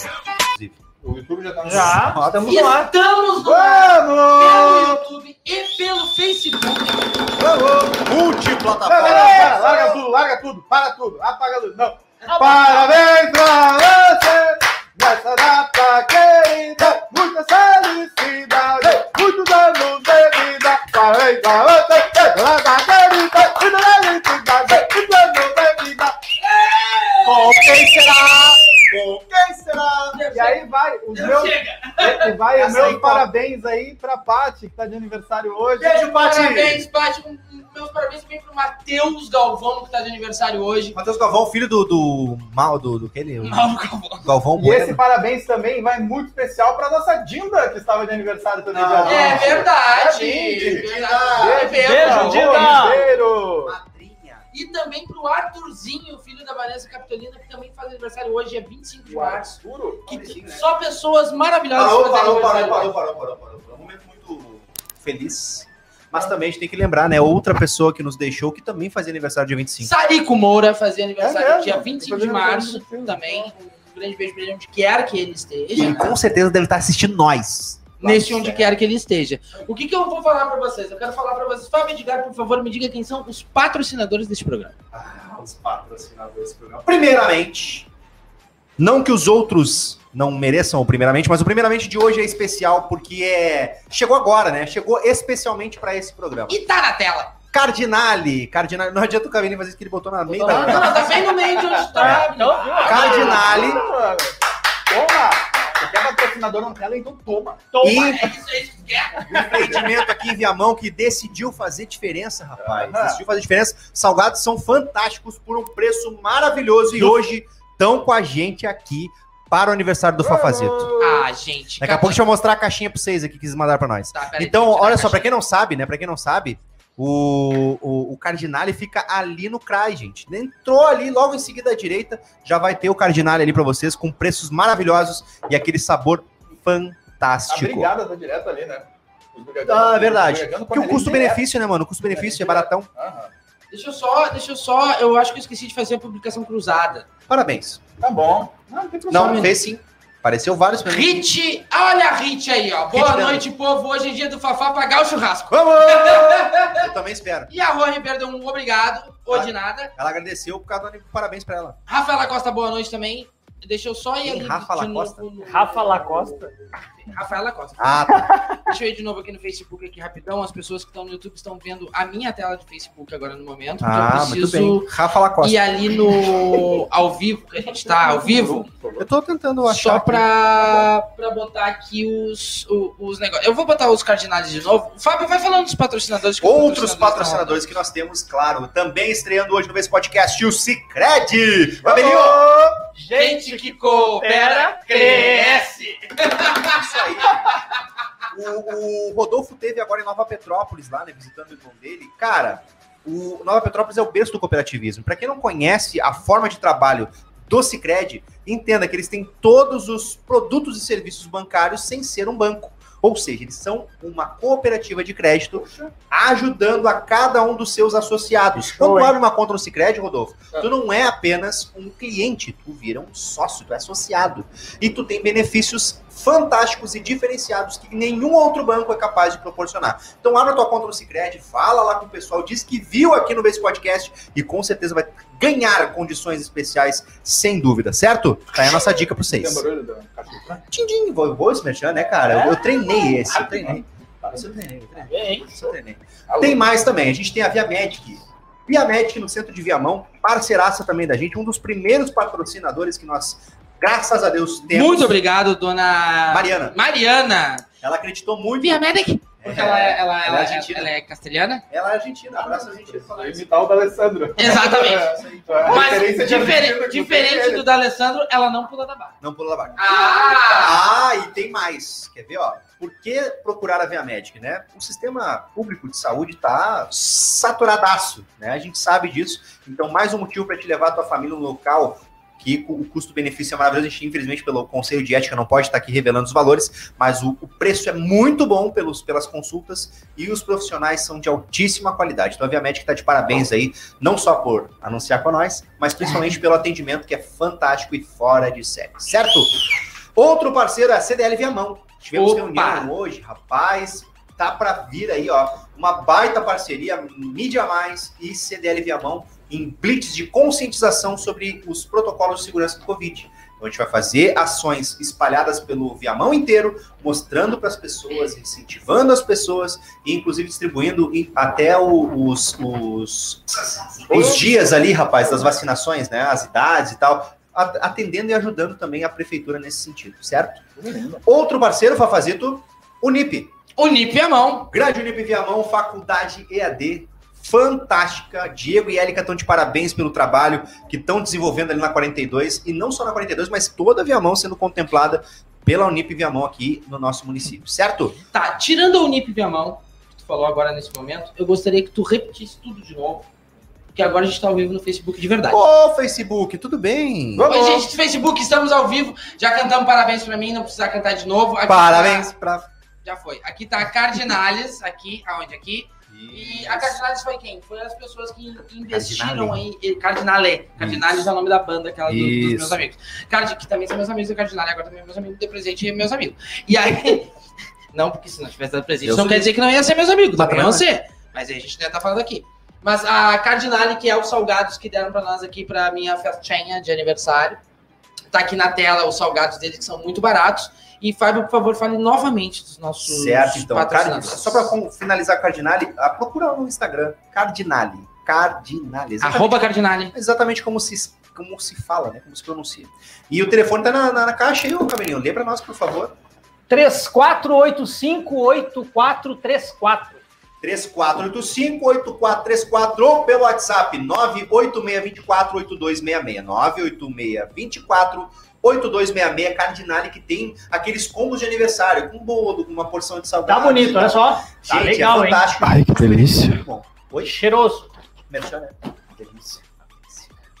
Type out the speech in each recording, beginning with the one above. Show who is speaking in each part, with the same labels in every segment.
Speaker 1: inclusive.
Speaker 2: O YouTube já tá no
Speaker 3: Já,
Speaker 1: Ó,
Speaker 3: estamos lá.
Speaker 4: Estamos no ar pelo
Speaker 1: Vamos!
Speaker 4: YouTube e pelo Facebook.
Speaker 1: Vamos!
Speaker 2: Não, não, não,
Speaker 1: Multiplataforma!
Speaker 2: para, larga tudo, larga tudo, para tudo, apaga a luz. Não.
Speaker 3: Tá
Speaker 2: Parabéns pra você nessa data querida. Muita felicidade, muitos anos de vida. Parabéns pra você nessa data querida. Muita felicidade, muitos anos de vida. Com quem será? Com quem será?
Speaker 4: Deus
Speaker 2: E aí vai os meus,
Speaker 4: Chega.
Speaker 2: e vai os
Speaker 1: Essa aí,
Speaker 2: meus parabéns aí pra Paty, que tá de aniversário hoje.
Speaker 1: Beijo, Pati!
Speaker 4: Parabéns, Paty. Um- Meus parabéns também pro Matheus Galvão, que tá de aniversário hoje.
Speaker 1: Matheus Galvão, filho do, do mal, do, do aquele, o
Speaker 4: Mauro Galvão.
Speaker 1: Galvão
Speaker 2: E esse
Speaker 1: Bueno.
Speaker 2: parabéns também vai muito especial para nossa Dinda, que estava de aniversário também. dia
Speaker 1: Ah,
Speaker 4: É
Speaker 2: vinte.
Speaker 4: verdade.
Speaker 1: é
Speaker 4: é
Speaker 2: Parabéns,
Speaker 4: verdade.
Speaker 3: Beijo,
Speaker 4: Beijo.
Speaker 3: Dinda.
Speaker 2: Dinda!
Speaker 1: Madrinha.
Speaker 4: E também pro Arthurzinho, filho da Vanessa Capitolina, que também faz aniversário hoje, é 25 de março. Que tem só pessoas maravilhosas
Speaker 1: Parou,
Speaker 4: fazendo
Speaker 1: parou, parou,
Speaker 4: aniversário
Speaker 1: parou,
Speaker 4: hoje.
Speaker 1: parou, parou, parou. Foi um momento muito feliz. Mas também a gente tem que lembrar, né? Outra pessoa que nos deixou que também fazia aniversário dia 25.
Speaker 4: Sarico Moura
Speaker 2: É
Speaker 4: fazia aniversário
Speaker 2: mesmo?
Speaker 4: dia 25 de
Speaker 2: Fazendo
Speaker 4: março
Speaker 2: aniversário.
Speaker 4: também. Um grande beijo pra ele onde quer que ele esteja.
Speaker 1: Ele com certeza deve estar assistindo nós.
Speaker 4: neste
Speaker 2: Nossa,
Speaker 4: onde quer que ele esteja. O que, que eu vou falar pra vocês? Eu quero falar pra vocês. Fábio Edgar, por favor, me diga quem são os patrocinadores deste programa.
Speaker 1: Os patrocinadores desse programa. Primeiramente, não que os outros não mereçam o primeiramente, mas o primeiramente de hoje é especial porque é chegou agora, né? Chegou especialmente para esse programa.
Speaker 4: E tá na tela.
Speaker 1: Cardinale, Cardinale, não adianta o Cavini fazer isso que ele botou na meia da-
Speaker 4: Não, tá bem no meio de onde tá.
Speaker 3: Então, viu?
Speaker 1: Cardinale
Speaker 2: Toma! Você quer patrocinador na tela, então toma.
Speaker 3: Toma.
Speaker 1: e
Speaker 4: É isso, é isso. que É.
Speaker 1: o empreendimento aqui em Viamão que decidiu fazer diferença, rapaz.
Speaker 2: Aham.
Speaker 1: Decidiu fazer diferença. Salgados são fantásticos por um preço maravilhoso e hoje estão com a gente aqui para o aniversário do Fafazito.
Speaker 4: Ah, gente.
Speaker 1: Daqui a pouco deixa eu mostrar a caixinha para vocês aqui que eles mandaram para nós.
Speaker 4: Tá, peraí,
Speaker 1: Então,
Speaker 4: deixa eu tirar
Speaker 1: olha
Speaker 4: a
Speaker 1: só, para
Speaker 4: caixinha.
Speaker 1: quem não sabe, né? Para quem não sabe, o, o, o Cardinale fica ali no CRAI, gente. Entrou ali, logo em seguida à direita, já vai ter o Cardinale ali para vocês, com preços maravilhosos e aquele sabor
Speaker 2: A
Speaker 1: fantástico.
Speaker 2: brigada tá direto ali, né? Os brigadeiros-
Speaker 1: Ah, é
Speaker 2: os
Speaker 1: verdade.
Speaker 2: brigadeiros
Speaker 1: Porque o
Speaker 2: correm direto.
Speaker 1: custo-benefício, né, mano? O custo-benefício é baratão.
Speaker 2: Aham.
Speaker 4: Deixa eu só, deixa eu só. Eu acho que eu esqueci de fazer a publicação cruzada. um
Speaker 1: Parabéns.
Speaker 2: Tá bom. Não, não tem problema.
Speaker 1: Não, fez sim. Apareceu vários pra mim.
Speaker 4: Hit, olha a Hit aí, ó. Boa
Speaker 1: Hit
Speaker 4: noite, povo. Hoje é dia do Fafá pagar o churrasco.
Speaker 1: Vamos! Eu também espero.
Speaker 4: E a Rony perdeu um obrigado, ou de nada.
Speaker 1: Ela agradeceu por causa do parabéns pra ela.
Speaker 4: Rafaela Costa, boa noite também. Deixa eu só ir
Speaker 1: Quem?
Speaker 4: ali
Speaker 1: Rafa
Speaker 4: de
Speaker 1: Lacosta?
Speaker 4: novo no-
Speaker 3: Rafa Lacosta.
Speaker 4: Rafaela Costa.
Speaker 1: Ah, tá.
Speaker 4: Deixa eu ir de novo aqui no Facebook aqui rapidão. As pessoas que estão no YouTube estão vendo a minha tela de Facebook agora no momento. porque
Speaker 1: Ah,
Speaker 4: eu
Speaker 1: muito
Speaker 4: preciso
Speaker 1: bem. Rafa Lacosta.
Speaker 4: ir ali no ao vivo, que a gente tá ao vivo,
Speaker 1: Eu tô tentando achar.
Speaker 4: só
Speaker 1: aqui.
Speaker 4: pra, pra botar aqui os, o- os, negócios. Eu vou botar os cardinais de novo. Fábio, vai falando dos patrocinadores. que os
Speaker 1: Outros
Speaker 4: estão
Speaker 1: patrocinadores que nós temos, claro, também estreando hoje no Vez Podcast, o Cicred! Babelinho!
Speaker 2: Vamos!
Speaker 4: rolando. Gente que coopera, cresce!
Speaker 1: Isso aí. O, o Rodolfo teve agora em Nova Petrópolis, lá, né, visitando o irmão dele. Cara, o Nova Petrópolis é o berço do cooperativismo. Para quem não conhece a forma de trabalho do Cicred, entenda que eles têm todos os produtos e serviços bancários sem ser um banco. Ou seja, eles são uma cooperativa de crédito ajudando a cada um dos seus associados. Quando tu
Speaker 3: hein?
Speaker 1: abre uma conta no Cicred, Rodolfo,
Speaker 2: Ah.
Speaker 1: tu não é apenas um cliente, tu vira um sócio, tu é associado. E tu tem benefícios fantásticos e diferenciados que nenhum outro banco é capaz de proporcionar. Então abre a tua conta no Cicred, fala lá com o pessoal, diz que viu aqui no Base Podcast e com certeza vai ganhar condições especiais, sem dúvida, certo? Tá aí a nossa dica pra
Speaker 2: Tem
Speaker 1: vocês.
Speaker 2: barulho da cachorra?
Speaker 1: Tchim, tchim, vou, vou esse merchan, né, cara? Eu, eu treinei esse, eu treinei. Esse eu treinei, eu
Speaker 4: Tá
Speaker 1: treinei.
Speaker 3: Bem.
Speaker 1: Esse eu treinei. Tem mais também, a gente tem a Via Medic. Via Medic no centro de Viamão, parceiraça também da gente, um dos primeiros patrocinadores que nós, graças a Deus, temos.
Speaker 4: Muito obrigado, dona
Speaker 1: Mariana,
Speaker 4: Mariana.
Speaker 1: ela acreditou muito.
Speaker 4: Via Medic. Porque ela, é- ela,
Speaker 1: Ela
Speaker 4: ela,
Speaker 1: é
Speaker 4: ela,
Speaker 1: argentina.
Speaker 4: ela é castelhana?
Speaker 1: Ela é argentina, abraça a gente.
Speaker 2: Vai Imitar o É, da Alessandra.
Speaker 4: Exatamente.
Speaker 2: então A referência
Speaker 4: Tá Mas
Speaker 2: de
Speaker 4: diferente,
Speaker 2: Alessandra que
Speaker 4: diferente
Speaker 2: você
Speaker 4: do da Alessandro, ela não pula da barra.
Speaker 1: Não pula da barca.
Speaker 4: Ah!
Speaker 1: Ah, e tem mais. Quer ver, ó? Por que procurar a Via Medic, né? O sistema público de saúde tá saturadaço, né? A gente sabe disso. Então, mais um motivo para te levar a tua família num local que cu- o custo-benefício é maravilhoso. A gente, infelizmente, pelo Conselho de Ética, não pode estar aqui revelando os valores, mas o, o preço é muito bom pelos, pelas consultas e os profissionais são de altíssima qualidade. Então, a Via Medic tá de parabéns aí, não só por anunciar com nós, mas principalmente pelo atendimento que é fantástico e fora de série, certo? Outro parceiro é a CDL Viamão. Tivemos
Speaker 4: Opa!
Speaker 1: reunião hoje, rapaz. Tá pra vir aí, ó. Uma baita parceria, Mídia Mais e CDL Viamão, em blitz de conscientização sobre os protocolos de segurança do Covid. Então a gente vai fazer ações espalhadas pelo Viamão inteiro, mostrando para as pessoas, incentivando as pessoas, e inclusive distribuindo em- até o- os, os, os dias ali, rapaz, das vacinações, né? As idades e tal, a- atendendo e ajudando também a prefeitura nesse sentido, certo? Outro parceiro, Fafazito, Unip.
Speaker 4: O NIP é a mão.
Speaker 1: Grande Unip Viamão, faculdade EAD, fantástica. Diego e Élica estão de parabéns pelo trabalho que estão desenvolvendo ali na 42, e não só na 42, mas toda a Viamão sendo contemplada pela Unip Viamão aqui no nosso município, certo?
Speaker 4: Tá, tirando a Unip e a mão, que tu falou agora nesse momento, eu gostaria que tu repetisse tudo de novo. Porque agora a gente tá ao vivo no Facebook de verdade.
Speaker 1: Ô, Facebook, tudo bem?
Speaker 2: Vamos.
Speaker 4: Oi, gente do Facebook, estamos ao vivo. Já cantamos parabéns pra mim, não precisa cantar de novo. Aqui
Speaker 1: Parabéns
Speaker 4: tá-
Speaker 1: pra.
Speaker 4: já foi. Aqui tá a Cardinales, aqui, aonde? Aqui. E a Cardinales foi quem? Foi as pessoas que investiram em. Cardinale. Cardinales é o nome da banda, aquela do- dos
Speaker 1: Isso.
Speaker 4: meus amigos. Card, que também são meus amigos, e Cardinale agora também é meus amigos, de presente é meus amigos. E aí. Não, porque se não tivesse dado presente,
Speaker 1: Eu
Speaker 4: isso não
Speaker 1: sou
Speaker 4: quer dizer que não ia ser meus amigos,
Speaker 1: Mas
Speaker 4: também
Speaker 1: também
Speaker 4: iam
Speaker 1: não é.
Speaker 4: ser. Mas aí a gente não ia estar falando aqui. Mas a Cardinale, que é os salgados que deram pra nós aqui pra minha festinha de aniversário. Tá aqui na tela os salgados deles, que são muito baratos. E, Fábio, por favor, fale novamente dos nossos
Speaker 1: Certo, então. Card...
Speaker 4: patrocinadores.
Speaker 1: Só para finalizar Cardinale, ah, procura no Instagram. Cardinale. Cardinale. Exatamente,
Speaker 4: Arroba Cardinale.
Speaker 1: exatamente como, se, como se fala, né? Como se pronuncia. E o telefone tá na, na, na caixa aí, ô Camelinho. Lê pra nós, por favor.
Speaker 3: 34858434.
Speaker 1: 3485-8434 ou pelo WhatsApp 986-24-8266. 986-24-8266. Cardinale que tem aqueles combos de aniversário com bolo, com uma porção de
Speaker 3: Tá
Speaker 1: salgado.
Speaker 3: bonito, olha só. Tá
Speaker 1: Gente,
Speaker 3: legal,
Speaker 1: é
Speaker 3: hein?
Speaker 1: fantástico.
Speaker 2: Ai, que delícia.
Speaker 1: Muito bom. Oi?
Speaker 3: Cheiroso.
Speaker 1: Merchan, né? Delícia.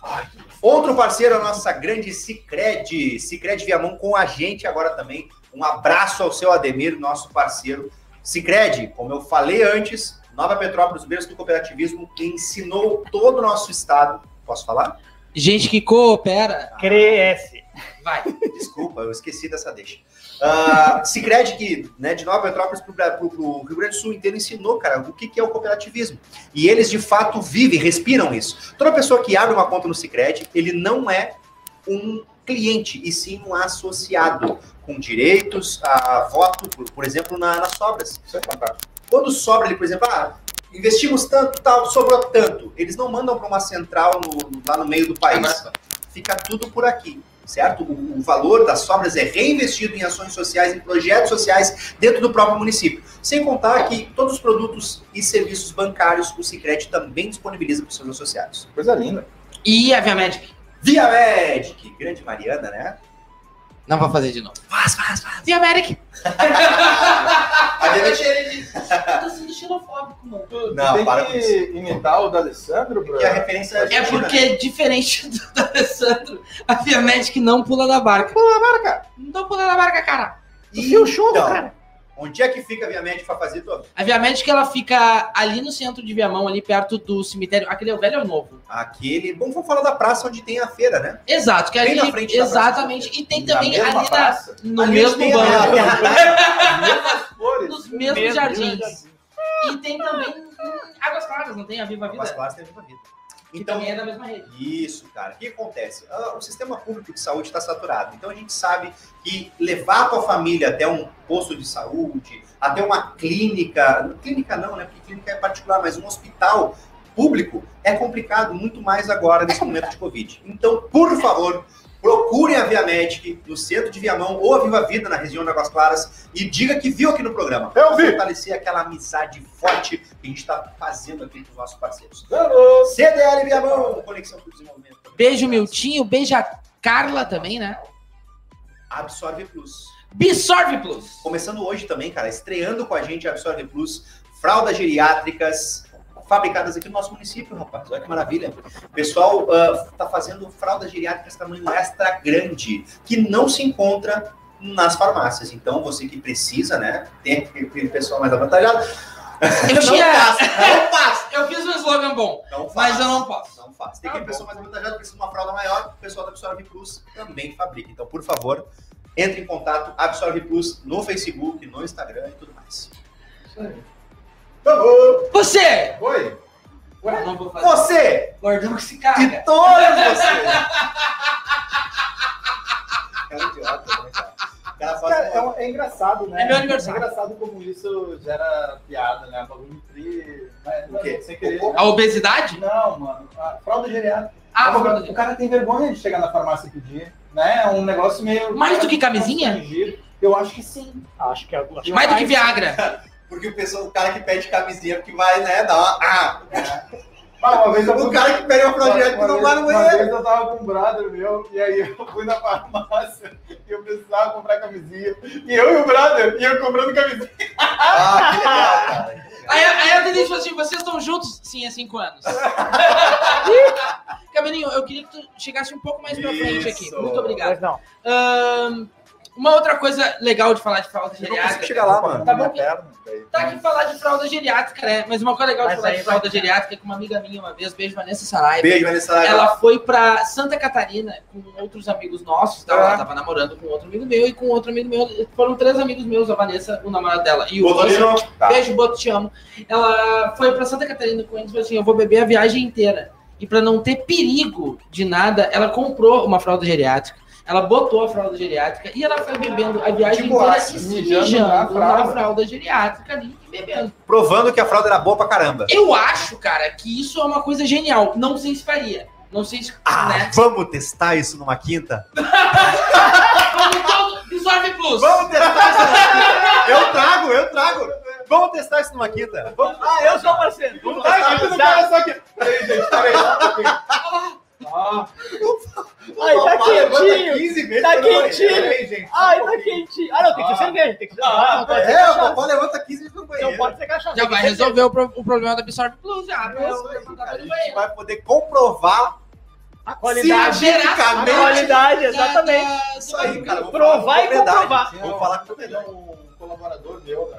Speaker 1: Ai. Outro parceiro, a nossa grande Cicred, Cicred Viamão com a gente agora também. Um abraço ao seu Ademir, nosso parceiro. Cicred, como eu falei antes, Nova Petrópolis, berço do cooperativismo, que ensinou todo o nosso estado. Posso falar?
Speaker 4: Gente que coopera.
Speaker 3: Cresce.
Speaker 4: Vai.
Speaker 1: Desculpa, eu esqueci dessa deixa. Ah, Cicred, que né, de Nova Petrópolis para o Rio Grande do Sul inteiro, ensinou, cara, o que, que é o cooperativismo. E eles, de fato, vivem, respiram isso. Toda pessoa que abre uma conta no Cicred, ele não é um cliente, e sim um associado, com direitos a voto, por, por exemplo, na- nas sobras. Quando sobra ali, por exemplo, ah, investimos tanto, tal, sobrou tanto, eles não mandam para uma central no- no- lá no meio do país. Fica tudo por aqui certo? O, o valor das sobras é reinvestido em ações sociais, em projetos sociais dentro do próprio município. Sem contar que todos os produtos e serviços bancários o Sicredi também disponibiliza para os seus associados.
Speaker 2: Coisa linda.
Speaker 4: E a Via Magic.
Speaker 1: Via Medic, grande Mariana, né?
Speaker 4: Não vou fazer de novo.
Speaker 1: Faz, faz, faz.
Speaker 4: Ah, Via Magic.
Speaker 1: A Via Medic-
Speaker 4: Tô sendo xenofóbico, mano.
Speaker 1: Não,
Speaker 2: Tem
Speaker 1: para
Speaker 2: que
Speaker 1: com isso.
Speaker 2: imitar o da Alessandro,
Speaker 1: que é a referência
Speaker 4: É porque, diferente do da Alessandro, a Via Magic não pula da barca. Não pula da barca, cara.
Speaker 1: E o show, cara. Então, Onde é que fica a Via Medic para fazer todo?
Speaker 4: A Via Magic, ela fica ali no centro de Viamão, ali perto do cemitério. Aquele é o velho ou o novo?
Speaker 1: Aquele. Bom, vamos falar da praça onde tem a feira, né?
Speaker 4: Exato, que é
Speaker 1: Bem
Speaker 4: ali.
Speaker 1: na frente da
Speaker 4: exatamente. E tem também ali na-
Speaker 2: praça.
Speaker 4: no
Speaker 3: É
Speaker 1: Ali
Speaker 4: mesmo
Speaker 1: tem a-
Speaker 4: banco.
Speaker 2: Flores.
Speaker 4: Nos mesmos
Speaker 3: É Mesmo
Speaker 4: jardins.
Speaker 3: jardim.
Speaker 4: E tem também hum, Águas Claras, não tem a Viva
Speaker 1: Mas
Speaker 4: Vida?
Speaker 1: claro, tem a mesma vida.
Speaker 4: Que
Speaker 1: Então,
Speaker 4: também é da mesma rede.
Speaker 1: Isso, cara. O que acontece? Ah, O sistema público de saúde está saturado. Então a gente sabe que levar a tua família até um posto de saúde, até uma clínica, clínica não, né? Porque clínica é particular, mas um hospital público é complicado, muito mais agora nesse momento de Covid. Então, por favor, procurem a Via Medic no centro de Viamão ou a Viva Vida na região de Águas Claras e diga que viu aqui no programa.
Speaker 2: Eu vi.
Speaker 1: Fortalecer aquela amizade forte que a gente está fazendo aqui com os nossos parceiros.
Speaker 2: Alô.
Speaker 1: CDL Viamão, conexão pro desenvolvimento.
Speaker 4: Beijo, Miltinho. Beijo a Carla também, né?
Speaker 1: Absorve Plus.
Speaker 4: Bisorve Plus.
Speaker 1: Começando hoje também, cara, estreando com a gente a Absorve Plus, fraldas geriátricas fabricadas aqui no nosso município, rapaz. Olha que maravilha. O pessoal ah, tá fazendo fraldas geriátricas tamanho extra grande, que não se encontra nas farmácias. Então, você que precisa, né, tem aquele pessoal mais avantajado.
Speaker 4: Eu tinha-
Speaker 1: não faça,
Speaker 4: Eu fiz um slogan bom,
Speaker 1: não faça.
Speaker 4: mas eu não posso.
Speaker 1: Não faz. Tem
Speaker 4: Tá
Speaker 1: aquele
Speaker 4: bom.
Speaker 1: pessoal mais avantajado, precisa de uma fralda maior, o pessoal da Absorve Plus também fabrica. Então, por favor, Entre em contato, Absorve Plus no Facebook, no Instagram e tudo mais.
Speaker 2: Tá bom.
Speaker 4: Você!
Speaker 2: Oi.
Speaker 4: Eu não vou fazer.
Speaker 1: Você!
Speaker 4: Gordão que se caga.
Speaker 1: De todos vocês! É um idiota, né, cara? O cara faz
Speaker 2: Cara,
Speaker 1: uma-
Speaker 2: é, um- é engraçado, né?
Speaker 4: É meu aniversário.
Speaker 2: É engraçado como isso gera piada, né? Bagulho tri. Mas,
Speaker 1: O quê?
Speaker 2: Sem querer.
Speaker 1: O-
Speaker 4: A obesidade?
Speaker 2: Não, mano. A fralda geriátrica.
Speaker 4: Ah,
Speaker 2: o, cara,
Speaker 4: vou-
Speaker 2: o cara tem vergonha de chegar na farmácia e pedir. Né? É um negócio meio.
Speaker 4: Mais do que camisinha?
Speaker 2: constrangido. Eu acho que sim.
Speaker 3: Ah, Acho que é acho
Speaker 4: mais do que Viagra.
Speaker 1: Porque o, pessoal, o cara que pede camisinha, porque vai, né, dar uma... Ah!
Speaker 2: Ah, uma vez eu
Speaker 1: O cara que pede uma fralda direto não vai no
Speaker 2: uma
Speaker 1: banheiro.
Speaker 2: vez eu tava com um brother meu, e aí eu fui na farmácia e eu precisava comprar camisinha. E eu e o brother iam comprando camisinha.
Speaker 1: Ah, que legal, cara.
Speaker 4: Aí, aí a Denise falou assim: vocês estão juntos? Sim, há cinco anos. Cabelinho, eu queria que tu chegasse um pouco mais pra frente aqui.
Speaker 1: Isso.
Speaker 4: Muito obrigado.
Speaker 3: Mas não.
Speaker 4: Ahn, uma outra coisa legal de falar de fralda
Speaker 1: Eu não consigo
Speaker 4: geriátrica.
Speaker 1: chegar lá, mano.
Speaker 4: Tá bom que-
Speaker 2: Perna, velho.
Speaker 4: Tá aqui falar de fralda geriátrica, né? Mas uma coisa legal de
Speaker 3: Mas
Speaker 4: falar
Speaker 3: aí
Speaker 4: de
Speaker 3: vai-
Speaker 4: fralda geriátrica é que uma amiga minha uma vez, beijo Vanessa Saraiva.
Speaker 1: Beijo, Vanessa.
Speaker 4: Ela foi pra Santa Catarina com outros amigos nossos, tá?
Speaker 1: Ah.
Speaker 4: Ela tava namorando com outro amigo meu e com outro amigo meu. Foram três amigos meus, a Vanessa, o namorado dela e o outro.
Speaker 1: Botonino. Tá.
Speaker 4: Beijo, Boto, te amo. Ela foi pra Santa Catarina com eles e falou assim: eu vou beber a viagem inteira. E pra não ter perigo de nada, ela comprou uma fralda geriátrica. Ela botou a fralda geriátrica e ela foi bebendo a viagem
Speaker 1: Tipo,
Speaker 4: inteira
Speaker 1: ah,
Speaker 4: e se
Speaker 2: mijando
Speaker 4: mijando
Speaker 2: na
Speaker 4: na
Speaker 2: fralda.
Speaker 4: fralda. geriátrica ali e bebendo.
Speaker 1: Provando que a fralda era boa pra caramba.
Speaker 4: Eu acho, cara, que isso é uma coisa genial. Não sei se faria. Não sei se.
Speaker 1: Ah,
Speaker 4: Né?
Speaker 1: vamos testar isso numa quinta?
Speaker 4: Vamos todo. Dissolve Plus.
Speaker 1: Vamos testar isso numa quinta? Eu trago, eu trago. Vamos testar isso numa quinta. Vamos
Speaker 3: Ah, eu sou parceiro.
Speaker 1: Vamos lá,
Speaker 2: Ai, que cara só que. Peraí, gente, peraí. Ah,
Speaker 3: Ai, tá
Speaker 1: Paulo, levanta
Speaker 3: quentinho.
Speaker 1: 15 vezes
Speaker 3: Tá
Speaker 1: pra não
Speaker 3: quentinho.
Speaker 1: olhar.
Speaker 2: peraí, gente.
Speaker 3: Ai, tá quentinho. Ah, não, tem que ser
Speaker 2: Ah.
Speaker 3: cerveja. Tem que ser
Speaker 2: Ah,
Speaker 3: ah, não, pode ser
Speaker 1: É, o
Speaker 3: cachaça.
Speaker 1: papai levanta 15 vezes no
Speaker 3: Não
Speaker 1: banheiro.
Speaker 3: pode ser cachaça.
Speaker 4: Já
Speaker 3: tem que
Speaker 4: vai
Speaker 3: ser
Speaker 4: resolver o, pro- o problema da Absorve Plus já.
Speaker 1: É isso aí,
Speaker 4: Não,
Speaker 1: cara. A
Speaker 4: tá tudo
Speaker 1: gente
Speaker 4: bem.
Speaker 1: vai poder comprovar
Speaker 3: A qualidade. A
Speaker 1: cientificamente.
Speaker 3: qualidade, exatamente.
Speaker 4: Da- da-
Speaker 1: Isso aí, cara. Vou
Speaker 3: Provar
Speaker 1: falar com
Speaker 3: e
Speaker 1: propriedade.
Speaker 3: comprovar.
Speaker 1: Vou falar com propriedade.
Speaker 2: um colaborador meu, né?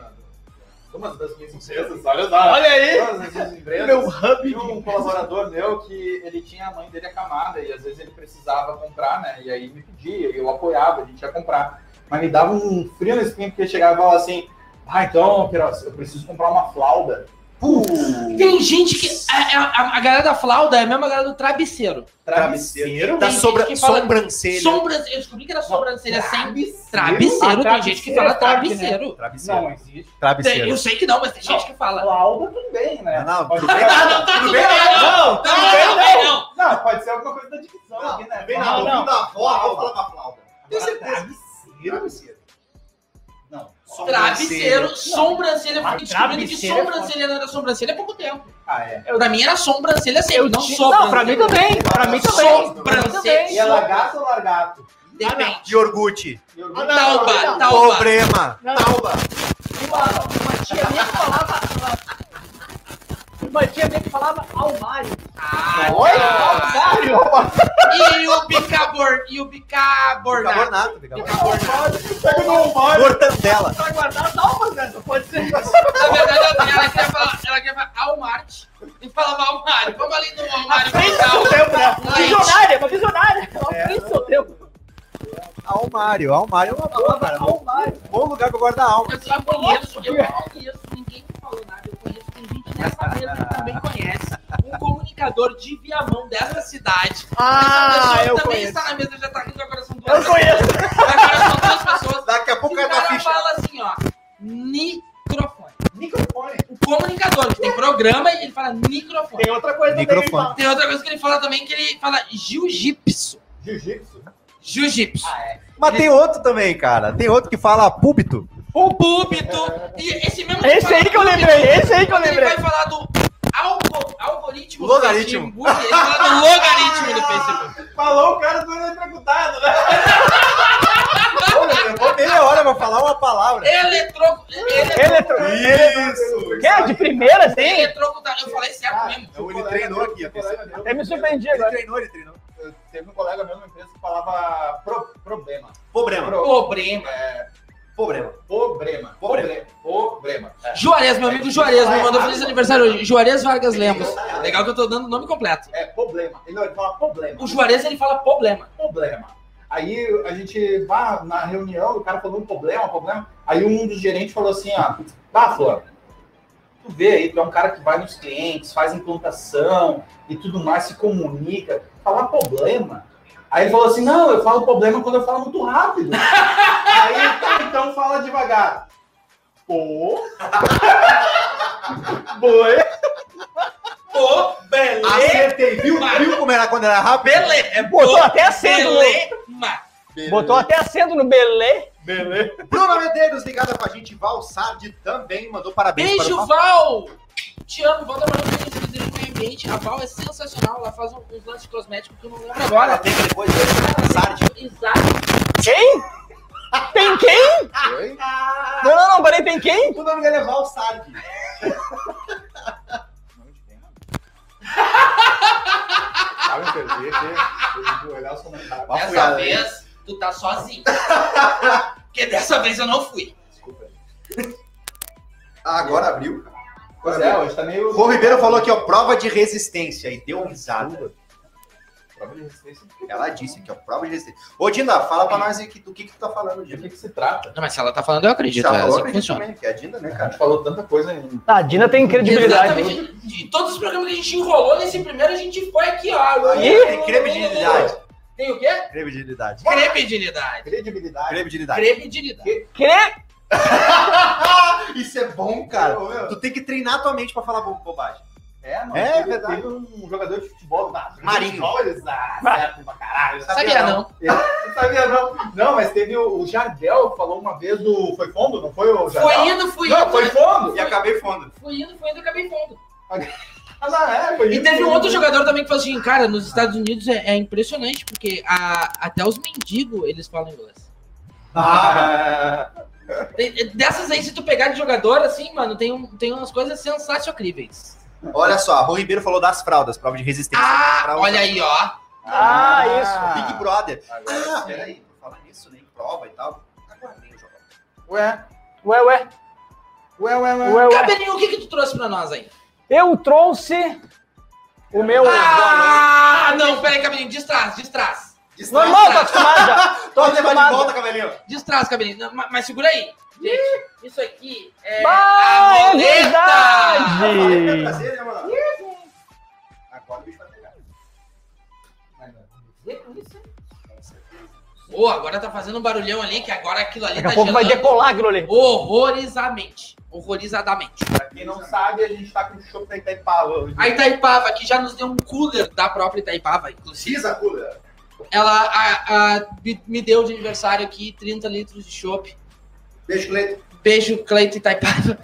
Speaker 2: Uma das minhas empresas, olha lá.
Speaker 3: Olha aí.
Speaker 2: Uma das minhas empresas.
Speaker 3: Meu hub.
Speaker 2: Tinha um colaborador meu que ele tinha a mãe dele acamada e às vezes ele precisava comprar, né? E aí me pedia, eu apoiava, a gente ia comprar. Mas me dava um frio na espinha porque ele chegava e falava assim: Ah, então, Queiroz, eu preciso comprar uma flauda. Putz,
Speaker 4: Tem gente que. A, a- a galera da flauda é a mesma galera do travesseiro.
Speaker 1: Travesseiro. Da
Speaker 4: Tem gente
Speaker 1: sobra-
Speaker 4: que fala-
Speaker 1: sobrancelha.
Speaker 4: Sombra, eu descobri que era sobrancelha sem
Speaker 2: Travesseiro?
Speaker 4: travesseiro.
Speaker 3: Ah,
Speaker 4: Tem gente que
Speaker 3: travesseiro
Speaker 4: fala
Speaker 3: é forte, né?
Speaker 4: travesseiro.
Speaker 1: Travesseiro.
Speaker 2: Não existe.
Speaker 4: Tem-
Speaker 1: Travesseiro.
Speaker 4: eu sei que não, mas tem gente que fala.
Speaker 2: Flauda também, né?
Speaker 1: Não, não,
Speaker 2: pode,
Speaker 1: tudo
Speaker 2: ser,
Speaker 1: bem.
Speaker 4: Ah, não, tá tudo
Speaker 1: Tudo bem,
Speaker 4: bem, não.
Speaker 3: Não.
Speaker 4: Tá tudo bem, não.
Speaker 2: não, pode ser alguma coisa da dicção aqui, né?
Speaker 1: Vem
Speaker 3: Não,
Speaker 1: na
Speaker 3: Ah, não.
Speaker 1: mão da avó, vou falar pra flauta. Tenho certeza.
Speaker 2: Travesseiro? Não.
Speaker 4: Travesseiro, sobrancelha. Eu
Speaker 3: Ah,
Speaker 4: fiquei descobrindo que
Speaker 3: travesseiro é
Speaker 4: sobrancelha não era sobrancelha há pouco tempo.
Speaker 2: Ah, é.
Speaker 4: Pra mim era sobrancelha sempre,
Speaker 3: Eu
Speaker 4: não
Speaker 3: tinha- Não, pra mim
Speaker 4: sobrancelha.
Speaker 3: também. Pra mim também. Pra mim
Speaker 2: E
Speaker 4: Sobrancelha.
Speaker 3: também.
Speaker 2: é largato ou largato?
Speaker 4: Depende.
Speaker 1: De Orgute.
Speaker 2: Eu-
Speaker 3: Ah, não.
Speaker 4: Tauba, tauba.
Speaker 1: Problema.
Speaker 3: Não.
Speaker 1: Tauba.
Speaker 3: Uma, uma tia minha que falava. Uma, uma tia minha que falava almário.
Speaker 4: Ah,
Speaker 2: Oi?
Speaker 4: tá.
Speaker 2: Sério?
Speaker 4: E o bicabor, e o
Speaker 2: Tá.
Speaker 4: bicabornato.
Speaker 1: Bicarbonato. bicarbonato.
Speaker 2: Pega no almário.
Speaker 1: né? Mortandela.
Speaker 3: Pra guardar as almas, né? Não pode ser.
Speaker 4: Na verdade, ela, ela queria falar, ela queria falar Almart e falava Almário. Vamos ali no Almário
Speaker 3: Seu
Speaker 4: Portal.
Speaker 3: tempo, né?
Speaker 4: Leite.
Speaker 3: Visionária, uma visionária. Ela fez seu tempo.
Speaker 1: Almário. Almário é uma boa, cara.
Speaker 3: Almário.
Speaker 1: Bom lugar pra guardar alma.
Speaker 4: Eu só conheço, eu conheço, ninguém me falou nada. Eu conheço, tem gente nessa mesa que também conhece. Um comunicador de Viamão dessa cidade. Essa
Speaker 3: Ah,
Speaker 4: pessoa
Speaker 3: eu
Speaker 4: também
Speaker 3: conheço.
Speaker 4: está na mesa, já tá rindo agora são duas
Speaker 3: Eu conheço.
Speaker 4: Agora são duas pessoas.
Speaker 1: Daqui a
Speaker 4: E
Speaker 1: pouco
Speaker 4: o
Speaker 1: cai na
Speaker 4: cara
Speaker 1: ficha.
Speaker 4: fala assim, ó, microfone.
Speaker 2: Microfone.
Speaker 4: O comunicador que tem programa, ele fala microfone.
Speaker 3: Tem outra coisa também.
Speaker 1: Microfone.
Speaker 3: Fala.
Speaker 4: Tem outra coisa que ele fala também, que ele fala jiu-jitsu.
Speaker 2: Jiu-jitsu?
Speaker 4: Jiu-jitsu.
Speaker 1: Mas tem outro também, cara. Tem outro que fala púlpito.
Speaker 4: O púlpito. E esse mesmo.
Speaker 3: Esse aí que eu lembrei, esse aí que eu
Speaker 4: Ele
Speaker 3: lembrei.
Speaker 4: vai falar do algo- algoritmo
Speaker 1: Logaritmo.
Speaker 4: do Facebook. Ele fala do logaritmo do Facebook.
Speaker 2: Falou o cara do eletrocutado, né?
Speaker 1: Pô, meu, Levou meia hora pra falar uma palavra.
Speaker 4: Eletro. ele-
Speaker 3: Eletro...
Speaker 1: Isso.
Speaker 3: Que é de primeira, sim?
Speaker 4: Eletrocutado. Eu falei certo
Speaker 2: um
Speaker 4: mesmo.
Speaker 1: Então ele treinou aqui, ó.
Speaker 3: Até me surpreendi
Speaker 1: Ele
Speaker 3: agora.
Speaker 1: treinou, ele treinou.
Speaker 2: Teve um colega meu na empresa que falava pro- problema.
Speaker 1: Problema.
Speaker 2: Pro-
Speaker 4: Problema.
Speaker 2: é,
Speaker 1: Problema.
Speaker 2: Problema. Problema. Problema. É.
Speaker 4: Juarez, meu amigo Juarez, me mandou feliz aniversário hoje. Juarez Vargas Lemos. Legal que eu tô dando o nome completo.
Speaker 2: É problema. Ele não, ele fala problema.
Speaker 4: O Juarez, ele fala problema.
Speaker 2: Problema. Aí a gente vá na reunião, o cara falou um problema, um problema. Aí um dos gerentes falou assim, ó, tá, Flor, tu vê aí, tu é um cara que vai nos clientes, faz implantação e tudo mais, se comunica, falar problema. Aí ele falou assim, não, eu falo problema quando eu falo muito rápido. aí, tá, então fala devagar. Pô. Boi.
Speaker 4: Pô, beleza!
Speaker 1: Acertei, viu? Viu como era quando era rápido?
Speaker 4: Beleza! É
Speaker 3: Botou até acento no...
Speaker 4: Belema!
Speaker 3: Botou até acento no Belê.
Speaker 2: Beleza.
Speaker 1: Bruna Medeiros ligada com a gente, Val Sardi também mandou parabéns para
Speaker 4: Beijo,
Speaker 1: o
Speaker 4: Val! Te amo, Val da Maravilha, de Cruzeiro do Meio Ambiente. A Val é sensacional, ela faz um- uns lances cosméticos que eu não lembro
Speaker 1: Agora
Speaker 4: agora.
Speaker 1: tem que depois dele, Sardi.
Speaker 4: Exato.
Speaker 3: Quem? Tem quem?
Speaker 1: Oi?
Speaker 3: Não, não, não, peraí, tem quem?
Speaker 1: O nome dele é Val Sardi.
Speaker 2: Sabe, eu perdi aqui. Eu vou né? olhar os comentários.
Speaker 1: Uma
Speaker 4: Dessa
Speaker 1: furada, né?
Speaker 4: vez, tu tá sozinho. Porque dessa vez eu não fui.
Speaker 2: Desculpa.
Speaker 1: Ah, agora abriu.
Speaker 2: Pois é, hoje tá meio.
Speaker 1: O Ribeiro falou aqui, ó, prova de resistência. E deu um risada.
Speaker 2: Prova de resistência. do quê?
Speaker 1: Ela disse aqui, ó, prova de resistência. Ô, Dinda, fala pra nós aqui do que, que tu tá falando,
Speaker 2: De
Speaker 1: Dinda.
Speaker 2: que, que se trata?
Speaker 4: Não, mas se ela tá falando, eu acredito.
Speaker 1: Tá
Speaker 4: é
Speaker 1: louco,
Speaker 4: assim que
Speaker 1: acredito
Speaker 4: funciona.
Speaker 1: também, que é a Dinda, né,
Speaker 2: A
Speaker 1: cara?
Speaker 2: gente falou tanta coisa em.
Speaker 3: Tá, a Dina tem
Speaker 5: É
Speaker 3: credibilidade.
Speaker 4: Exatamente. De todos os programas que a gente enrolou nesse primeiro, a gente foi aqui, ó.
Speaker 1: Aí, tem credibilidade.
Speaker 4: Tem o quê?
Speaker 1: Credibilidade.
Speaker 4: Credibilidade.
Speaker 2: Credibilidade.
Speaker 1: Credibilidade.
Speaker 4: Credibilidade.
Speaker 3: Cre...
Speaker 1: Isso é bom, cara.
Speaker 2: Ô, meu.
Speaker 1: Tu tem que treinar tua mente pra falar bo- bobagem.
Speaker 2: É, mano.
Speaker 1: É
Speaker 2: teve,
Speaker 1: verdade.
Speaker 2: Teve um jogador de futebol da
Speaker 1: Marinho.
Speaker 2: Olhos, ah, certo pra caralho.
Speaker 4: Sabia não.
Speaker 2: Não sabia, não. Não, mas teve o, o Jardel que falou uma vez do. Foi fundo? Não foi o Jardel?
Speaker 4: Foi indo, fui
Speaker 2: Não,
Speaker 4: indo. né?
Speaker 2: foi fundo.
Speaker 1: E acabei fundo.
Speaker 4: Fui indo, fui indo, acabei fundo.
Speaker 2: Ah, não, é, foi
Speaker 4: E
Speaker 2: isso.
Speaker 4: teve um outro jogador também que falou assim, cara, nos Estados Unidos é, é impressionante, porque a- até os mendigos, eles falam inglês.
Speaker 2: Ah,
Speaker 4: Tem- Dessas aí, se tu pegar de jogador, assim, mano, tem, um, tem umas coisas sensacionais.
Speaker 1: Olha só, Rô Ribeiro falou das fraldas, prova de resistência.
Speaker 4: Ah,
Speaker 1: Fralda.
Speaker 4: olha aí, ó.
Speaker 3: Ah,
Speaker 1: Big Brother.
Speaker 2: Agora,
Speaker 1: Ah, peraí, por falar nisso, nem prova e tal. Aguardei o jogo.
Speaker 2: Ué,
Speaker 3: Ué, ué,
Speaker 2: ué, ué, ué.
Speaker 3: ué, ué.
Speaker 4: Cabelinho, o que que tu trouxe pra nós aí?
Speaker 3: Eu trouxe o meu...
Speaker 4: Ah, não, peraí, Cabelinho, distraz, distraz.
Speaker 1: é
Speaker 3: Normal, tô acostumado já. Tô
Speaker 1: Pode levar de
Speaker 3: acostumado.
Speaker 1: volta, cabelinho.
Speaker 4: Distraz, Cabelinho. Não, ma- mas segura aí. Gente, isso aqui é
Speaker 3: Ah,
Speaker 4: a
Speaker 3: é
Speaker 4: roleta.
Speaker 3: verdade!
Speaker 1: Prazer, né, mano? Agora o bicho vai pegar.
Speaker 4: Ô, agora tá fazendo um barulhão ali, que agora aquilo ali
Speaker 3: Daqui a
Speaker 4: tá
Speaker 3: pouco vai
Speaker 4: gelando
Speaker 3: decolar aquilo ali.
Speaker 4: horrorizamente. Horrorizadamente.
Speaker 2: Pra quem não sabe, a gente tá com o show da Itaipava hoje.
Speaker 4: A Itaipava, que já nos deu um cooler da própria Itaipava, inclusive.
Speaker 1: Precisa, cura.
Speaker 4: Ela a- a- me- me deu de aniversário aqui 30 litros de chopp.
Speaker 1: Beijo, Cleiton,
Speaker 4: Beijo, Cleito Itaipava.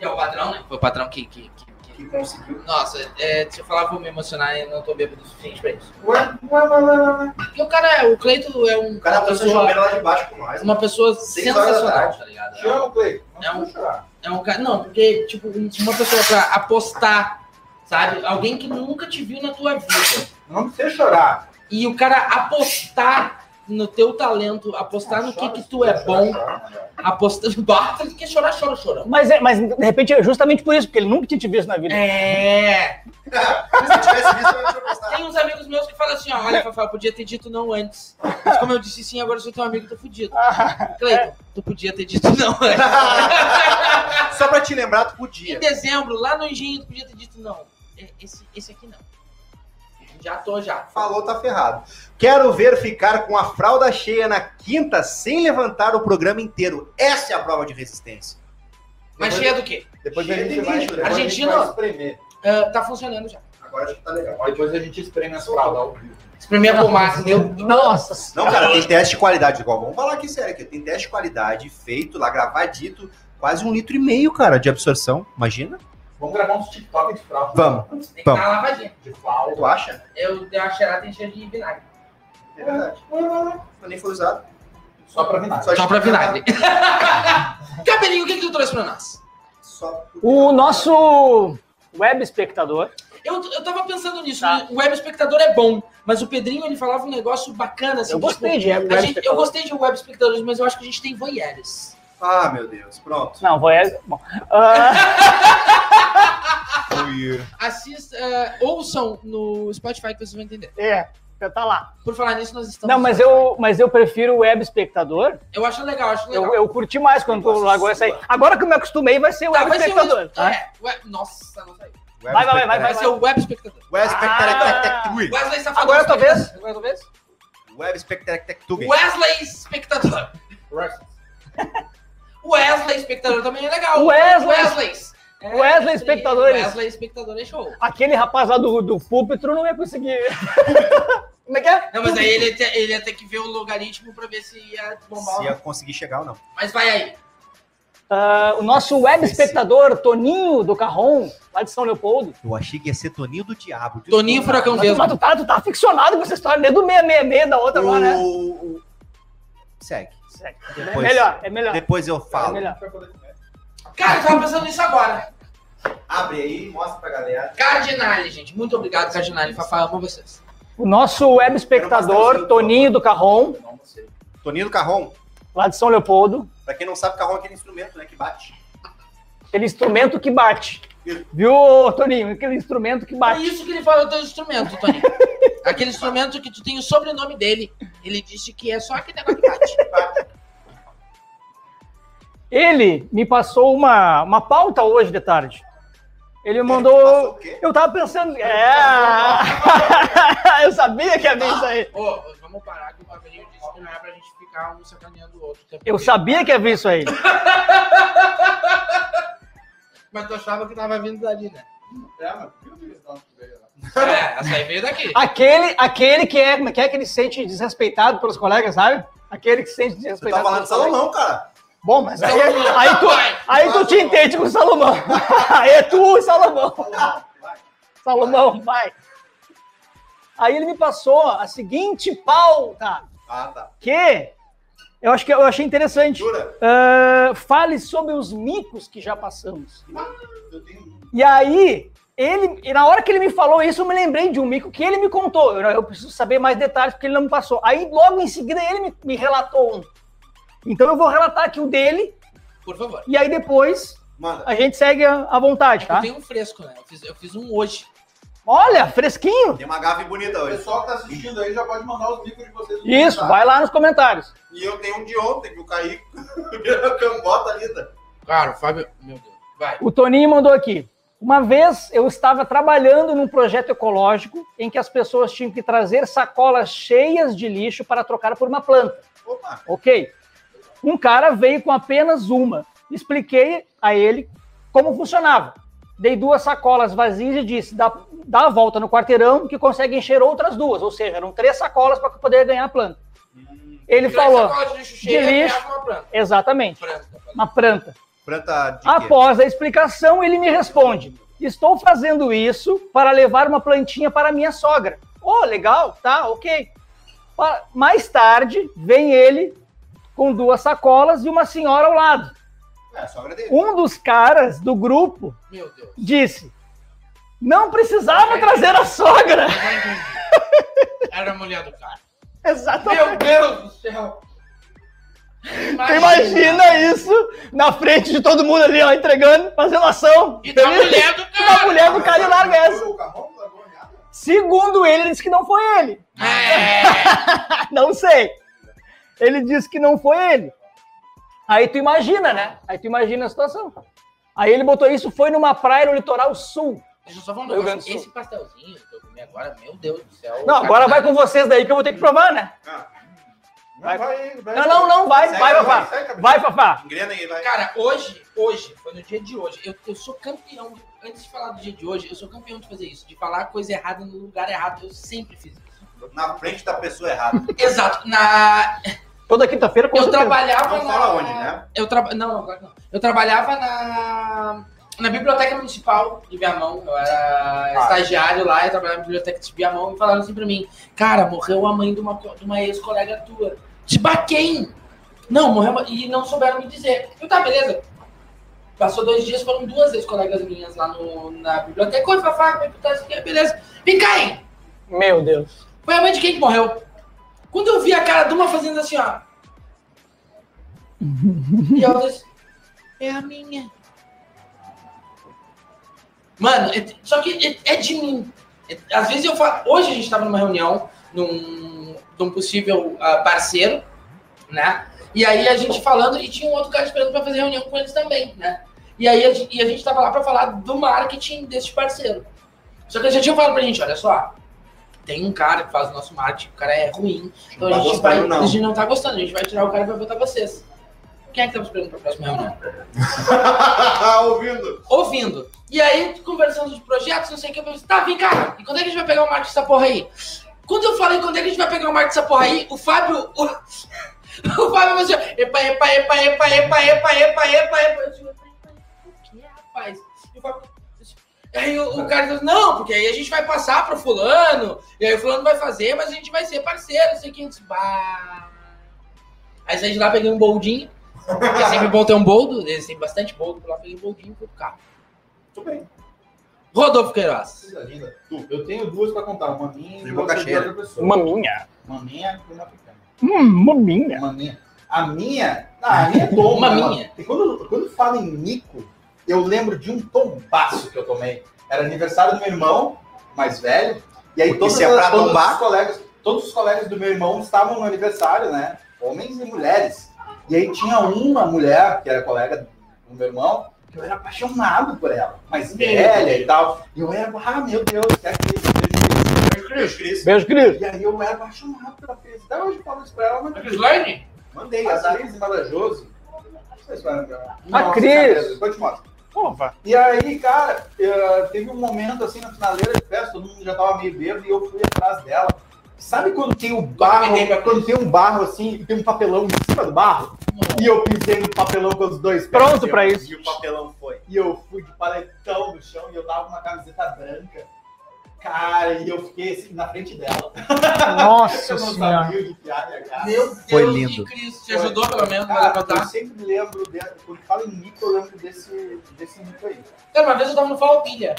Speaker 4: É o patrão, né? Foi o patrão que. que- que- que-
Speaker 1: que conseguiu.
Speaker 4: Nossa, é, se eu falar, vou me emocionar e não tô bêbado o suficiente pra isso.
Speaker 2: Ué, ué, ué, ué, tá ué.
Speaker 4: Porque o cara, o Cleito é um,
Speaker 1: O cara
Speaker 4: uma
Speaker 1: trouxe o
Speaker 4: pessoa,
Speaker 1: Ribeiro lá de baixo com nós.
Speaker 4: uma pessoa
Speaker 1: Seis horas da
Speaker 4: sensacional,
Speaker 1: tarde.
Speaker 4: tá ligado? É um-
Speaker 2: Chama o Cleiton.
Speaker 4: É um-
Speaker 2: Não precisa chorar.
Speaker 4: É um cara. Não, porque, tipo, um- uma pessoa pra apostar, sabe? Alguém que nunca te viu na tua vida.
Speaker 2: Não precisa chorar.
Speaker 4: E o cara apostar no teu talento, apostar no que,
Speaker 2: Chora,
Speaker 4: que
Speaker 2: se
Speaker 4: tu é
Speaker 2: quiser
Speaker 4: bom,
Speaker 2: chorar, chora, chora.
Speaker 4: apostar. Bata, ele quer chorar, chora, chorão.
Speaker 3: Mas, é, mas de repente é justamente por isso, porque ele nunca tinha te visto na vida.
Speaker 4: É.
Speaker 1: Se eu tivesse visto, eu não tinha postado.
Speaker 4: Tem uns amigos meus que falam assim: ó, olha, Fafá, eu podia ter dito não antes. Mas como eu disse sim, agora eu sou teu amigo, tô fudido. Cleiton, tu podia ter dito não antes.
Speaker 1: Só pra te lembrar, tu
Speaker 4: Em
Speaker 1: podia.
Speaker 4: dezembro, lá no Engenho, tu podia ter dito não. é- Esse, esse aqui não. Já tô, já.
Speaker 1: Falou, tá ferrado. Quero ver ficar com a fralda cheia na quinta sem levantar o programa inteiro. Essa é a prova de resistência.
Speaker 4: Mas cheia do quê?
Speaker 2: Depois a gente
Speaker 1: Gente,
Speaker 2: vai,
Speaker 1: lixo,
Speaker 2: depois a gente vai
Speaker 4: Argentina.
Speaker 2: espremer.
Speaker 4: Ah, tá funcionando já.
Speaker 1: Agora acho que tá legal.
Speaker 2: Depois a gente espreme as fraldas ao vivo.
Speaker 4: Espremi a pomada, entendeu?
Speaker 3: Nossa.
Speaker 1: Não, cara, tem teste de qualidade igual. Vamos falar aqui sério aqui. Tem teste de qualidade feito lá, gravadito. Quase um litro e meio, cara, de absorção. Imagina?
Speaker 2: Vamos gravar uns TikTok de fralda.
Speaker 1: Vamos.
Speaker 4: Tem que dar uma lavadinha.
Speaker 2: De fralda.
Speaker 1: Tu acha?
Speaker 4: Eu dei uma cheirada tem cheiro de vinagre.
Speaker 1: É verdade. Eu nem foi usado.
Speaker 2: Só pra vinagre.
Speaker 1: Só pra vinagre.
Speaker 4: Cabelinho, o que, que tu trouxe pra nós?
Speaker 1: Só
Speaker 3: O nosso web espectador.
Speaker 4: Eu, eu tava pensando nisso.
Speaker 3: Tá.
Speaker 4: O web espectador é bom, mas o Pedrinho ele falava um negócio bacana assim.
Speaker 3: Eu
Speaker 4: tipo,
Speaker 3: gostei de web
Speaker 4: a gente- eu
Speaker 3: espectador.
Speaker 4: gostei de web espectadores, mas eu acho que a gente tem voyeurs.
Speaker 1: Ah, meu Deus. Pronto.
Speaker 3: Não, web. Bom. Ah,
Speaker 1: Fui.
Speaker 4: é, Assista, eh, ouçam no Spotify que vocês vão entender.
Speaker 3: é.
Speaker 5: fica, tá lá.
Speaker 4: Por falar nisso, nós estamos.
Speaker 5: Não, mas eu, mas eu prefiro o web espectador.
Speaker 4: Eu acho legal, acho legal.
Speaker 5: Eu, eu curti mais quando tu largou essa aí. Agora que eu me acostumei, vai ser o
Speaker 4: Tá,
Speaker 5: web
Speaker 4: vai ser o-
Speaker 5: espectador. tá?
Speaker 4: É, web- nossa, não sei.
Speaker 5: Vai, vai, vai, vai,
Speaker 4: Vai ser o web espectador.
Speaker 1: Web
Speaker 5: Ah.
Speaker 1: Spectactectui.
Speaker 4: Wesley Safadão.
Speaker 5: Agora é a tua vez.
Speaker 4: Agora é a tua vez.
Speaker 1: Web Spectactectui.
Speaker 4: Wesley espectador. Wesley espectador também é legal.
Speaker 5: Wesley-
Speaker 4: Wesleys. É,
Speaker 5: Wesley,
Speaker 4: isso aí.
Speaker 5: espectadores.
Speaker 4: Wesley espectador é show.
Speaker 5: Aquele rapaz lá do, do púlpitro não ia conseguir. Como é que é?
Speaker 4: Não, mas aí ele, ia ter- ele ia ter que ver o logaritmo pra ver se ia bombar. ou
Speaker 1: Se
Speaker 4: não.
Speaker 1: ia conseguir chegar ou não.
Speaker 4: Mas vai aí.
Speaker 5: Ah, o nosso web espectador, Toninho do Carrom, lá de São Leopoldo.
Speaker 1: Eu achei que ia ser Toninho do Diabo. Desculpa.
Speaker 4: Toninho Furacão
Speaker 5: Mas tu,
Speaker 4: Vesgo.
Speaker 5: mas tu tá, tu tá aficionado com essa história, desde o 666 da outra lá, né?
Speaker 1: O... o- Segue.
Speaker 5: Sério, É
Speaker 1: Depois,
Speaker 5: melhor, é melhor.
Speaker 1: Depois eu
Speaker 5: É
Speaker 1: falo.
Speaker 5: melhor.
Speaker 4: Cara, eu tava pensando nisso agora.
Speaker 1: Abre aí, mostra pra galera.
Speaker 4: Cardinale, gente. Muito obrigado, Cardinale. Fafá, amo vocês.
Speaker 5: O nosso web espectador, Toninho do Carrom,
Speaker 1: Toninho do Carrom.
Speaker 5: lá de São Leopoldo.
Speaker 1: Pra quem não sabe, Carrom é aquele instrumento, né? Que bate.
Speaker 5: Aquele instrumento que bate.
Speaker 1: Isso.
Speaker 5: Viu, Toninho? Aquele instrumento que
Speaker 4: É
Speaker 5: bate.
Speaker 4: isso que ele fala do teu instrumento, Toninho. Aquele instrumento que tu tem o sobrenome dele. Ele disse que é só aquele negócio que bate.
Speaker 5: Ele me passou uma, uma pauta hoje de tarde. Ele
Speaker 1: Passou
Speaker 5: mandou.
Speaker 1: o quê?
Speaker 5: Eu tava pensando. É! Eu sabia que ia vir isso aí.
Speaker 4: Ô, vamos parar que o Pavelinho disse que não é pra gente ficar um sacaneando o outro. o tempo
Speaker 5: Eu
Speaker 4: inteiro.
Speaker 5: sabia que ia vir isso aí.
Speaker 4: Mas tu achava que tava vindo dali, né?
Speaker 2: É, então, Não,
Speaker 4: É, essa aí veio daqui.
Speaker 5: Aquele, aquele que é. Como é que é que ele se sente desrespeitado pelos colegas, sabe? Aquele que se sente
Speaker 1: Você
Speaker 5: desrespeitado.
Speaker 1: tá falando de
Speaker 5: pelos colegas.
Speaker 1: Salomão, cara.
Speaker 5: Bom, mas aí, aí tu, aí tu te entende com o Salomão. Aí é tu e Salomão. Salomão, vai. Aí ele me passou a seguinte pauta,
Speaker 1: Ah, tá.
Speaker 5: que eu acho que eu achei interessante.
Speaker 1: Jura?
Speaker 5: Ah, fale sobre os micos que já passamos.
Speaker 1: Eu tenho...
Speaker 5: E aí, ele, e na hora que ele me falou isso, eu me lembrei de um mico que ele me contou. Eu, eu preciso saber mais detalhes porque ele não me passou. Aí, logo em seguida, ele me, me relatou um. Então, eu vou relatar aqui o dele
Speaker 4: Por favor. É
Speaker 5: e aí depois
Speaker 1: Manda.
Speaker 5: a gente segue a- à vontade,
Speaker 4: Eu
Speaker 5: tá?
Speaker 4: tenho um fresco, né? Eu fiz, eu fiz um hoje.
Speaker 5: Olha, fresquinho.
Speaker 1: Tem uma gave bonita
Speaker 2: O
Speaker 1: hoje.
Speaker 2: pessoal que tá assistindo aí já pode mandar os micros de vocês. no
Speaker 5: Isso,
Speaker 2: comentário.
Speaker 5: vai lá nos comentários.
Speaker 1: E eu tenho um de ontem que o Kaique virou cambota ali. tá?
Speaker 4: Cara, o Fábio. Meu Deus. Vai.
Speaker 5: O Toninho mandou aqui. Uma vez eu estava trabalhando num projeto ecológico em que as pessoas tinham que trazer sacolas cheias de lixo para trocar por uma planta.
Speaker 1: Opa.
Speaker 5: Ok. Um cara veio com apenas uma. Expliquei a ele como funcionava. Dei duas sacolas vazias e disse: dá, dá a volta no quarteirão que consegue encher outras duas. Ou seja, eram três sacolas para poder ganhar a planta. Ele
Speaker 4: Grande
Speaker 5: falou:
Speaker 4: sacola De lixo cheio, é
Speaker 5: lixo.
Speaker 4: perto de uma planta. tá
Speaker 5: exatamente,
Speaker 4: Planta, planta.
Speaker 5: uma planta.
Speaker 1: Planta de quê?
Speaker 5: Após a explicação, ele me responde: Estou fazendo isso para levar uma plantinha para minha sogra. Oh, legal, tá, ok. Pa- Mais tarde, vem ele com duas sacolas e uma senhora ao lado.
Speaker 1: É, sogra dele.
Speaker 5: Um dos caras do grupo
Speaker 4: Meu Deus.
Speaker 5: disse: Não precisava trazer a sogra.
Speaker 4: Eu não entendi. Era a mulher do cara.
Speaker 5: Exatamente.
Speaker 4: Meu Deus do céu.
Speaker 5: Tu imagina isso na frente de todo mundo ali, ó, entregando, fazendo ação.
Speaker 4: E da mulher do
Speaker 5: E da
Speaker 4: cara.
Speaker 5: mulher do cara e larga essa.
Speaker 2: O Carrão largou a olhada.
Speaker 5: Segundo ele, ele disse que não foi ele. Ah,
Speaker 4: É.
Speaker 5: Não sei. Ele disse que não foi ele. Aí tu imagina, né? Aí tu imagina a situação. Aí ele botou isso, foi numa praia no litoral sul.
Speaker 4: Deixa eu só falar um
Speaker 5: Rio Grande do
Speaker 4: negócio.
Speaker 5: Sul.
Speaker 4: Esse pastelzinho que eu comi agora, meu Deus do céu. tá
Speaker 5: Não, agora vai com vocês daí que eu vou ter que provar, né? Vai.
Speaker 2: Não, vai, vai.
Speaker 5: Não, não, não, vai,
Speaker 1: Segue,
Speaker 5: vai,
Speaker 1: vai,
Speaker 5: Fafá.
Speaker 2: segue,
Speaker 5: Vai, Fafá.
Speaker 1: Engrena aí, vai.
Speaker 4: Cara, hoje, hoje, foi no dia de hoje. Eu, eu sou campeão. de- Antes de falar do dia de hoje, eu sou campeão de fazer isso. De falar coisa errada no lugar errado. Eu sempre fiz isso.
Speaker 1: Na frente da pessoa errada.
Speaker 4: Exato. Na...
Speaker 5: Toda quinta-feira com
Speaker 4: Eu
Speaker 5: certeza.
Speaker 4: trabalhava
Speaker 1: Não
Speaker 4: na...
Speaker 1: fala onde, né?
Speaker 4: Eu traba... Não, não, claro que não. Eu trabalhava na... Na biblioteca municipal de Viamão, eu era estagiário lá, eu trabalhava na biblioteca de Viamão e falaram assim pra mim, cara, morreu a mãe de uma, co- de uma ex-colega tua. Te baquei! Não, morreu uma... e não souberam me dizer. Eu, tá, beleza. Passou dois dias, foram duas ex-colegas minhas lá no, na biblioteca. Oi, Fafá, como é que tá? Isso aqui? Beleza. Vem cá, hein?
Speaker 5: Meu Deus.
Speaker 4: Foi a mãe de quem que morreu? Quando eu vi a cara de uma fazendo assim, ó. e eu disse, é a minha. Mano, é- só que é, é de mim. É- às vezes eu falo. Hoje a gente tava numa reunião num, num possível ah, parceiro, né? E aí a gente falando, e tinha um outro cara esperando para fazer reunião com eles também, né? E aí a, gen- e a gente tava lá para falar do marketing desse parceiro. Só que eles já tinham falado pra gente, olha só, tem um cara que faz o nosso marketing, o cara é ruim, então
Speaker 1: tá
Speaker 4: a, gente
Speaker 1: gostando,
Speaker 4: vai,
Speaker 1: não.
Speaker 4: a gente não tá gostando, a gente vai tirar o cara e vai botar vocês. Quem é que tava esperando pra próxima reunião?
Speaker 2: tá
Speaker 1: Ouvindo.
Speaker 4: ouvindo. E aí, conversando de projetos, não sei o que, eu falei, tá, vem cá, e quando é que a gente vai pegar o marketing dessa porra aí? Quando eu falei quando é que a gente vai pegar o marketing dessa porra aí, o Fábio. O, o Fábio falou assim: ó, epa, epa, epa, epa, epa, epa, epa, epa, epa. Eu digo, o que, é, rapaz? E o Fábio. Aí o, o cara disse, não, porque aí a gente vai passar pro fulano, e aí o fulano vai fazer, mas a gente vai ser parceiro, não sei o que. Eu disse, bah. Aí saí de lá, peguei um boldinho, porque é sempre bom ter um boldo, eles têm bastante boldo, por lá peguei um boldinho e fui pro carro.
Speaker 1: Tudo bem.
Speaker 4: Rodolfo Queiroz.
Speaker 2: Coisa linda. Tu, eu tenho duas pra contar, uma minha
Speaker 1: De
Speaker 2: e outra
Speaker 1: boca
Speaker 2: de
Speaker 1: cheia.
Speaker 2: outra pessoa.
Speaker 5: Uma minha.
Speaker 2: Uma minha e uma pequena.
Speaker 5: Hum, uma minha.
Speaker 2: Uma minha. A minha. Ah, a minha é bom.
Speaker 4: Uma
Speaker 2: ela-
Speaker 4: minha.
Speaker 2: E quando, quando fala em mico, eu lembro de um tombaço que eu tomei. Era aniversário do meu irmão, mais velho. E aí
Speaker 1: Porque
Speaker 2: todos,
Speaker 1: se é pra
Speaker 2: todos
Speaker 1: tombar-
Speaker 2: os colegas, todos os colegas do meu irmão estavam no aniversário, né? Homens e mulheres. E aí tinha uma mulher, que era colega do meu irmão, que eu era apaixonado por ela. Mais velha e tal. E eu era, ah, meu Deus, que é aquilo, que é aquilo.
Speaker 5: Beijo, querido.
Speaker 2: E aí eu era apaixonado pela Cris. Até hoje eu falo isso pra ela, mas
Speaker 4: Slane?
Speaker 2: Mandei, as Cris Malajoso. Não sei se vai lembrar.
Speaker 5: A
Speaker 2: Nossa,
Speaker 5: Cris.
Speaker 2: cara, Depois te mostro.
Speaker 5: Porra.
Speaker 2: E aí, cara, eh, teve um momento assim na finaleira de festa, todo mundo já tava meio bêbado e eu fui atrás dela. Sabe quando tem o barro,
Speaker 4: Pintei pra Cris.
Speaker 2: quando tem um barro assim, e tem um papelão em cima do barro? E eu pintei no papelão com os dois pés.
Speaker 5: Pronto
Speaker 2: Eu-
Speaker 5: pra isso.
Speaker 1: E o papelão foi.
Speaker 2: E eu fui de paletão no chão e eu tava com uma camiseta branca. Cara, e eu fiquei assim na frente dela.
Speaker 5: Nossa
Speaker 2: eu não
Speaker 5: senhora.
Speaker 2: sabia onde enfiar a minha cara.
Speaker 4: Meu Deus
Speaker 1: Foi lindo.
Speaker 4: e Cristo. Te ajudou pelo menos a
Speaker 2: Cara, eu
Speaker 4: levantar.
Speaker 2: sempre lembro, de, quando fala em mico, eu lembro desse, desse mico aí.
Speaker 4: Cara, uma vez eu tava no Farroupilha.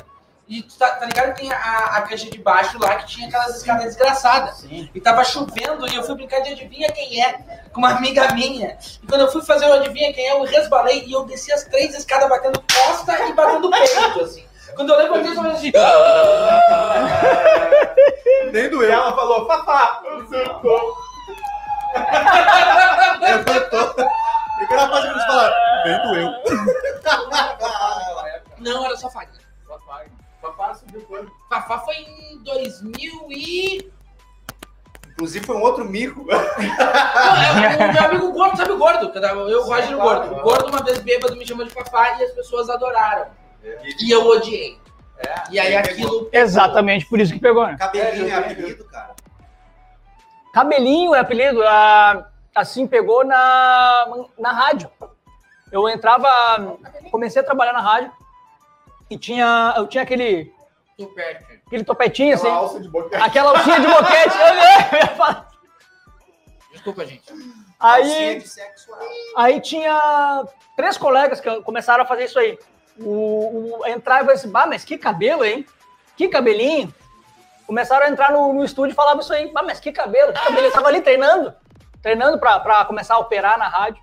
Speaker 4: E tu tá, tá ligado que tem a, a cancha de baixo lá que tinha aquelas escadas desgraçadas.
Speaker 2: Sim.
Speaker 4: E tava chovendo e eu fui brincar de adivinha quem é, com uma amiga minha. E quando eu fui fazer o adivinha quem é, eu resbalei e eu desci as três escadas batendo costa e batendo peito, assim. Quando eu lembro disso, eu falei assim...
Speaker 1: Nem
Speaker 2: E ela falou, papá, acertou.
Speaker 1: Levantou. Primeira coisa que eles falaram. Nem doeu.
Speaker 4: Não, era só farinha.
Speaker 2: Papai, papai subiu quando?
Speaker 4: Fafá foi em 2000 e...
Speaker 1: Inclusive foi um outro mico.
Speaker 4: Não, é, o meu amigo gordo, sabe o gordo? que Eu, tava- eu o Roger e
Speaker 2: claro,
Speaker 4: o gordo. O
Speaker 2: claro.
Speaker 4: gordo uma vez bêbado me chamou de papá e as pessoas adoraram. E eu odiei.
Speaker 2: É.
Speaker 4: E aí
Speaker 1: É. Ele
Speaker 4: aquilo.
Speaker 5: Exatamente por isso que pegou, né?
Speaker 1: Cabelinho
Speaker 2: É,
Speaker 1: é
Speaker 2: eu
Speaker 1: apelido, cara.
Speaker 5: Cabelinho é apelido. ah, assim pegou na, na rádio. Eu entrava. Comecei a trabalhar na rádio e tinha, eu tinha aquele,
Speaker 4: Tu perde.
Speaker 5: aquele topetinho, assim.
Speaker 2: Uma alça de boca.
Speaker 5: Aquela alcinha de boquete. Eu ia falar.
Speaker 4: Desculpa, gente.
Speaker 1: Calcinha
Speaker 5: Aí,
Speaker 1: de sexo oral.
Speaker 5: aí tinha três colegas que começaram a fazer isso aí. O, o, entrar e falar assim, bah, mas que cabelo, hein? Que cabelinho. Começaram a entrar no, no estúdio e falavam isso aí. Bah, mas que cabelo, que cabelo. Eu tava ali treinando, treinando pra, pra começar a operar na rádio.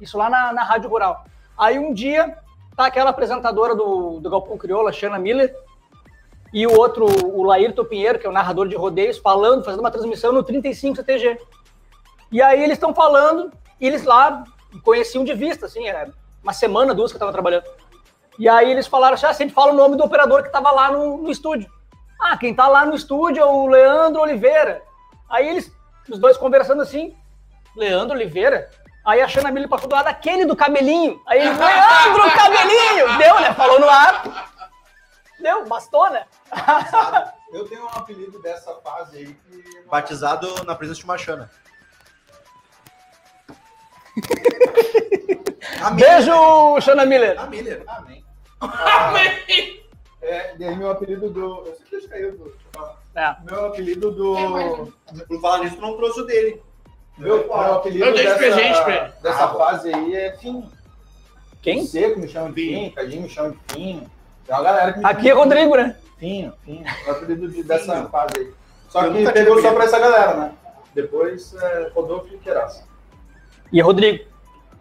Speaker 5: Isso lá na, na Rádio Rural. Aí um dia, tá aquela apresentadora do, do Galpão Crioula, Shana Miller, e o outro, o Laírton Pinheiro, que é o narrador de rodeios, falando, fazendo uma transmissão no 35 CTG. E aí eles estão falando, e eles lá conheciam de vista, assim, era uma semana, duas que eu tava trabalhando. E aí eles falaram assim, ah, sempre fala o nome do operador que tava lá no, no estúdio. Ah, quem tá lá no estúdio é o Leandro Oliveira. Aí eles, os dois conversando assim, Leandro Oliveira? Aí a Xana Miller passou do lado daquele do cabelinho. Aí ele, Leandro Cabelinho! Deu, né? Falou no ar. Deu, bastou, né?
Speaker 2: Eu tenho um apelido dessa fase aí que...
Speaker 1: Batizado na presença de uma Xana.
Speaker 5: Beijo, Xana Miller.
Speaker 1: Família.
Speaker 2: é. Amém.
Speaker 4: Amém!
Speaker 2: É, e aí meu apelido do... Eu sempre deixo cair do...
Speaker 5: É.
Speaker 2: Meu apelido do...
Speaker 4: É, mas-
Speaker 1: Por falar nisso, tu não trouxe o dele.
Speaker 2: Meu, meu apelido
Speaker 4: Eu deixo
Speaker 2: dessa,
Speaker 4: presente pra ele.
Speaker 2: dessa
Speaker 1: Ah,
Speaker 2: fase aí é Finho.
Speaker 5: Quem?
Speaker 2: Seco me chama de Finho, Cadinho me chama de Finho. Tem uma galera que me
Speaker 5: Aqui é
Speaker 2: chama de
Speaker 5: Rodrigo, né?
Speaker 2: Finho, Finho. É o apelido de- dessa fase aí. Só
Speaker 1: Eu
Speaker 2: que
Speaker 1: nunca
Speaker 2: pegou
Speaker 1: tive
Speaker 2: só pra essa galera, né? Depois é, Rodolfo e Queiroz.
Speaker 5: E é Rodrigo.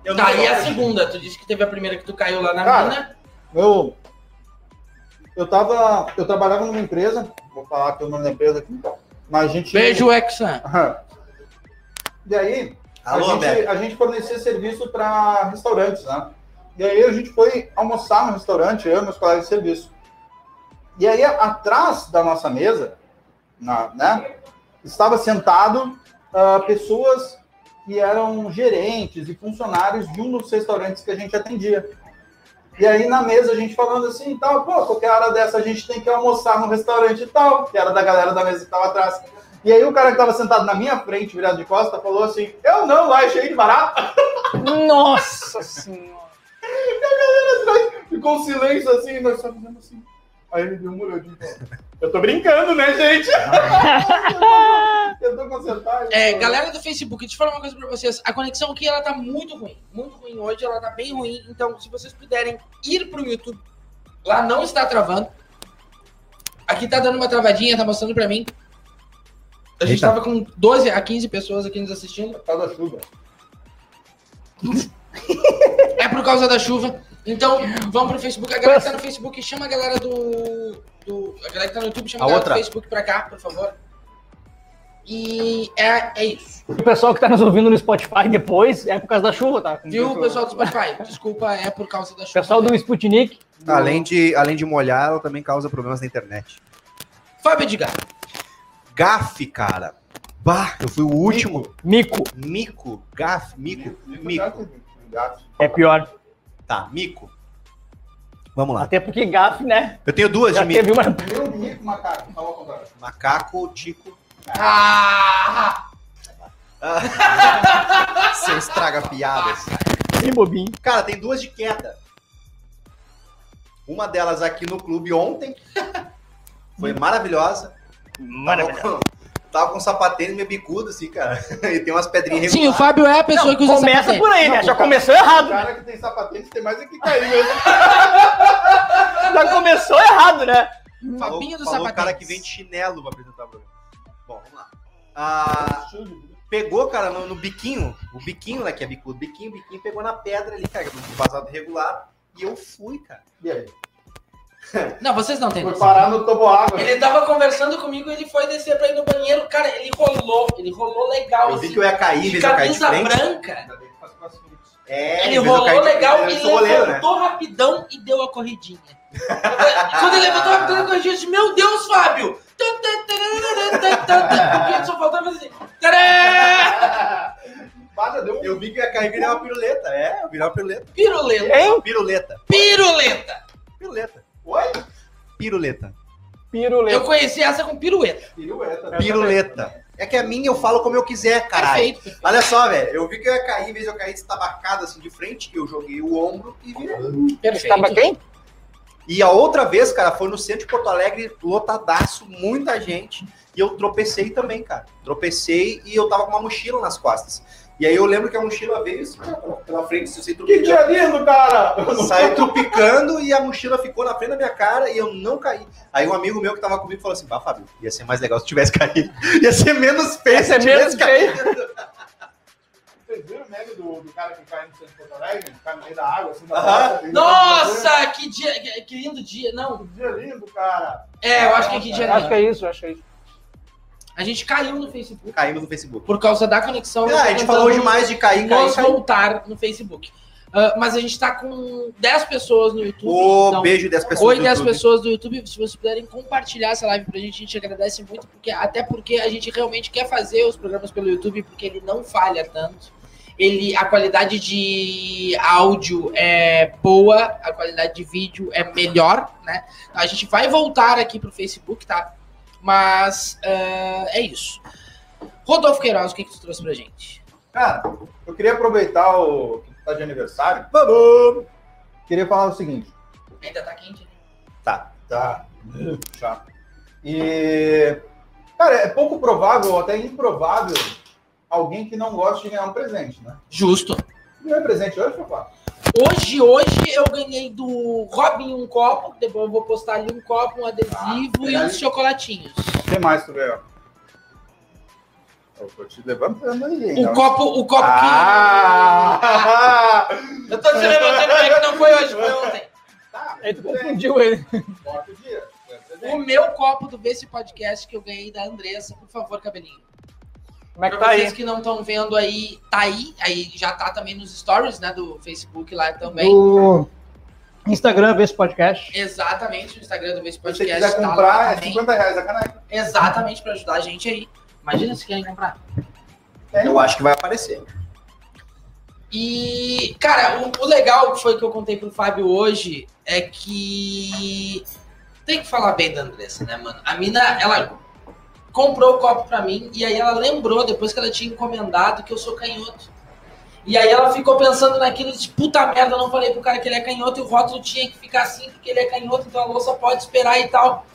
Speaker 1: Eu não
Speaker 4: Tá, e a
Speaker 1: trouxe.
Speaker 4: segunda? Tu disse que teve a primeira que tu caiu lá na
Speaker 2: Cara.
Speaker 4: mina.
Speaker 2: Eu, eu tava. Eu trabalhava numa empresa, vou falar aqui o nome da empresa aqui. Mas a gente.
Speaker 4: Beijo, Hexa.
Speaker 2: E aí, a,
Speaker 1: Alô,
Speaker 2: gente,
Speaker 1: Beto.
Speaker 2: a gente fornecia serviço para restaurantes, né? E aí a gente foi almoçar no restaurante, eu e meus colegas de serviço. E aí, atrás da nossa mesa, na- né, estava sentado ah, pessoas que eram gerentes e funcionários de um dos restaurantes que a gente atendia. E aí, na mesa, a gente falando assim e tal, pô, qualquer hora dessa a gente tem que almoçar no restaurante e tal, que era da galera da mesa que estava atrás. E aí o cara que tava sentado na minha frente, virado de costa, falou assim: Eu não, lá é cheio de barato.
Speaker 5: Nossa senhora.
Speaker 2: Ficou um silêncio assim, e nós só fizemos assim. Aí ele deu um olhadinho. e falou, Eu tô brincando, né, gente? Eu tô consertado.
Speaker 4: É, galera do Facebook, deixa eu falar uma coisa pra vocês. A conexão aqui, ela tá muito ruim. Muito ruim hoje, ela tá bem ruim. Então, se vocês puderem ir pro YouTube, lá não está travando. Aqui tá dando uma travadinha, tá mostrando pra mim. A gente
Speaker 1: Eita.
Speaker 4: tava com 12 a 15 pessoas aqui nos assistindo.
Speaker 2: Tá da chuva.
Speaker 4: É por causa da chuva. Então, vamos pro Facebook. A galera que tá no Facebook, chama a galera do... do- a galera que tá no YouTube, chama
Speaker 1: A
Speaker 4: a galera
Speaker 1: outra.
Speaker 4: do Facebook pra cá, por favor. E é, é isso.
Speaker 5: O pessoal que tá nos ouvindo no Spotify depois é por causa da chuva, tá?
Speaker 4: Viu,
Speaker 5: O
Speaker 4: pessoal do Spotify? Desculpa, é por causa da chuva.
Speaker 5: pessoal do Sputnik.
Speaker 1: Além de, além de molhar, ela também causa problemas na internet.
Speaker 4: Fábio Edgar.
Speaker 1: Gafe, cara. Bah, eu fui o último.
Speaker 5: Mico.
Speaker 1: Mico, gafe, mico, mico.
Speaker 2: Gato.
Speaker 5: É pior.
Speaker 1: Tá, mico. Vamos lá.
Speaker 5: Até porque gafe, né?
Speaker 1: Eu tenho duas de
Speaker 5: Já
Speaker 1: mico.
Speaker 5: teve uma.
Speaker 2: Meu mico, macaco. Tá Fala ao contrário.
Speaker 1: Macaco, tico.
Speaker 4: Ah!
Speaker 1: Você estraga piadas.
Speaker 5: Que bobinho.
Speaker 1: Cara, tem duas de queda. Uma delas aqui no clube ontem. Foi maravilhosa.
Speaker 5: Maravilhoso.
Speaker 1: Tava com, tava com sapatênis meio bicudo, assim, cara. E tem umas pedrinhas
Speaker 4: Sim, o
Speaker 1: regulares.
Speaker 4: Fábio é a pessoa que usa
Speaker 5: Começa
Speaker 4: sapatênis.
Speaker 5: por aí, né? Já começou
Speaker 2: O
Speaker 5: errado.
Speaker 2: cara que tem sapatênis tem mais é que cair mesmo.
Speaker 5: Já começou errado, né?
Speaker 1: Falou,
Speaker 4: Fabinho do
Speaker 1: falou o cara
Speaker 4: sapatênis.
Speaker 1: que vem de chinelo pra apresentar o programa. Bom, vamos lá. Ah, pegou, cara, no, no biquinho. O biquinho, né, que é bicudo. Biquinho, biquinho, pegou na pedra ali, cara, no vazado regular. E eu fui, cara.
Speaker 2: E aí?
Speaker 4: Não, vocês não têm.
Speaker 2: Foi
Speaker 4: noção.
Speaker 2: parar no tobo água.
Speaker 4: Ele tava conversando comigo, ele foi descer pra ir no banheiro. Cara, ele rolou. Ele rolou legal,
Speaker 1: Eu vi
Speaker 4: assim.
Speaker 1: que eu ia cair,
Speaker 4: de
Speaker 1: em vez de eu cair de
Speaker 4: camisa
Speaker 1: frente.
Speaker 4: branca.
Speaker 2: Ainda bem que faz próximo minutos.
Speaker 4: Ele
Speaker 1: É, em vez de eu
Speaker 4: rolou
Speaker 1: cair de frente,
Speaker 4: legal
Speaker 1: eu
Speaker 4: e
Speaker 1: sou goleiro, né?
Speaker 4: levantou rapidão e deu a corridinha. Quando ele levantou rapidão a corridinha, eu disse, meu Deus, Fábio! Porque só faltava fazer assim. Tcharam!
Speaker 2: Bada, deu um
Speaker 1: Eu vi que eu ia cair e virar uma piruleta. É, eu virar uma piruleta.
Speaker 4: Piruleta.
Speaker 5: Hein?
Speaker 1: Piruleta.
Speaker 4: Piruleta.
Speaker 1: Piruleta.
Speaker 2: Oi?
Speaker 1: Piruleta.
Speaker 4: Eu
Speaker 5: Piruleta.
Speaker 4: conheci essa com pirueta.
Speaker 2: pirueta.
Speaker 1: Piruleta. É que a minha eu falo como eu quiser, caralho.
Speaker 4: Perfeito.
Speaker 1: Olha só, velho. Eu vi que eu ia cair, em vez de eu cair destabacado assim de frente, eu joguei o ombro e virei.
Speaker 4: Perfeito.
Speaker 5: Tava quem?
Speaker 1: E a outra vez, cara, foi no centro de Porto Alegre, lotadaço, muita gente. E eu tropecei também, cara. Tropecei e eu tava com uma mochila nas costas. E aí eu lembro que a mochila veio assim, cara, pela- pela frente, se você
Speaker 2: Que dia lindo, cara!
Speaker 1: Saiu tropicando e a mochila ficou na frente da minha cara e eu não caí. Aí um amigo meu que tava comigo falou assim: Bah, Fábio, ia ser mais legal se tivesse caído. Ia ser menos feio se
Speaker 5: Ia ser
Speaker 1: tivesse
Speaker 5: menos
Speaker 1: caído.
Speaker 2: Vocês viram o meme do, do cara que cai no centro de Porto Alegre? Cai no meio da água, assim,
Speaker 1: Aham.
Speaker 2: na
Speaker 4: Nossa, que dia, que- que lindo dia. Não,
Speaker 2: Que dia lindo, cara!
Speaker 4: é, eu acho que que dia
Speaker 5: Acho que
Speaker 4: lindo.
Speaker 5: é isso, acho que é isso.
Speaker 4: A gente caiu no Facebook
Speaker 1: Caímos no Facebook.
Speaker 4: por causa da conexão.
Speaker 1: Ah, a gente falou hoje mais de cair, cair,
Speaker 4: Nós
Speaker 1: cair.
Speaker 4: voltar no Facebook. Ah, mas a gente tá com 10 pessoas no YouTube.
Speaker 1: Ô,
Speaker 4: então,
Speaker 1: beijo das pessoas.
Speaker 4: Oi,
Speaker 1: do
Speaker 4: 10
Speaker 1: YouTube.
Speaker 4: pessoas do YouTube. Se vocês puderem compartilhar essa live pra gente, a gente agradece muito, porque, até porque a gente realmente quer fazer os programas pelo YouTube, porque ele não falha tanto. Ele, a qualidade de áudio é boa, a qualidade de vídeo é melhor, né? A gente vai voltar aqui pro Facebook, tá? Mas eh, é isso. Rodolfo Queiroz, o que, que tu trouxe pra gente?
Speaker 2: Cara, eu queria aproveitar o que tá de aniversário.
Speaker 1: Vamos!
Speaker 2: Queria falar o seguinte.
Speaker 4: Ainda tá quente? né?
Speaker 1: Tá.
Speaker 2: Tá. Já. E. Cara, é pouco provável, ou até improvável, alguém que não gosta de ganhar um presente, né?
Speaker 4: Justo.
Speaker 2: Ganhou presente hoje, papai?
Speaker 4: Hoje, hoje eu ganhei do Robin um copo, depois eu vou postar ali um copo, um adesivo e
Speaker 2: peraí.
Speaker 4: uns chocolatinhos.
Speaker 2: O que mais tu ganhou? Eu tô te levantando aí, hein?
Speaker 4: O Um copo, o copo
Speaker 2: Ah!
Speaker 4: que... Eu tô te levantando, é que não foi hoje, foi ontem.
Speaker 2: Tá,
Speaker 5: Aí tu
Speaker 2: tudo bem.
Speaker 5: confundiu ele.
Speaker 2: Bota o dia. Ganha presente.
Speaker 4: O meu copo do Vê Esse Podcast que eu ganhei da Andressa. Por favor, cabelinho.
Speaker 5: Como é que
Speaker 4: pra
Speaker 5: tá
Speaker 4: vocês
Speaker 5: aí?
Speaker 4: que não estão vendo aí, tá aí. Aí já tá também nos stories, né? Do Facebook lá também.
Speaker 5: O Instagram, vê esse podcast.
Speaker 4: Exatamente, no Instagram do Vê Esse
Speaker 2: Se você
Speaker 4: Podcast.
Speaker 2: quiser
Speaker 4: tá lá
Speaker 2: comprar, é
Speaker 4: também.
Speaker 2: 50 reais a caneca.
Speaker 4: Exatamente, pra ajudar a gente aí. Imagina se querem comprar.
Speaker 1: Eu acho que vai aparecer.
Speaker 4: E, cara, o, o legal que foi que eu contei pro Fábio hoje é que tem que falar bem da Andressa, né, mano? A mina, ela comprou o copo pra mim e aí ela lembrou, depois que ela tinha encomendado, que eu sou canhoto. E aí ela ficou pensando naquilo, de puta merda, eu não falei pro cara que ele é canhoto e o rótulo tinha que ficar assim, porque ele é canhoto, então a louça pode esperar e tal.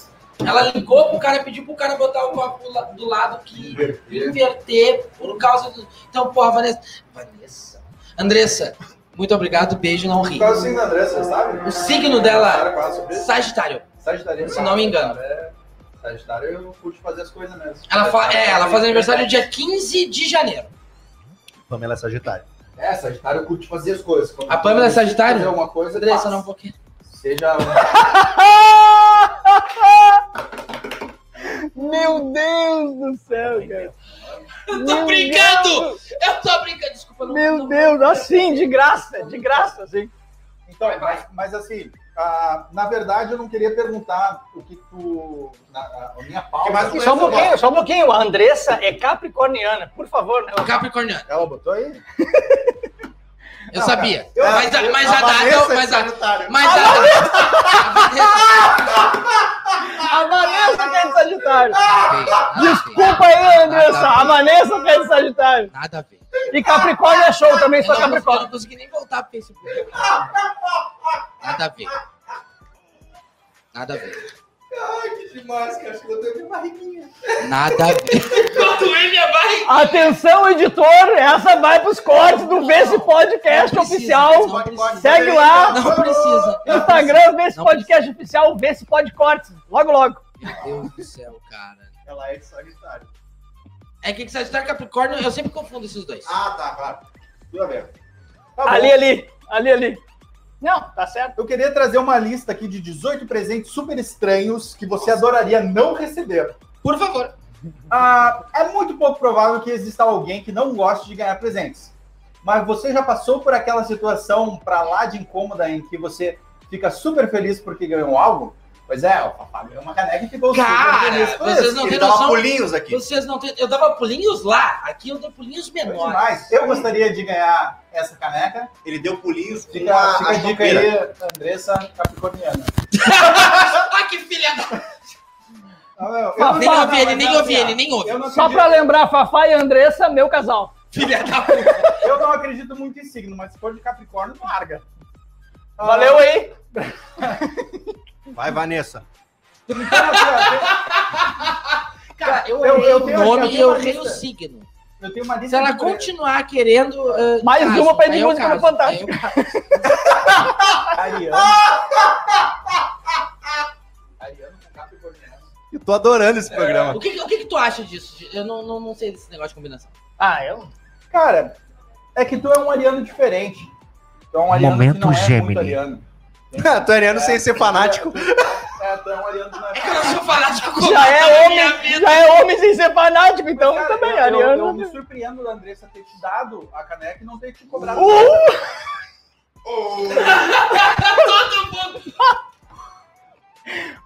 Speaker 4: Ela ligou pro cara, pediu pro cara botar o copo la- do lado que inverter por causa do. Então, porra, Vanessa. Vanessa. Andressa, muito obrigado, beijo, não ri.
Speaker 2: Qual é o signo da Andressa, você sabe?
Speaker 4: O signo dela,
Speaker 2: Cara, fala sobre isso.
Speaker 4: Sagitário.
Speaker 2: Sagitário.
Speaker 4: Se não me engano.
Speaker 2: É, Sagitário eu curto fazer as coisas mesmo.
Speaker 4: Ela, fa... é, ela faz aniversário no dia 15 de janeiro.
Speaker 1: Pamela Sagitário.
Speaker 2: É, Sagitário eu curto fazer as coisas. Quando
Speaker 4: A Pamela é
Speaker 2: eu preciso
Speaker 4: Sagitário?
Speaker 2: Fazer alguma coisa,
Speaker 4: Andressa,
Speaker 2: faço.
Speaker 4: não um vou querer.
Speaker 2: Seja...
Speaker 5: Meu Deus do céu, cara.
Speaker 4: Eu
Speaker 5: Meu
Speaker 4: tô brincando! Eu tô brincando, desculpa. Não,
Speaker 5: Meu
Speaker 4: não-
Speaker 5: Deus, assim, de graça, de graça, assim.
Speaker 2: Então, mas, mas assim, ah, na verdade eu não queria perguntar o que tu... Na, a minha pauta...
Speaker 1: mais
Speaker 5: E só um pouquinho, só um pouquinho. A Andressa é capricorniana, por favor, né?
Speaker 4: Capricorniano,
Speaker 2: Ela botou aí?
Speaker 4: eu
Speaker 2: Não,
Speaker 4: sabia.
Speaker 1: Ah,
Speaker 2: Eu-
Speaker 4: mas, a, mas
Speaker 2: Ah,
Speaker 4: a data.
Speaker 1: Vanessa
Speaker 4: mas
Speaker 1: é
Speaker 2: tá,
Speaker 4: a,
Speaker 1: Sagitário.
Speaker 2: né?
Speaker 4: mas a data.
Speaker 5: A Vanessa que é de Sagitário.
Speaker 4: A Vanessa.
Speaker 5: Desculpa aí, Andressa. A Vanessa que é de Sagitário.
Speaker 4: Nada a ver.
Speaker 5: E Capricórnio é show também,
Speaker 4: Eu não, consegui,
Speaker 5: só
Speaker 4: eu
Speaker 5: Capricórnio.
Speaker 4: não consegui nem voltar pro Facebook. Nada a ver. Nada a ver.
Speaker 2: Ai, que demais, cara. Acho que eu tenho minha barriguinha.
Speaker 4: Nada a ver.
Speaker 5: Atenção, editor, essa vai pros cortes do Vê Se Podcast
Speaker 4: Não precisa,
Speaker 5: oficial.
Speaker 4: não precisa.
Speaker 5: Segue lá.
Speaker 4: Não precisa.
Speaker 5: No Instagram, Vê Se
Speaker 4: Não
Speaker 5: Podcast oficial, Vê Se Pod Cortes. Logo, logo.
Speaker 4: Meu Deus do céu, cara.
Speaker 1: Ela é de Sagitário.
Speaker 4: É que Sagitário e Capricórnio, eu sempre confundo esses dois.
Speaker 1: Ah, tá, claro. Tudo bem.
Speaker 2: Tá bom.
Speaker 5: Ali, ali, ali, ali. Não, tá certo.
Speaker 2: Eu queria trazer uma lista aqui de 18 presentes super estranhos que você adoraria não receber.
Speaker 4: Por favor.
Speaker 2: Ah, é muito pouco provável que exista alguém que não goste de ganhar presentes. Mas você já passou por aquela situação pra lá de incômoda em que você fica super feliz porque ganhou algo? Pois é, o papai ganhou uma caneca e ficou
Speaker 4: Cara,
Speaker 2: super feliz. por
Speaker 4: vocês
Speaker 2: isso.
Speaker 4: não
Speaker 1: Ele
Speaker 4: têm
Speaker 1: dava
Speaker 4: noção.
Speaker 1: pulinhos aqui.
Speaker 4: Vocês não têm. Eu dava pulinhos lá, aqui eu dou pulinhos
Speaker 2: Foi
Speaker 4: menores.
Speaker 2: demais. Eu gostaria de ganhar essa caneca.
Speaker 1: Ele deu pulinhos com
Speaker 2: Fica,
Speaker 1: a,
Speaker 2: fica
Speaker 1: a
Speaker 2: a dica
Speaker 1: toupeira.
Speaker 2: aí, Andressa Capricorniana.
Speaker 4: ah, que filha da.
Speaker 2: Ah, meu, eu
Speaker 5: Fala,
Speaker 2: não- não,
Speaker 4: Nem ouvi
Speaker 5: fala,
Speaker 2: não,
Speaker 4: ele,
Speaker 2: mas
Speaker 4: nem
Speaker 2: não,
Speaker 4: ouvi
Speaker 2: assim,
Speaker 4: ele, nem
Speaker 2: ó,
Speaker 4: ouvi.
Speaker 2: Eu não
Speaker 5: Só
Speaker 2: acredito-
Speaker 5: pra lembrar, Fafá e Andressa, meu casal.
Speaker 4: Filha da puta.
Speaker 2: Eu não acredito muito em signo, mas se for de Capricórnio, larga. Ah,
Speaker 5: Valeu aí.
Speaker 1: Vai, Vanessa.
Speaker 2: então, assim,
Speaker 4: Cara, eu,
Speaker 2: Eu-
Speaker 4: errei
Speaker 2: eu
Speaker 4: o
Speaker 2: tenho- eu
Speaker 4: nome e
Speaker 2: tenho
Speaker 4: eu
Speaker 2: uma
Speaker 4: errei o
Speaker 2: lista.
Speaker 4: signo.
Speaker 2: ó, Eu tenho uma lista.
Speaker 4: Se ela
Speaker 2: de-
Speaker 4: continuar querendo. ah,
Speaker 5: Mais
Speaker 4: caso,
Speaker 5: uma pra
Speaker 4: aí
Speaker 5: Ed
Speaker 4: eu
Speaker 5: Música no
Speaker 4: caso,
Speaker 5: Fantástico.
Speaker 4: aí eu caso.
Speaker 2: Ariano. Ariano com Capricorniano.
Speaker 1: Eu tô adorando esse programa.
Speaker 4: O que, o que que tu acha disso? Eu não, não, não sei desse negócio de combinação.
Speaker 5: Ah, eu.
Speaker 2: Cara, é que tu é um Ariano diferente. Tu é um Ariano que não é muito Ariano.
Speaker 1: tô ariano sem ser fanático.
Speaker 2: É, tu é um Ariano que não é.
Speaker 4: Eu sou fanático com
Speaker 5: Já é
Speaker 4: minha
Speaker 5: homem, já é homem sem ser fanático, então
Speaker 2: Cara,
Speaker 5: também,
Speaker 2: eu,
Speaker 5: Ariano. é-
Speaker 2: Eu, eu me surpreendo da Andressa ter te dado a caneca e não ter te cobrado.
Speaker 5: Uh!
Speaker 4: Todo mundo.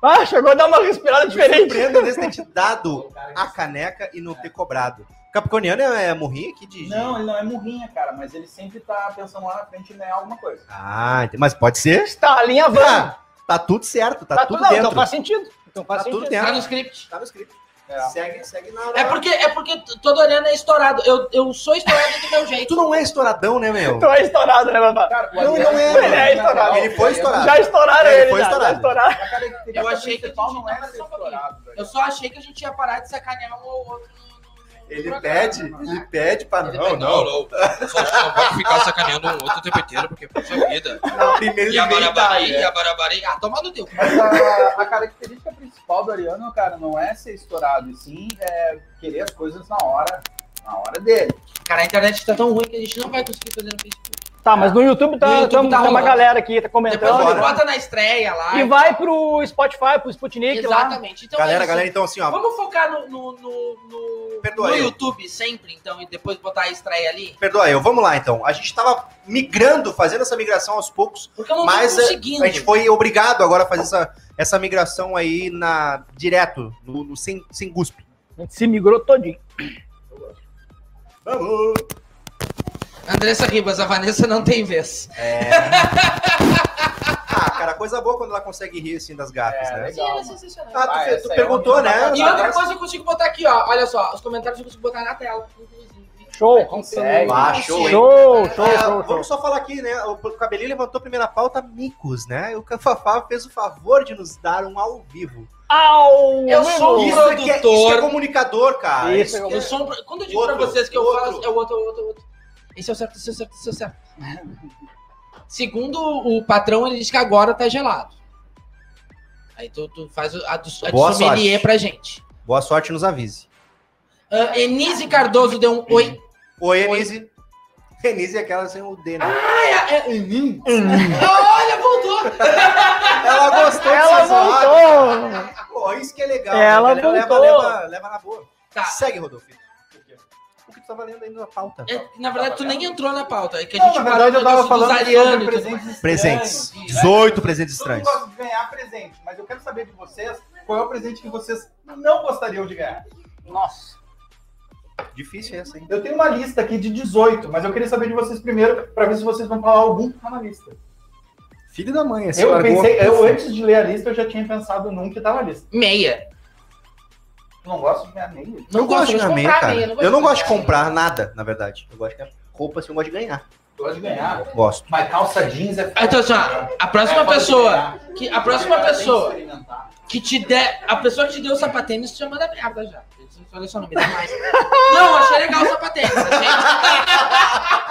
Speaker 5: Ah, chegou a dar uma respirada diferente.
Speaker 1: Surpreendo desse ter te dado a caneca e não ter cobrado. Capricorniano é, é morrinho aqui de.
Speaker 2: Não, ele não é murrinha, cara, mas ele sempre tá pensando lá na frente em ganhar alguma coisa.
Speaker 1: Ah, entendi. mas pode ser.
Speaker 5: Está alinhavando.
Speaker 1: Ah, tá tudo certo, tá,
Speaker 5: Tá
Speaker 1: tudo
Speaker 5: tudo não,
Speaker 1: dentro.
Speaker 5: então faz sentido. Então faz
Speaker 1: Tá tudo
Speaker 5: sentido.
Speaker 1: dentro.
Speaker 4: Tá no script.
Speaker 1: Tá no script.
Speaker 2: É.
Speaker 1: Segue, segue na
Speaker 4: É porque, é porque todo olhando é estourado. Eu, eu sou estourado do meu jeito.
Speaker 1: Tu não é estouradão, né, meu?
Speaker 5: Então é estourado, né, babá?
Speaker 2: Cara, o
Speaker 1: Não,
Speaker 2: Ariano-
Speaker 1: não é,
Speaker 2: o Ariano,
Speaker 5: ele é
Speaker 2: na
Speaker 5: estourado.
Speaker 2: real,
Speaker 1: Ele foi
Speaker 2: o Ariano-
Speaker 1: estourado.
Speaker 5: Já
Speaker 1: Ele
Speaker 5: estouraram Ah, ele,
Speaker 1: foi
Speaker 5: já, já
Speaker 1: estourado.
Speaker 5: estouraram.
Speaker 2: A característica
Speaker 4: Eu achei que a
Speaker 2: principal
Speaker 4: gente-
Speaker 2: não era
Speaker 4: Só
Speaker 2: ser
Speaker 4: um pouquinho.
Speaker 2: estourado. velho.
Speaker 4: Eu só achei que a gente ia parar de sacanear um ou outro. no- no
Speaker 1: Ele
Speaker 4: programa.
Speaker 1: pede, ele pede pra
Speaker 4: Ele
Speaker 1: não,
Speaker 4: pede,
Speaker 1: não.
Speaker 6: Eu só não pode ficar sacaneando um outro o tempo inteiro, porque puxa vida.
Speaker 1: Na primeira
Speaker 6: E a
Speaker 1: ele vem e dá. né?
Speaker 6: barabari, e a barabari. Ah, toma no teu.
Speaker 2: Mas a, a característica principal do Ariano, cara, não é ser estourado, e sim é querer as coisas na hora. Na hora dele.
Speaker 4: Cara, a internet tá tão ruim que a gente não vai conseguir fazer no Facebook.
Speaker 5: Tá, mas no YouTube tá,
Speaker 4: No YouTube
Speaker 5: tamo-
Speaker 4: tá
Speaker 5: tá uma
Speaker 4: rolando.
Speaker 5: galera aqui, tá
Speaker 4: Depois
Speaker 5: comentando.
Speaker 4: tu
Speaker 1: Então Bora.
Speaker 4: bota na estreia lá.
Speaker 5: E vai pro Spotify, pro Sputnik lá.
Speaker 4: Exatamente. Então,
Speaker 1: galera,
Speaker 4: é isso.
Speaker 1: galera, então assim, ó,
Speaker 4: Vamos focar no, no, no, no-
Speaker 1: Perdoa
Speaker 4: no
Speaker 1: eu.
Speaker 4: YouTube sempre, então, e depois botar a estreia ali.
Speaker 1: perdoa eu, vamos lá então. A gente tava migrando, fazendo essa migração aos poucos,
Speaker 4: Porque eu não
Speaker 1: mas
Speaker 4: tô
Speaker 1: é,
Speaker 4: conseguindo.
Speaker 1: a gente foi obrigado agora a fazer essa, essa migração aí na direto, no, no- sem, sem guspe.
Speaker 5: A gente se migrou todinho.
Speaker 1: Vamos!
Speaker 4: Andressa Ribas, a Vanessa não tem vez.
Speaker 1: Ah, cara, coisa boa quando ela consegue rir assim das gafas,
Speaker 2: É,
Speaker 1: né?
Speaker 2: legal.
Speaker 4: Ela é sensacional.
Speaker 1: Ah, tu,
Speaker 2: Ah,
Speaker 1: fe-
Speaker 2: essa
Speaker 1: tu
Speaker 2: aí
Speaker 1: perguntou,
Speaker 2: é uma
Speaker 1: né?
Speaker 4: E outra coisa eu consigo botar aqui, ó. Olha só, os comentários eu consigo botar na tela, inclusive.
Speaker 5: Show,
Speaker 4: Aqui,
Speaker 2: consegue.
Speaker 1: Ah, show, hein?
Speaker 5: Show,
Speaker 4: Ah,
Speaker 5: show,
Speaker 1: É,
Speaker 5: show, show.
Speaker 1: vamos só falar aqui, né? O Cabelinho levantou a primeira pauta, micos, né? E o Cafafá fez o favor de nos dar um ao vivo.
Speaker 5: Au!
Speaker 4: Eu sou um
Speaker 1: Isso é, que é, isso é
Speaker 4: produtor.
Speaker 1: comunicador, cara.
Speaker 5: Isso é
Speaker 4: Eu sou um pro- Quando eu digo pra
Speaker 1: Outro,
Speaker 4: vocês que eu
Speaker 1: outro.
Speaker 4: falo, é o outro, é o outro, é o outro. Esse é o certo, esse é o certo, esse é o certo. Segundo o patrão, ele diz que agora tá gelado. Aí tu, tu faz o- a do, a
Speaker 1: Boa
Speaker 4: do sommelier
Speaker 1: sorte.
Speaker 4: pra gente.
Speaker 1: Boa sorte, nos avise.
Speaker 4: Ah, Enise Cardoso deu um oi.
Speaker 1: Oi, Enise. Enise é aquela sem o D, né?
Speaker 4: Ah, é- é- Olha, voltou!
Speaker 1: Ela gostou
Speaker 5: Ela
Speaker 1: dessas
Speaker 5: voltou!
Speaker 1: horas. Pô, isso que é legal.
Speaker 5: Ela
Speaker 1: né, galera?
Speaker 5: voltou.
Speaker 1: Leva, leva, leva na boa.
Speaker 4: Tá.
Speaker 1: Segue, Rodolfo. O que tu tava lendo aí na pauta?
Speaker 4: É, na verdade, tu nem entrou na pauta. É que a
Speaker 2: Não,
Speaker 4: gente
Speaker 2: na verdade, eu
Speaker 4: parou
Speaker 2: tava
Speaker 4: no negócio
Speaker 2: falando
Speaker 4: dos arianos
Speaker 2: sobre
Speaker 4: e tudo
Speaker 2: presentes estranhos.
Speaker 1: Presentes. 18 presentes
Speaker 2: Todo mundo
Speaker 1: estranhos.
Speaker 2: gosta de ganhar presente, mas eu quero saber de vocês qual é o presente que vocês não gostariam de ganhar.
Speaker 5: Nossa.
Speaker 1: Difícil essa, hein?
Speaker 2: Eu tenho uma lista aqui de 18, mas eu queria saber de vocês primeiro para ver se vocês vão falar algum que tá na lista.
Speaker 1: Filho da mãe, esse é
Speaker 2: Eu
Speaker 1: largou-
Speaker 2: pensei, eu antes de ler a lista, eu já tinha pensado num que tá na lista.
Speaker 4: Meia.
Speaker 2: Eu não gosto de ganhar meia.
Speaker 1: Eu
Speaker 4: Não gosto de
Speaker 1: ganhar,
Speaker 4: comprar
Speaker 1: cara.
Speaker 4: meia.
Speaker 1: eu não gosto de
Speaker 4: meia.
Speaker 1: comprar nada, na verdade. Eu gosto de ganhar roupa, assim, eu gosto de ganhar.
Speaker 2: Gosto de ganhar.
Speaker 1: Gosto.
Speaker 2: Mas calça jeans é foda.
Speaker 4: Então, assim, ó, a próxima
Speaker 2: É foda de
Speaker 4: pessoa.
Speaker 2: ganhar.
Speaker 4: Que, a próxima
Speaker 2: Tem que
Speaker 4: pessoa
Speaker 2: experimentar.
Speaker 4: que te der. A pessoa que te deu o sapatênis te chama da merda já. Olha só, não me dá mais. Não, achei legal o sapatênis. Achei... tá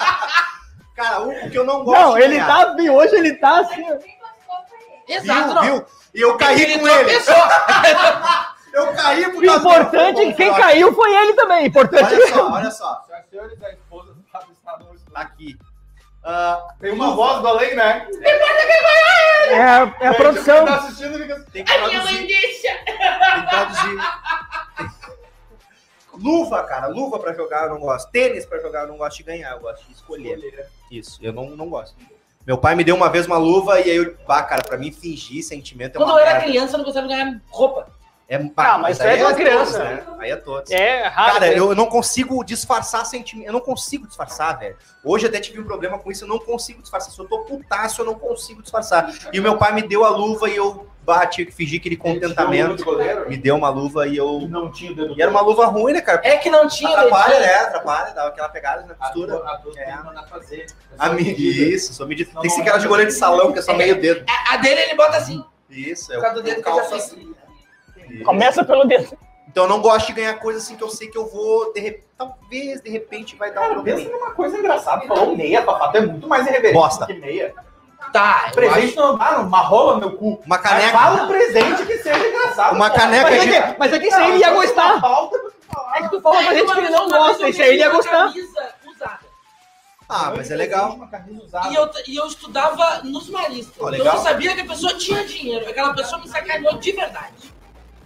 Speaker 1: Cara, o, o que eu não gosto.
Speaker 5: Não,
Speaker 1: de
Speaker 5: ele
Speaker 1: ganhar.
Speaker 5: tá. Hoje ele tá assim.
Speaker 4: Exato,
Speaker 1: viu,
Speaker 4: não.
Speaker 1: viu? E eu caí com
Speaker 4: Ele é
Speaker 1: ele.
Speaker 4: tropeçou.
Speaker 1: Eu caí por
Speaker 5: O importante é que quem caiu foi ele também. Importante.
Speaker 1: Olha só, olha só.
Speaker 2: Senhoras e senhores, a esposa do Fábio está no estúdio.
Speaker 1: Tá aqui. Ah,
Speaker 2: Tem uma voz do além, né?
Speaker 5: É, é a
Speaker 2: Quem
Speaker 5: produção.
Speaker 2: tá assistindo fica assim.
Speaker 1: tem que traduzir. Tem que traduzir. Luva, cara, luva pra jogar eu não gosto. Tênis pra jogar eu não gosto de ganhar, eu gosto de escolher. Isso, eu não, não gosto. Meu pai me deu uma vez uma luva e aí eu. Ah, cara, pra mim fingir sentimento é uma.
Speaker 4: Quando eu era
Speaker 1: merda.
Speaker 4: criança, eu não gostava de ganhar roupa.
Speaker 1: É,
Speaker 5: Ah, mas
Speaker 1: aí
Speaker 5: é de uma
Speaker 1: todos,
Speaker 5: criança.
Speaker 1: né? Aí é todos.
Speaker 5: É
Speaker 4: Ah,
Speaker 5: raro.
Speaker 1: Cara, eu não consigo disfarçar sentimento. Eu não consigo disfarçar, velho. Hoje eu até tive um problema com isso, eu não consigo disfarçar. Se eu tô putaço, eu não consigo disfarçar. E o meu pai me deu a luva e eu bati, fingi aquele contentamento. Me deu uma luva e eu.
Speaker 2: um Não tinha o dedo.
Speaker 1: E era uma luva ruim, né, cara?
Speaker 4: É que não tinha.
Speaker 1: Atrapalha,
Speaker 4: dedinho.
Speaker 1: né? Atrapalha, dava aquela pegada na
Speaker 2: A
Speaker 1: costura.
Speaker 2: tua, a tua
Speaker 1: É.
Speaker 2: tem que mandar fazer.
Speaker 4: Ah,
Speaker 1: A medida. Isso, só medida. Tem que ser
Speaker 2: Não,
Speaker 1: aquela de
Speaker 2: não.
Speaker 1: goleiro de salão, que é só meio dedo.
Speaker 4: A- A dele ele bota assim.
Speaker 1: Isso, é
Speaker 4: Por causa do dedo
Speaker 1: o
Speaker 4: que eu já
Speaker 1: calço
Speaker 4: fiz.
Speaker 1: assim. Isso.
Speaker 5: Começa pelo dedo.
Speaker 1: Então eu não gosto de ganhar coisa assim que eu sei que eu vou, de re- talvez, de repente, vai dar um
Speaker 2: Cara,
Speaker 1: problema.
Speaker 2: pensa numa coisa engraçada. Falou meia, Fafato, é muito mais irreverente
Speaker 1: Bosta.
Speaker 2: do que meia.
Speaker 4: Tá, eu acho.
Speaker 2: Presente não dá, uma rola no meu cu.
Speaker 1: Uma
Speaker 2: Mas
Speaker 1: caneca.
Speaker 2: fala um presente que seja engraçado.
Speaker 1: Uma
Speaker 2: pô.
Speaker 1: caneca
Speaker 5: Mas é
Speaker 1: de-
Speaker 5: que, mas é que isso aí ele ia
Speaker 2: Não,
Speaker 5: gostar.
Speaker 2: uma pauta pra tu falar.
Speaker 5: É que tu fala pra gente que ele não
Speaker 4: Uma vez
Speaker 5: gosta.
Speaker 4: eu
Speaker 5: Isso aí ele ia
Speaker 4: ganhei uma
Speaker 5: gostar.
Speaker 4: camisa usada.
Speaker 1: Ah, mas é legal.
Speaker 2: Uma camisa usada.
Speaker 4: E eu, e eu estudava nos maristas.
Speaker 1: Ó,
Speaker 4: então
Speaker 1: legal.
Speaker 4: eu sabia que a pessoa tinha dinheiro. Aquela pessoa me sacaneou de verdade.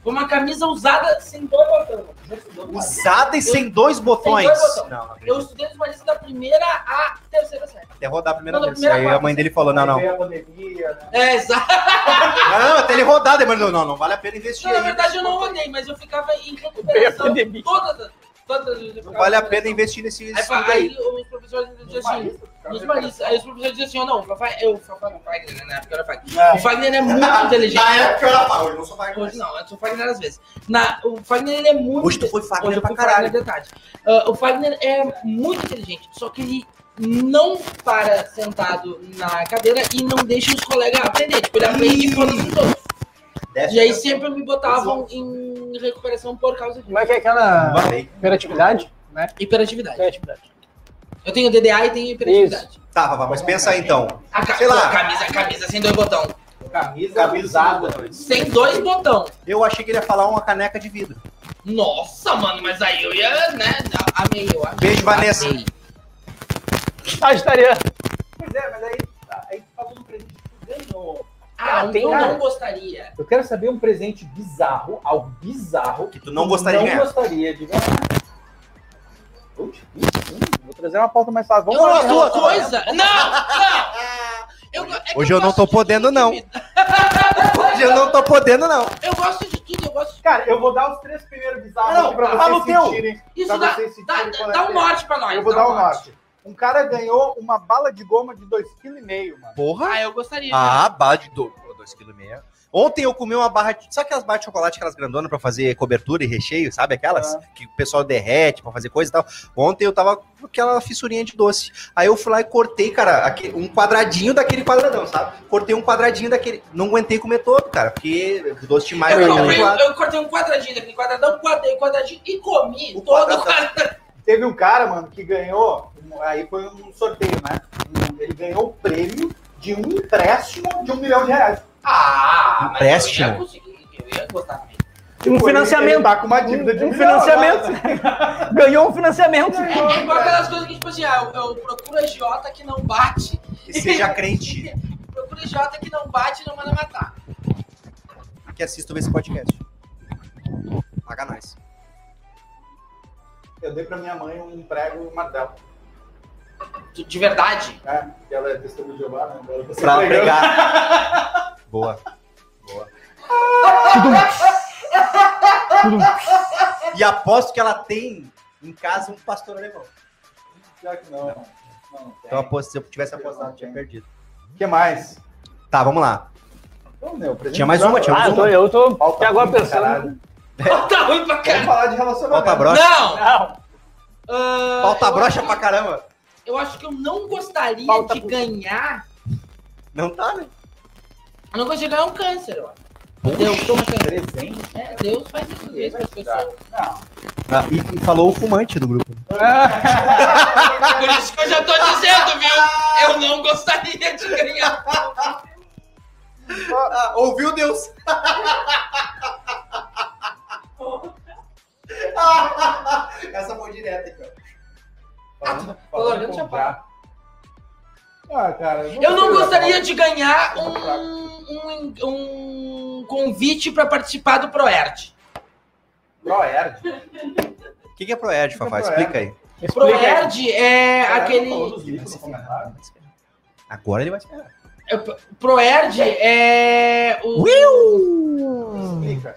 Speaker 4: Com uma camisa usada sem dois botões. Já estudou no Marista?
Speaker 1: Usada e sem dois botões.
Speaker 4: dois botões.
Speaker 1: Não, não
Speaker 4: Eu
Speaker 1: acredito.
Speaker 4: estudei nos maristas da primeira à terceira série.
Speaker 1: Até rodar a primeira
Speaker 4: Não, da
Speaker 1: vez.
Speaker 4: primeira
Speaker 1: aí a
Speaker 4: quarta.
Speaker 1: mãe dele falou: não, não.
Speaker 2: Veio a pandemia, né?
Speaker 4: É, exato.
Speaker 1: Não, até ele rodar, depois não, não, não vale a pena investir.
Speaker 4: Na
Speaker 1: aí.
Speaker 4: verdade eu não rodei, mas eu ficava em
Speaker 5: Veio a
Speaker 4: recuperação
Speaker 5: pandemia.
Speaker 4: todas as... Todas as
Speaker 1: Não vale a pena investir nesse
Speaker 4: Aí,
Speaker 1: estudo
Speaker 4: fa-
Speaker 1: aí.
Speaker 4: aí os professores diziam assim... Nos maristas. Aí os professores diziam assim, ó, não, o Fafá... Eu, o Fafá não, né, o Fagner, na época era Fagner. O Fagner é
Speaker 1: Ah,
Speaker 4: muito inteligente.
Speaker 1: Na época é eu era pau, eu não sou mais.
Speaker 4: Hoje não, antes o Fagner às vezes. Na, o Fagner ele é muito.
Speaker 1: Hoje tu foi Fagner
Speaker 4: Hoje eu
Speaker 1: pra
Speaker 4: fui
Speaker 1: caralho.
Speaker 4: Fagner de tarde. Ah, o Fagner é muito inteligente, só que ele não para sentado na cadeira e não deixa os colegas aprenderem. Tipo, ele aprende e produz todos.
Speaker 1: Desce.
Speaker 4: E aí sempre me botavam em recuperação por causa de
Speaker 5: Como é que é aquela
Speaker 1: Valeu.
Speaker 5: hiperatividade? Né?
Speaker 4: hiperatividade.
Speaker 5: Hiperatividade.
Speaker 4: Eu tenho DDA e tenho hiperatividade.
Speaker 1: Tá, Rafa, mas pensa aí então.
Speaker 4: A ca-
Speaker 1: Sei lá.
Speaker 4: Pô, camisa, camisa sem dois botão.
Speaker 2: Camisa,
Speaker 1: Camisa
Speaker 2: usada.
Speaker 4: Sem dois botão.
Speaker 1: Eu achei que ele ia falar uma caneca de vidro.
Speaker 4: Nossa, mano, mas aí eu ia, né? Amei, eu amei.
Speaker 1: Beijo, Vanessa.
Speaker 4: Amei.
Speaker 5: Sagitariano.
Speaker 2: é, um
Speaker 7: no.
Speaker 4: Ah,
Speaker 7: Cara,
Speaker 4: um que
Speaker 7: tem,
Speaker 4: eu
Speaker 7: cara.
Speaker 4: não gostaria.
Speaker 7: Eu quero saber um presente bizarro, algo bizarro.
Speaker 8: Que tu não gostaria de
Speaker 7: não
Speaker 8: ganhar.
Speaker 7: gostaria de ganhar.
Speaker 2: Putz, hum, Vou trazer uma pauta mais fácil. Vamos
Speaker 4: Eu
Speaker 2: lá,
Speaker 4: gosto de
Speaker 2: tua,
Speaker 4: uma
Speaker 2: tua.
Speaker 4: coisa. Não, não. Eu go- é que
Speaker 1: Hoje eu não
Speaker 4: gosto
Speaker 1: tô
Speaker 4: de
Speaker 1: podendo,
Speaker 4: tudo,
Speaker 1: não.
Speaker 4: querido.
Speaker 1: Hoje eu não tô podendo, não.
Speaker 4: Eu gosto de tudo, eu gosto de
Speaker 2: Cara, eu vou dar os três primeiros bizarros
Speaker 8: Não,
Speaker 2: aqui pra
Speaker 8: fala
Speaker 2: vocês
Speaker 8: o teu.
Speaker 2: sentirem.
Speaker 4: Isso
Speaker 2: pra
Speaker 4: dá,
Speaker 2: vocês sentirem
Speaker 4: dá,
Speaker 2: qual é
Speaker 4: dá
Speaker 2: Tá, que
Speaker 4: um
Speaker 2: é.
Speaker 4: norte pra nós.
Speaker 2: Eu vou
Speaker 4: dá
Speaker 2: dar o norte. Um cara ganhou uma bala de goma de 2,5kg, mano.
Speaker 1: Porra.
Speaker 4: Ah, eu gostaria.
Speaker 1: Ah, barra de 2,5kg. Ontem eu comi uma barra de. Sabe aquelas barras de chocolate, aquelas grandonas pra fazer cobertura e recheio, sabe? Aquelas que o pessoal derrete pra fazer coisa e tal. Ontem eu tava com aquela fissurinha de doce. Aí eu fui lá e cortei, cara, aque- um quadradinho daquele quadradão, sabe? Cortei um quadradinho daquele. Não aguentei comer todo, cara, porque o doce demais
Speaker 4: Eu,
Speaker 1: pra mim,
Speaker 4: comprei,
Speaker 1: claro.
Speaker 4: eu cortei um quadradinho daquele quadradão, quadrei o quadradinho e comi
Speaker 8: O
Speaker 4: todo
Speaker 2: tá-
Speaker 8: quadradão.
Speaker 4: o quadradinho.
Speaker 2: Teve um cara, mano, que ganhou. um- Aí foi um sorteio, né? Um- Ele ganhou o prêmio de um empréstimo de um milhão de reais.
Speaker 4: Ah, mas
Speaker 1: Empréstimo?
Speaker 4: Eu ia conseguir, eu ia gostar também.
Speaker 5: Um
Speaker 2: Tipo, ele-
Speaker 5: financiamento.
Speaker 2: ele tá com uma dívida de
Speaker 5: Um, um
Speaker 2: milhão agora, né?
Speaker 5: financiamento. Ganhou um financiamento.
Speaker 4: É igual aquelas coisas que, tipo assim, ah, eu, eu procuro agiota que não bate.
Speaker 1: E seja crente
Speaker 4: Procuro agiota que não bate e não manda matar.
Speaker 1: que assista esse podcast. Paga nós.
Speaker 2: Eu dei pra minha mãe um prego e um martelo.
Speaker 4: De de verdade.
Speaker 2: Né? Porque ela é testemunha de Jeová, né? Ela tá
Speaker 1: Pra
Speaker 2: sempre pregando.
Speaker 1: pregar. Boa. um E aposto que ela tem em casa um pastor alemão.
Speaker 2: Já que não. Não, não tem.
Speaker 1: Então aposto, se eu tivesse apostado, eu tinha perdido.
Speaker 2: O que mais?
Speaker 1: Tá, vamos lá.
Speaker 2: Então, meu, presente
Speaker 1: Tinha mais uma, tinha
Speaker 5: Ah,
Speaker 1: mais
Speaker 5: eu tô,
Speaker 1: uma.
Speaker 5: eu tô
Speaker 2: Pauta
Speaker 5: até agora
Speaker 2: ruim pra
Speaker 5: pensando.
Speaker 2: caralho.
Speaker 1: É.
Speaker 4: Tá ruim pra
Speaker 2: Vamos
Speaker 4: caralho.
Speaker 2: falar de relacionamento.
Speaker 1: Pauta broxa.
Speaker 4: Não!
Speaker 5: Não.
Speaker 4: Ah,
Speaker 1: Falta
Speaker 4: eu
Speaker 1: brocha
Speaker 4: acho
Speaker 1: pra caramba.
Speaker 4: que- Eu acho que eu não gostaria
Speaker 5: Falta
Speaker 4: de
Speaker 5: pro-
Speaker 4: ganhar.
Speaker 1: Não tá, né?
Speaker 4: Eu não gostaria de ganhar um câncer, ó. Deus, toma câncer.
Speaker 2: Presente.
Speaker 4: É, Deus faz isso mesmo. as pessoas.
Speaker 1: Ah, e, e falou o fumante do grupo.
Speaker 4: Por isso que eu já tô dizendo, viu? Eu não gostaria de ganhar.
Speaker 1: Ah, ouviu Deus? Essa foi direta, cara.
Speaker 4: Ah,
Speaker 2: Falando-
Speaker 4: Falou,
Speaker 2: falando
Speaker 4: eu tinha
Speaker 2: com já. Ah, cara.
Speaker 4: Eu não
Speaker 2: sei,
Speaker 4: gostaria de ganhar um, um, um convite pra participar do ProERD.
Speaker 2: Proerd.
Speaker 1: O que, que é Proerd, Fafá?
Speaker 2: O que é
Speaker 1: Explica aí.
Speaker 5: Explica aí.
Speaker 4: ProERD é aquele.
Speaker 1: Agora ele vai esperar.
Speaker 4: ProERD é o.
Speaker 2: Explica.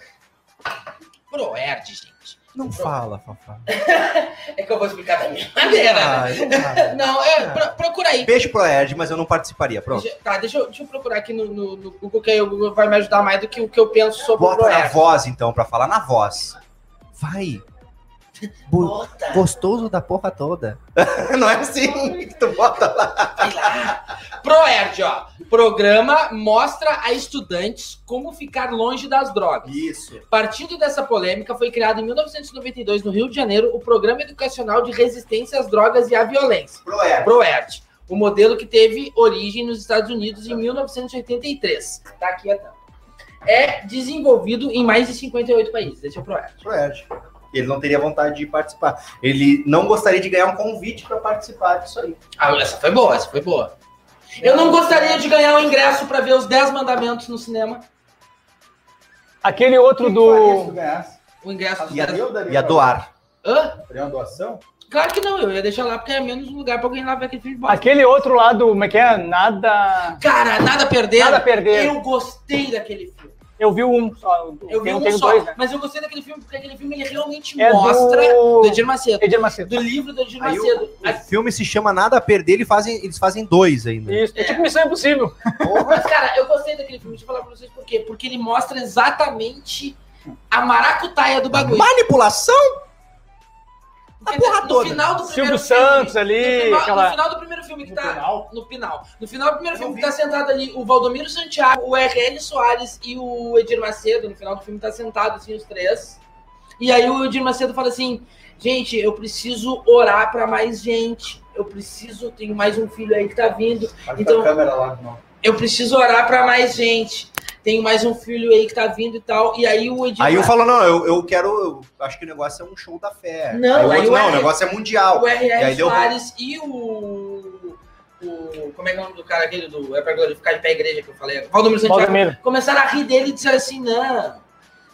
Speaker 4: ProERD, gente.
Speaker 1: Não fala, Fafá.
Speaker 4: É que eu vou explicar da minha maneira, né? Não, é, pro- procura aí.
Speaker 1: Beijo Proerd, mas eu não participaria. Ah. Pronto.
Speaker 4: Deixa- Tá, deixa eu, deixa eu procurar aqui no, no- no Google, que aí o Google vai me ajudar mais do que o que eu penso sobre o
Speaker 1: Bota na
Speaker 4: projeto.
Speaker 1: voz, então, pra falar na voz. Vai. Bu-
Speaker 4: Bota,
Speaker 1: Gostoso da porra toda. não é assim que tu bota lá.
Speaker 4: sei lá. Proerd, ó. Programa mostra a estudantes como ficar longe das drogas.
Speaker 1: Isso.
Speaker 4: Partindo dessa polêmica, foi criado em 1992, no Rio de Janeiro, o Programa Educacional de Resistência às Drogas e à Violência.
Speaker 1: Proerd.
Speaker 4: ProERD, o modelo que teve origem nos Estados Unidos em 1983. Tá aqui a tampa. É desenvolvido em mais de 58 países. Esse é o ProERD.
Speaker 1: Proerd. Ele não teria vontade de participar. Ele não gostaria de ganhar um convite pra participar disso aí.
Speaker 4: Ah, essa foi boa, essa foi boa. Eu não gostaria de ganhar o ingresso pra ver os 10 mandamentos no cinema.
Speaker 5: Aquele outro
Speaker 2: Faria se tu
Speaker 5: do.
Speaker 2: ganhasse.
Speaker 4: O ingresso dos
Speaker 1: E a-
Speaker 4: 10.
Speaker 2: né? Eu daria
Speaker 1: Ia
Speaker 2: pra-
Speaker 1: doar.
Speaker 4: Hã?
Speaker 2: Faria uma doação?
Speaker 4: Claro que não, eu ia deixar lá porque é menos lugar pra alguém lá ver aquele filme de bosta.
Speaker 5: Aquele outro lá do. Como é que é? Nada.
Speaker 4: Cara, nada a perder.
Speaker 5: Nada a perder.
Speaker 4: Eu gostei daquele filme.
Speaker 5: Eu vi um só.
Speaker 4: Eu vi
Speaker 5: tem-
Speaker 4: um
Speaker 5: tem
Speaker 4: só,
Speaker 5: dois, né?
Speaker 4: mas eu gostei daquele filme porque aquele filme ele realmente
Speaker 5: É
Speaker 4: mostra
Speaker 5: do.
Speaker 4: do Edir Macedo.
Speaker 5: Edir Macedo.
Speaker 4: do livro do Edir
Speaker 1: Aí o-
Speaker 4: Macedo.
Speaker 1: O filme se chama Nada a Perder, eles fazem, eles fazem dois ainda.
Speaker 5: Isso. É tipo Missão Impossível.
Speaker 4: Mas, cara, eu gostei daquele filme. Deixa eu falar pra vocês por quê. Porque ele mostra exatamente a maracutaia do bagulho.
Speaker 1: Manipulação?
Speaker 4: Porque
Speaker 1: porra
Speaker 4: no
Speaker 1: toda.
Speaker 4: final do
Speaker 5: Silvio
Speaker 4: primeiro um
Speaker 5: Santos
Speaker 4: filme, no,
Speaker 5: ali.
Speaker 4: final, no
Speaker 5: Aquela.
Speaker 4: final do primeiro filme que
Speaker 2: No
Speaker 4: tá...
Speaker 2: final?
Speaker 4: No final. No final do primeiro filme que tá sentado ali o Valdomiro Santiago, o RL Soares e o Edir Macedo. No final do filme tá sentado, assim, os três. E aí o Edir Macedo fala assim... Gente, eu preciso orar pra mais gente. Eu preciso... Tenho mais um filho aí que tá vindo.
Speaker 2: Mas
Speaker 4: Então-
Speaker 2: tá a câmera lá, não.
Speaker 4: eu preciso orar pra mais gente. Tenho mais um filho aí que tá vindo e tal. E aí o Edir
Speaker 1: Aí eu falo, não, eu, eu quero. Eu acho que o negócio é um show da fé.
Speaker 4: Não,
Speaker 1: aí o
Speaker 4: aí
Speaker 1: outro,
Speaker 4: o
Speaker 1: não, o
Speaker 4: RR
Speaker 1: negócio é mundial.
Speaker 4: o
Speaker 1: E aí
Speaker 4: R.R.
Speaker 1: deu-
Speaker 4: Soares e o o- Como é que é o nome do cara aquele do. É pra glorificar de pé a igreja que eu falei. Valdomiro Santiago.
Speaker 5: Valdomiro.
Speaker 4: Começaram a rir dele e disseram assim: não,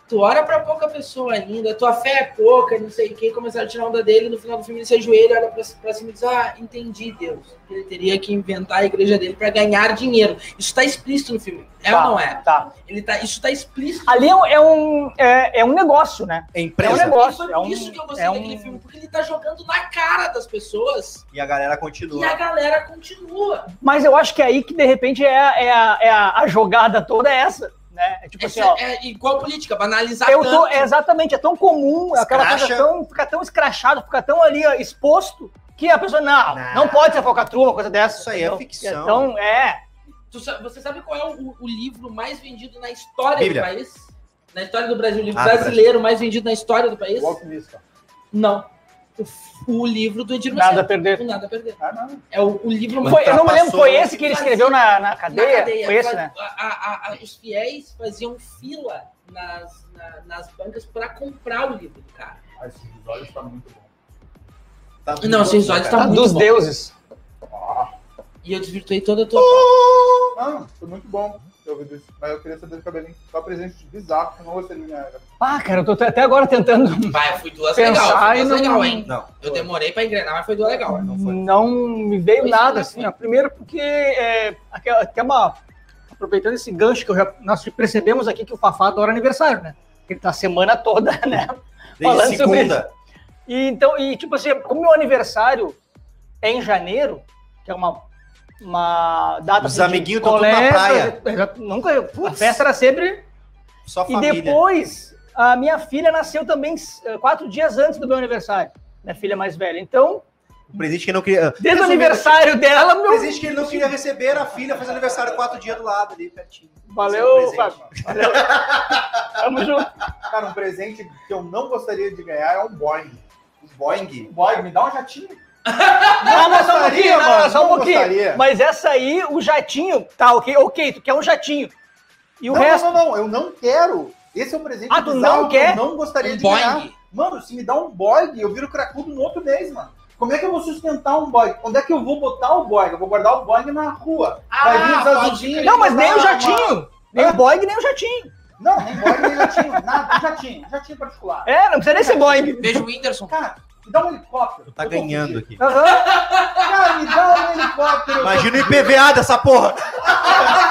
Speaker 4: tu ora pra pouca pessoa ainda, tua fé é pouca, não sei o quê. Começaram a tirar onda dele. No final do filme ele se ajoelha, olha pra, pra cima e diz: ah, entendi, Deus. Ele teria que inventar a igreja dele pra ganhar dinheiro. Isso tá explícito no filme. É ou
Speaker 5: Tá,
Speaker 4: não é?
Speaker 5: Tá.
Speaker 4: Ele tá, isso tá explícito.
Speaker 5: Ali é um, é um, é, é um negócio, né?
Speaker 8: É
Speaker 5: É um
Speaker 8: empresa.
Speaker 5: negócio.
Speaker 4: Foi
Speaker 5: É um,
Speaker 4: isso que eu gostei
Speaker 5: é
Speaker 4: daquele
Speaker 5: um,
Speaker 4: filme, porque ele tá jogando na cara das pessoas
Speaker 8: E a galera
Speaker 4: e
Speaker 8: continua.
Speaker 4: a galera continua.
Speaker 5: Mas eu acho que é aí que, de repente, é, a- é, a, é a, a jogada toda é essa, né? É tipo assim,
Speaker 4: Essa
Speaker 5: ó.
Speaker 4: é igual política, banalizar
Speaker 5: Eu
Speaker 4: tanto.
Speaker 5: tô, é exatamente, é tão comum, é aquela coisa
Speaker 8: Escracha.
Speaker 5: tão, fica tão escrachado, fica tão ali ó, exposto, que a pessoa, não,
Speaker 8: Não.
Speaker 5: não pode ser falcatrua, uma coisa dessa.
Speaker 8: Isso aí é
Speaker 5: entendeu?
Speaker 8: ficção.
Speaker 5: Então, é,
Speaker 4: Tu sa- você sabe qual é o, o livro mais vendido na história
Speaker 8: Bíblia.
Speaker 4: do país? Na história do Brasil, o livro
Speaker 8: Ah, do
Speaker 4: brasileiro mais vendido na história do país?
Speaker 2: Walk this, cara.
Speaker 4: Não. O, f- o livro do Edir
Speaker 5: nada a
Speaker 4: Macedo.
Speaker 5: perder.
Speaker 4: O Nada a Perder.
Speaker 2: Ah, não.
Speaker 4: É o, o livro mais
Speaker 5: Foi- eu não me lembro,
Speaker 8: ultrapassou-
Speaker 5: foi esse que ele escreveu na, na cadeia?
Speaker 4: Na cadeia,
Speaker 5: Foi esse,
Speaker 4: faz-
Speaker 5: né?
Speaker 4: a- a- a- os fiéis faziam fila nas, na- nas bancas pra comprar o livro do cara.
Speaker 2: Ah, esse episódio tá muito bom.
Speaker 8: Tá muito
Speaker 4: Não,
Speaker 8: bom,
Speaker 4: seus olhos
Speaker 8: cara.
Speaker 4: tá muito
Speaker 5: Dos
Speaker 4: bom.
Speaker 5: deuses.
Speaker 4: E eu desvirtuei toda a tua.
Speaker 2: Não, foi muito bom. Eu ouvi disso. Mas eu queria saber do cabelinho. Só presente bizarro, que eu não gostei da minha era.
Speaker 5: Ah, cara, eu tô até agora tentando
Speaker 4: Vai, eu fui duas
Speaker 5: Pensar
Speaker 4: legal, foi
Speaker 5: e
Speaker 4: duas
Speaker 5: não-
Speaker 4: legal, hein?
Speaker 8: Não.
Speaker 4: Eu demorei pra engrenar, mas foi duas legal.
Speaker 5: não, me veio
Speaker 4: Pois é,
Speaker 5: nada assim.
Speaker 4: foi.
Speaker 5: ó. Primeiro porque é, aquela- até uma aproveitando esse gancho que eu já- nós percebemos aqui que o Fafá adora aniversário, né? Ele tá a semana toda, né?
Speaker 8: Desde
Speaker 5: Falando sobre
Speaker 8: segunda.
Speaker 5: E então, e tipo assim, como meu aniversário é em janeiro, que é uma uma
Speaker 8: Os
Speaker 5: data assim, de
Speaker 8: amiguinhos tão tudo na praia.
Speaker 5: eu já- nunca, a festa era sempre
Speaker 8: Só
Speaker 5: E
Speaker 8: família.
Speaker 5: depois, a minha filha nasceu também eh, quatro dias antes do meu aniversário. Minha filha mais velha. Então,
Speaker 8: O presente que ele não queria.
Speaker 5: desde o
Speaker 8: Resumindo,
Speaker 5: aniversário dela,
Speaker 8: O
Speaker 5: meu.
Speaker 8: presente que ele não queria receber era a filha fazendo aniversário quatro dias do lado ali, pertinho.
Speaker 5: Valeu,
Speaker 8: Esse é o
Speaker 5: Fábio. Valeu. Tamo junto.
Speaker 2: um Cara, um presente que eu não gostaria de ganhar é um Boeing.
Speaker 8: Um Boeing.
Speaker 9: Boy, me dá um jatinho.
Speaker 5: Não, mas só um
Speaker 2: gostaria,
Speaker 5: pouquinho, não,
Speaker 2: mano,
Speaker 5: só um
Speaker 2: não
Speaker 5: pouquinho.
Speaker 2: gostaria.
Speaker 5: Mas essa aí, o jatinho, tá, ok, ok, tu quer um jatinho. E o
Speaker 2: não,
Speaker 5: resto.
Speaker 2: não, não, não, eu não quero. Esse é um presente
Speaker 5: Ah, tu
Speaker 2: bizarro
Speaker 5: não
Speaker 2: que
Speaker 5: quer?
Speaker 2: eu não gostaria
Speaker 4: Um
Speaker 2: de ganhar.
Speaker 4: Boeing.
Speaker 2: Mano, se me dá um boy, eu viro cracudo no outro mês, mano. Como é que eu vou sustentar um boy? Onde é que eu vou botar o boy? Eu vou guardar o boy na rua. Vai vir os
Speaker 4: Ah, pode
Speaker 2: azulzinhos.
Speaker 4: crer.
Speaker 5: Não, mas nem o
Speaker 2: Uma-
Speaker 5: jatinho. Nem o Boeing, nem o jatinho.
Speaker 2: Não, nem boy, nem jatinho. Nada, jatinho. Jatinho particular.
Speaker 5: É, não precisa nem ser Boeing.
Speaker 4: Beijo, Whindersson.
Speaker 2: Cara, me dá um helicóptero.
Speaker 8: Tu tá
Speaker 2: Eu tô
Speaker 8: ganhando aqui.
Speaker 2: fudido.
Speaker 5: Aham.
Speaker 2: Cara, me dá um helicóptero. eu tô
Speaker 8: Imagina o IPVA dessa porra.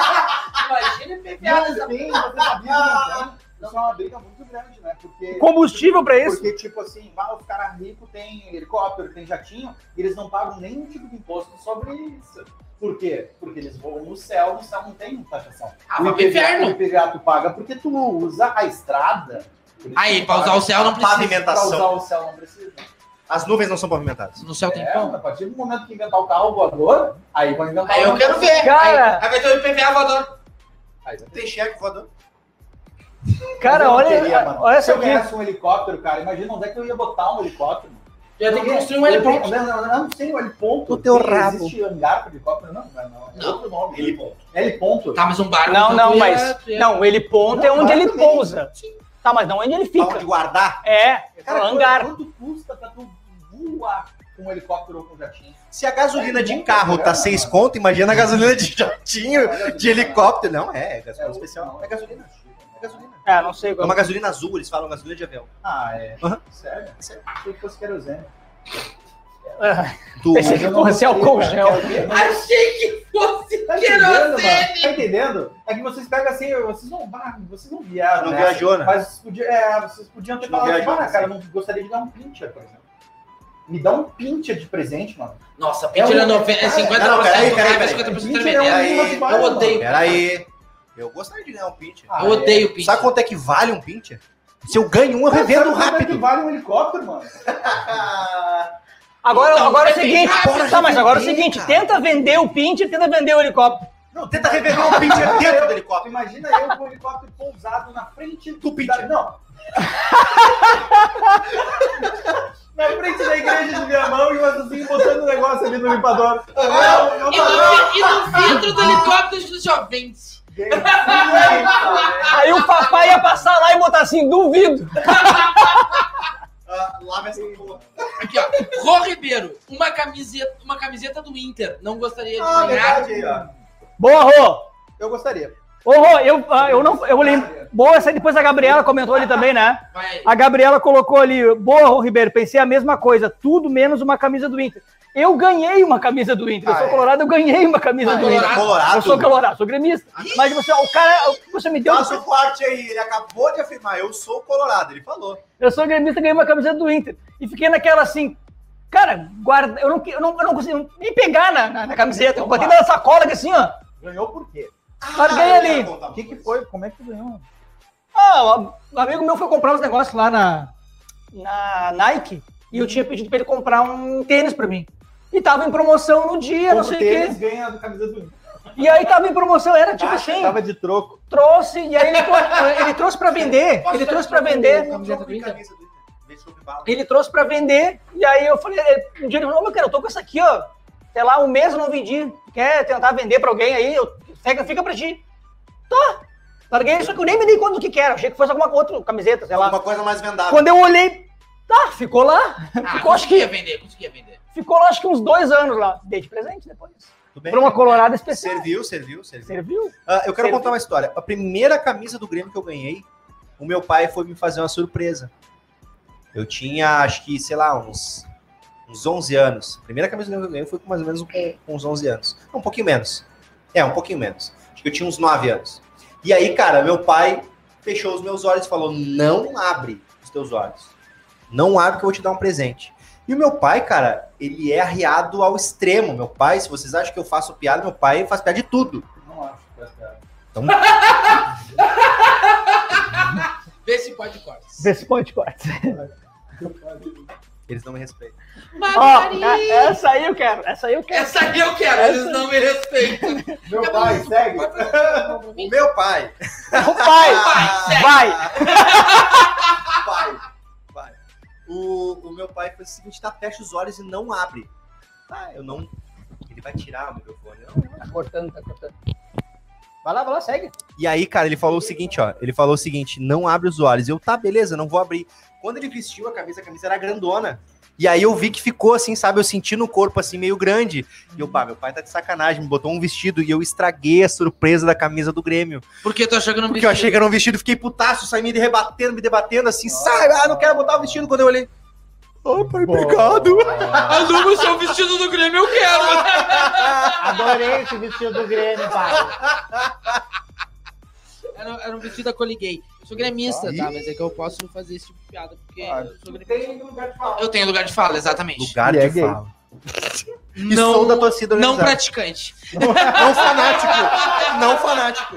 Speaker 2: Não tem, você sabia que não tem.
Speaker 4: Imagina PPA
Speaker 2: Isso é uma briga muito grande, né? Porque,
Speaker 5: Combustível
Speaker 8: é
Speaker 5: pra isso.
Speaker 2: porque tipo assim, vai, os caras ricos têm helicóptero, tem jatinho, e eles não pagam nenhum tipo de imposto sobre isso. Por quê? Porque eles voam no céu, no céu não tem taxação.
Speaker 4: Ah, vai pro inferno.
Speaker 2: O IPVA tu paga porque tu usa a estrada. Por isso
Speaker 4: Aí,
Speaker 2: tu
Speaker 4: pra usar
Speaker 2: paga.
Speaker 4: o céu não precisa.
Speaker 8: Pavimentação.
Speaker 2: Pra usar o céu não precisa.
Speaker 8: As nuvens não são pavimentadas.
Speaker 4: No céu tem
Speaker 2: É,
Speaker 4: pão.
Speaker 2: a partir do momento que inventar o carro voador, aí vão inventar
Speaker 4: Aí
Speaker 2: o
Speaker 4: eu quero ver.
Speaker 5: Cara.
Speaker 4: Aí, aí vai ter o IPVA voador.
Speaker 2: Aí vai ter.
Speaker 8: Tem cheque um voador.
Speaker 2: Eu
Speaker 5: Cara,
Speaker 2: não
Speaker 5: olha,
Speaker 2: queria, mano.
Speaker 5: olha
Speaker 2: Se
Speaker 5: essa
Speaker 2: eu
Speaker 5: aqui.
Speaker 2: ganhasse um helicóptero, cara, imagina onde é que eu ia botar um helicóptero.
Speaker 4: Já tem que construir um heliponto.
Speaker 2: Não, não, não, não sei o heliponto.
Speaker 8: O teu
Speaker 2: Tem-
Speaker 8: rabo.
Speaker 2: Existe hangar para helicóptero? Não, não, não. É
Speaker 4: Não.
Speaker 2: outro nome. Heliponto. Heliponto.
Speaker 4: Tá, mas um barco.
Speaker 5: Ah, Não,
Speaker 4: então
Speaker 5: não,
Speaker 4: tu ia-
Speaker 5: mas.
Speaker 4: tu ia-
Speaker 5: Não, ele ponta é
Speaker 2: Não,
Speaker 5: onde ele
Speaker 2: claro que tem.
Speaker 5: pousa. Tá, mas não onde ele fica.
Speaker 8: Onde guardar.
Speaker 5: É,
Speaker 2: Cara,
Speaker 5: o hangar.
Speaker 2: quanto custa pra tu voar com um helicóptero ou com um jatinho?
Speaker 8: Se a gasolina de
Speaker 2: Não,
Speaker 8: carro
Speaker 2: não.
Speaker 8: tá seis conto, imagina a gasolina de jatinho, de helicóptero. Não, é, é
Speaker 2: né? É
Speaker 8: gasolina especial.
Speaker 2: especial.
Speaker 8: É gasolina. É
Speaker 2: gasolina.
Speaker 8: gasolina.
Speaker 5: É, não sei.
Speaker 8: É uma gasolina azul, eles falam gasolina de avião.
Speaker 2: Ah, é.
Speaker 8: Aham.
Speaker 2: Sério? Sério? Achei que fosse querosene.
Speaker 8: Tu,
Speaker 5: Pensei que fosse álcool gel.
Speaker 4: Achei que fosse
Speaker 2: Tá entendendo, mano?
Speaker 4: querosene.
Speaker 2: Tá entendendo? É que vocês pegam assim, vocês não, ah, vocês não
Speaker 5: um
Speaker 2: viaram,
Speaker 8: não
Speaker 2: né?
Speaker 8: viajou, né?
Speaker 2: Mas vocês podiam, é, vocês podiam ter
Speaker 8: Não
Speaker 2: falado,
Speaker 8: viajou,
Speaker 2: "Ah,
Speaker 8: né?
Speaker 2: cara, eu não gostaria de dar um pincher, por exemplo. Me dá um pincher de presente, mano.
Speaker 4: Nossa,
Speaker 2: É um-
Speaker 4: Pinter é, noven- é 50%
Speaker 8: Não, não, peraí,
Speaker 4: do
Speaker 8: peraí,
Speaker 4: raiva,
Speaker 8: peraí.
Speaker 4: 50%
Speaker 2: Pinter é
Speaker 4: veneno.
Speaker 2: um-
Speaker 8: Peraí,
Speaker 4: Eu odeio.
Speaker 8: peraí. Eu gostaria de ganhar um pincher.
Speaker 2: Ah,
Speaker 4: Eu odeio o Pinter.
Speaker 8: Sabe quanto é que vale um pincher? Se eu ganho um, eu
Speaker 2: Cara,
Speaker 8: revendo
Speaker 2: sabe quanto é que
Speaker 8: rápido.
Speaker 2: vale um helicóptero, mano.
Speaker 5: Agora,
Speaker 4: Então,
Speaker 5: agora é
Speaker 4: vai
Speaker 5: o seguinte,
Speaker 4: brincar,
Speaker 8: porra,
Speaker 5: tá, mas agora é o
Speaker 8: brinca.
Speaker 5: seguinte, tenta vender o Pinter, tenta vender o helicóptero.
Speaker 8: Não, tenta revender um pincher dentro do helicóptero.
Speaker 2: Imagina eu com o helicóptero pousado na frente
Speaker 8: Do
Speaker 2: da...
Speaker 8: pincher.
Speaker 2: Não. na frente da igreja de Viamão e o azulzinho botando o negócio ali no limpador. Não, não,
Speaker 4: E no, e no vidro do helicóptero, tipo assim, a gente só vende.
Speaker 2: não.
Speaker 5: Aí o papai ia passar lá e botar assim, duvido.
Speaker 1: Ah, lava essa porra.
Speaker 4: Aqui, ó. Rô Ribeiro, uma camiseta, uma camiseta do Inter. Não gostaria de
Speaker 1: Ah,
Speaker 4: ganhar.
Speaker 1: verdade aí, ó.
Speaker 5: Boa, Rô!
Speaker 2: Eu gostaria.
Speaker 5: Ô, Rô, eu, ah, eu não. Eu lembro. Boa, essa aí depois a Gabriela comentou ali também, né?
Speaker 4: Vai aí.
Speaker 5: A Gabriela colocou ali, boa, Rô Ribeiro, pensei a mesma coisa, tudo menos uma camisa do Inter. Eu ganhei uma camisa do Inter. Eu
Speaker 2: Ah,
Speaker 5: sou
Speaker 2: é?
Speaker 5: colorado, eu ganhei uma camisa
Speaker 4: Ah,
Speaker 5: do Inter.
Speaker 4: colorado.
Speaker 5: Eu sou colorado, sou gremista. Mas você, o cara, você me deu.
Speaker 1: Faça o corte aí, ele acabou de afirmar, eu sou colorado, ele falou.
Speaker 5: Eu sou gremista, ganhei uma camiseta do Inter. E fiquei naquela assim, cara, guarda, eu não, eu não, eu não consigo nem pegar na, na, na camiseta. Eu botei na sacola que assim, ó.
Speaker 9: Ganhou por quê?
Speaker 1: Ah,
Speaker 5: Larguei
Speaker 1: eu ia
Speaker 5: ali.
Speaker 2: tá
Speaker 1: contar
Speaker 9: O
Speaker 1: uma
Speaker 9: que, que
Speaker 1: coisa.
Speaker 9: foi? Como é que tu ganhou?
Speaker 5: Ah, um amigo meu foi comprar uns negócios lá na, na Nike e
Speaker 4: Uhum.
Speaker 5: eu tinha pedido pra ele comprar um tênis pra mim. E tava em promoção no dia,
Speaker 4: Um
Speaker 5: não sei é. o quê.
Speaker 9: Eles ganham a camisa do Inter.
Speaker 5: E aí tava em promoção, era
Speaker 4: Ah,
Speaker 5: tipo assim,
Speaker 2: Tava de troco.
Speaker 5: trouxe, e aí ele, tro- ele trouxe pra vender,
Speaker 4: Posso
Speaker 5: ele
Speaker 4: dar
Speaker 5: trouxe
Speaker 4: pra
Speaker 5: pra vender,
Speaker 1: Eu
Speaker 4: Camiseta
Speaker 1: tô
Speaker 4: do
Speaker 1: com
Speaker 4: Inter?
Speaker 1: um camisa do Inter. Deixou de bala.
Speaker 5: ele trouxe pra vender, e aí eu falei, um dia ele falou, ô meu cara, eu tô com essa aqui, ó, sei lá, um mês eu não vendi, quer tentar vender pra alguém aí, eu, fica, fica pra ti. Tá, larguei, só que eu nem me dei conta do que que era, achei que fosse alguma outra camiseta, sei lá.
Speaker 1: Uma coisa mais vendável.
Speaker 5: Quando eu olhei, tá, ficou lá,
Speaker 4: Ah,
Speaker 5: ficou, acho que,
Speaker 4: conseguia vender, conseguia vender.
Speaker 5: ficou lá acho que uns dois anos lá, dei de presente depois,
Speaker 1: Tudo bem?
Speaker 5: pra uma colorada especial.
Speaker 1: Serviu, serviu, serviu.
Speaker 5: Serviu?
Speaker 1: Ah, eu quero
Speaker 5: Serviu.
Speaker 1: contar uma história. A primeira camisa do Grêmio que eu ganhei, o meu pai foi me fazer uma surpresa. Eu tinha, acho que, sei lá, uns, uns 11 anos. A primeira camisa do Grêmio que eu ganhei foi com mais ou menos com, com uns 11 anos. Um pouquinho menos. É, um pouquinho menos. Acho que eu tinha uns 9 anos. E aí, cara, meu pai fechou os meus olhos e falou: não abre os teus olhos. Não abre que eu vou te dar um presente. E o meu pai, cara, ele é arriado ao extremo. Meu pai, se vocês acham que eu faço piada, meu pai faz piada de tudo.
Speaker 9: Não acho que vai ficar.
Speaker 4: Vê se pode cortes.
Speaker 5: Vê se pode corte.
Speaker 1: Eles não me respeitam.
Speaker 5: Ó,
Speaker 4: Maria!
Speaker 5: é- essa aí eu quero, essa aí eu quero.
Speaker 4: é, Essa aqui eu quero,
Speaker 5: Essa-
Speaker 4: eles não me respeitam.
Speaker 2: Meu pai, segue.
Speaker 1: O meu pai.
Speaker 5: O é pai,
Speaker 4: Vai,
Speaker 5: vai.
Speaker 1: Ah, Pai. Pai. O, o meu pai fez o seguinte: tá, fecha os olhos e não abre. Tá, eu não. Ele vai tirar o microfone. eu não-
Speaker 5: Tá cortando, tá cortando. Vai lá, vai lá, segue.
Speaker 1: E aí, cara, ele falou o seguinte: ó. Ele falou o seguinte: não abre os olhos. Eu, tá, beleza, não vou abrir. Quando ele vestiu a camisa, a camisa era grandona. E aí eu vi que ficou assim, sabe? Eu senti no corpo assim, meio grande. E eu, pá, meu pai tá de sacanagem, me botou um vestido e eu estraguei a surpresa da camisa do Grêmio.
Speaker 4: Por que tu achou que eu não
Speaker 1: Porque eu achei que era um vestido, fiquei putaço, saí me rebatendo, me debatendo assim, sai, ah, não quero botar o vestido. Quando eu olhei, é ai, pai, obrigado.
Speaker 4: Aluga o seu um vestido do Grêmio, eu quero!
Speaker 9: Adorei esse vestido do Grêmio, pai.
Speaker 4: Era, era um vestido da Coliguei. Eu sou gremista, tá? Mas é que eu posso fazer esse tipo de piada, porque
Speaker 2: Ah,
Speaker 4: eu sou gremista.
Speaker 9: Tem lugar de falar.
Speaker 4: Eu tenho lugar de fala, exatamente.
Speaker 1: Lugar
Speaker 2: E é
Speaker 1: de
Speaker 2: gay.
Speaker 1: fala. E
Speaker 4: Não-
Speaker 1: sou da torcida
Speaker 4: Não
Speaker 1: organizada.
Speaker 4: praticante.
Speaker 1: não fanático. Não fanático.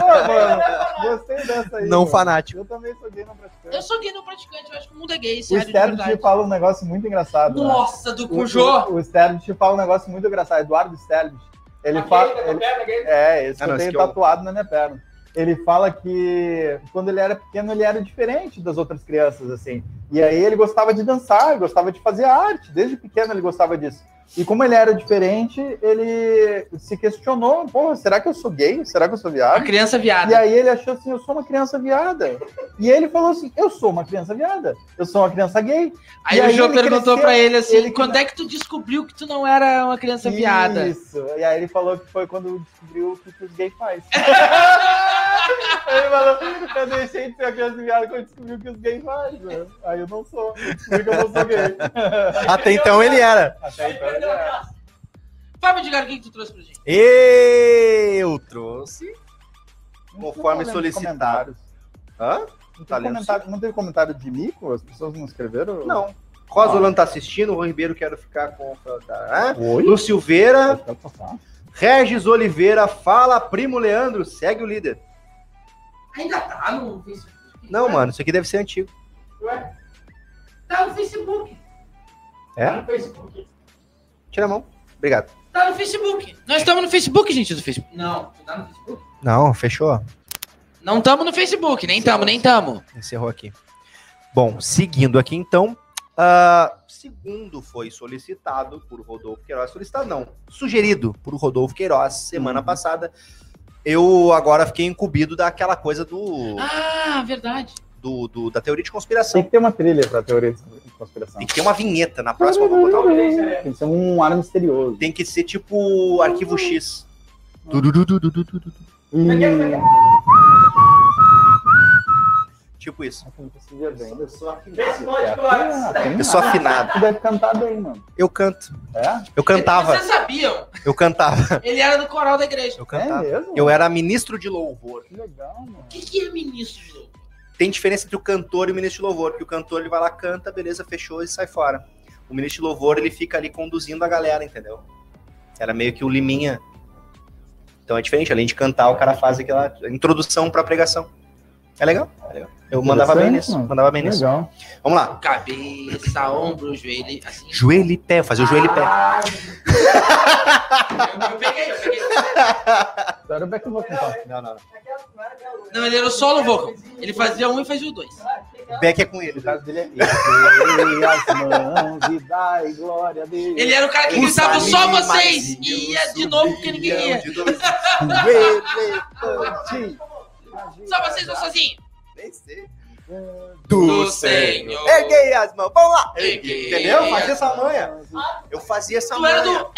Speaker 2: Pô, mano, gostei dessa aí.
Speaker 1: Não
Speaker 2: mano.
Speaker 1: fanático.
Speaker 2: Eu também sou gay não praticante.
Speaker 4: Eu sou gay não praticante, eu acho que o mundo é gay,
Speaker 2: O
Speaker 4: sério, de
Speaker 2: Sterno te
Speaker 4: verdade.
Speaker 2: fala um negócio muito engraçado. né?
Speaker 4: Nossa, do
Speaker 2: O,
Speaker 4: Cujô!
Speaker 2: o, o Sterling te fala um negócio muito engraçado. Eduardo Sterling. Ele fala. ele- É, esse
Speaker 1: Ah,
Speaker 2: que
Speaker 1: não,
Speaker 2: eu tenho
Speaker 1: esse que eu-
Speaker 2: tatuado na minha perna. Ele fala que quando ele era pequeno, ele era diferente das outras crianças, assim. E aí ele gostava de dançar, gostava de fazer arte. Desde pequeno ele gostava disso. E como ele era diferente, ele se questionou: porra, será que eu sou gay? Será que eu sou
Speaker 4: A
Speaker 2: viado?
Speaker 4: criança viada.
Speaker 2: E aí ele achou assim: eu sou uma criança viada. E ele falou assim: eu sou uma criança viada. Eu sou uma criança gay.
Speaker 4: Aí,
Speaker 2: E
Speaker 4: o
Speaker 2: aí
Speaker 4: Jô
Speaker 2: ele
Speaker 4: perguntou
Speaker 2: cresceu,
Speaker 4: pra ele assim:
Speaker 2: ele que
Speaker 4: quando
Speaker 2: não-
Speaker 4: é que tu descobriu que tu não era uma criança viada?
Speaker 2: Isso. E aí ele falou que foi quando descobriu o que que os gays fazem. ele falou, eu deixei de ser a criança viada quando descobriu o que os gays fazem. né? Aí eu não sou, porque eu não sou gay.
Speaker 1: Até então ele era.
Speaker 2: Até então ele era.
Speaker 4: Fábio de o que que tu trouxe pra gente?
Speaker 1: Eu trouxe. Conforme
Speaker 2: Não tô lendo
Speaker 1: solicitado.
Speaker 2: comentários.
Speaker 1: Hã?
Speaker 2: Não,
Speaker 1: Tá
Speaker 2: teve
Speaker 1: lendo
Speaker 2: comentário, não teve comentário de mico? As pessoas não escreveram?
Speaker 1: Não. Rosolano tá assistindo, o Rui Ribeiro quero ficar com. Tá, né?
Speaker 2: Oi?
Speaker 1: Lu Silveira,
Speaker 2: Pode passar.
Speaker 1: Regis Oliveira, fala, primo Leandro, segue o líder.
Speaker 4: Ainda tá no Facebook?
Speaker 1: Não, mano, isso aqui deve ser antigo.
Speaker 4: Tá no Facebook. Tá
Speaker 1: É?
Speaker 4: no Facebook.
Speaker 1: Tira a mão. Obrigado.
Speaker 4: Tá no Facebook. Nós estamos no Facebook, gente, do Facebook. Não, tu tá no Facebook?
Speaker 1: Não, fechou.
Speaker 4: Não estamos no Facebook, nem estamos, nem estamos.
Speaker 1: Encerrou aqui. Bom, seguindo aqui então. ah, segundo foi solicitado por Rodolfo Queiroz, solicitado não, sugerido por Rodolfo Queiroz semana passada. Eu agora fiquei incumbido daquela coisa do,
Speaker 4: Ah, verdade.
Speaker 1: do, do- da teoria de
Speaker 2: Tem
Speaker 1: conspiração.
Speaker 2: que ter uma trilha pra teoria de conspiração.
Speaker 1: Tem que ter uma vinheta. Na próxima eu vou botar uma.
Speaker 2: Tem que ser um ar misterioso.
Speaker 1: Tem que ser tipo arquivo X.
Speaker 2: Hum.
Speaker 1: Tipo isso.
Speaker 2: Eu sou
Speaker 5: Vê se pode,
Speaker 2: É,
Speaker 5: Clóvis.
Speaker 1: Eu sou afinado.
Speaker 2: Tu deve cantar bem, mano.
Speaker 1: Eu canto.
Speaker 2: É?
Speaker 1: Eu cantava.
Speaker 4: Vocês sabiam?
Speaker 1: Eu cantava.
Speaker 4: Ele era do coral da igreja.
Speaker 1: Eu
Speaker 2: É
Speaker 1: cantava.
Speaker 2: mesmo?
Speaker 1: Eu era ministro de louvor.
Speaker 2: Que legal, mano.
Speaker 4: O que, que é ministro de louvor?
Speaker 1: Tem diferença entre o cantor e o ministro de louvor, porque o cantor ele vai lá, canta, beleza, fechou e sai fora. O ministro de louvor ele fica ali conduzindo a galera, entendeu? Era meio que o liminha. Então é diferente, além de cantar, o cara faz aquela introdução pra pregação. É legal? É legal. Eu mandava bem
Speaker 2: Interessante,
Speaker 1: nisso.
Speaker 2: mano.
Speaker 1: Mandava bem nisso.
Speaker 2: Legal.
Speaker 1: Vamos lá.
Speaker 4: Cabeça, ombro, joelho, assim.
Speaker 1: Joelho e pé, fazer o joelho e pé.
Speaker 4: Eu, eu peguei, eu peguei.
Speaker 2: Agora como é que eu vou cantar?
Speaker 1: Não, não.
Speaker 4: Não, ele era o solo vocal. Ele fazia um e fazia o dois.
Speaker 1: O Beck é com ele.
Speaker 2: No caso dele é. Erguei as mãos e dai glória a Deus.
Speaker 4: Ele era o cara que
Speaker 1: Os
Speaker 4: gritava só
Speaker 1: animais
Speaker 4: vocês e ia de novo porque ninguém ia.
Speaker 1: de dois-
Speaker 5: é
Speaker 2: Elefante.
Speaker 5: um
Speaker 4: Só vocês vão sozinhos.
Speaker 1: Do
Speaker 4: Do
Speaker 1: Senhor.
Speaker 4: Senhor. É,
Speaker 1: Erguei as mãos. Vamos lá.
Speaker 4: Erguei
Speaker 1: Entendeu?
Speaker 4: as
Speaker 1: Fazia essa manha. Eu fazia essa
Speaker 4: Tu era
Speaker 1: manha.
Speaker 4: do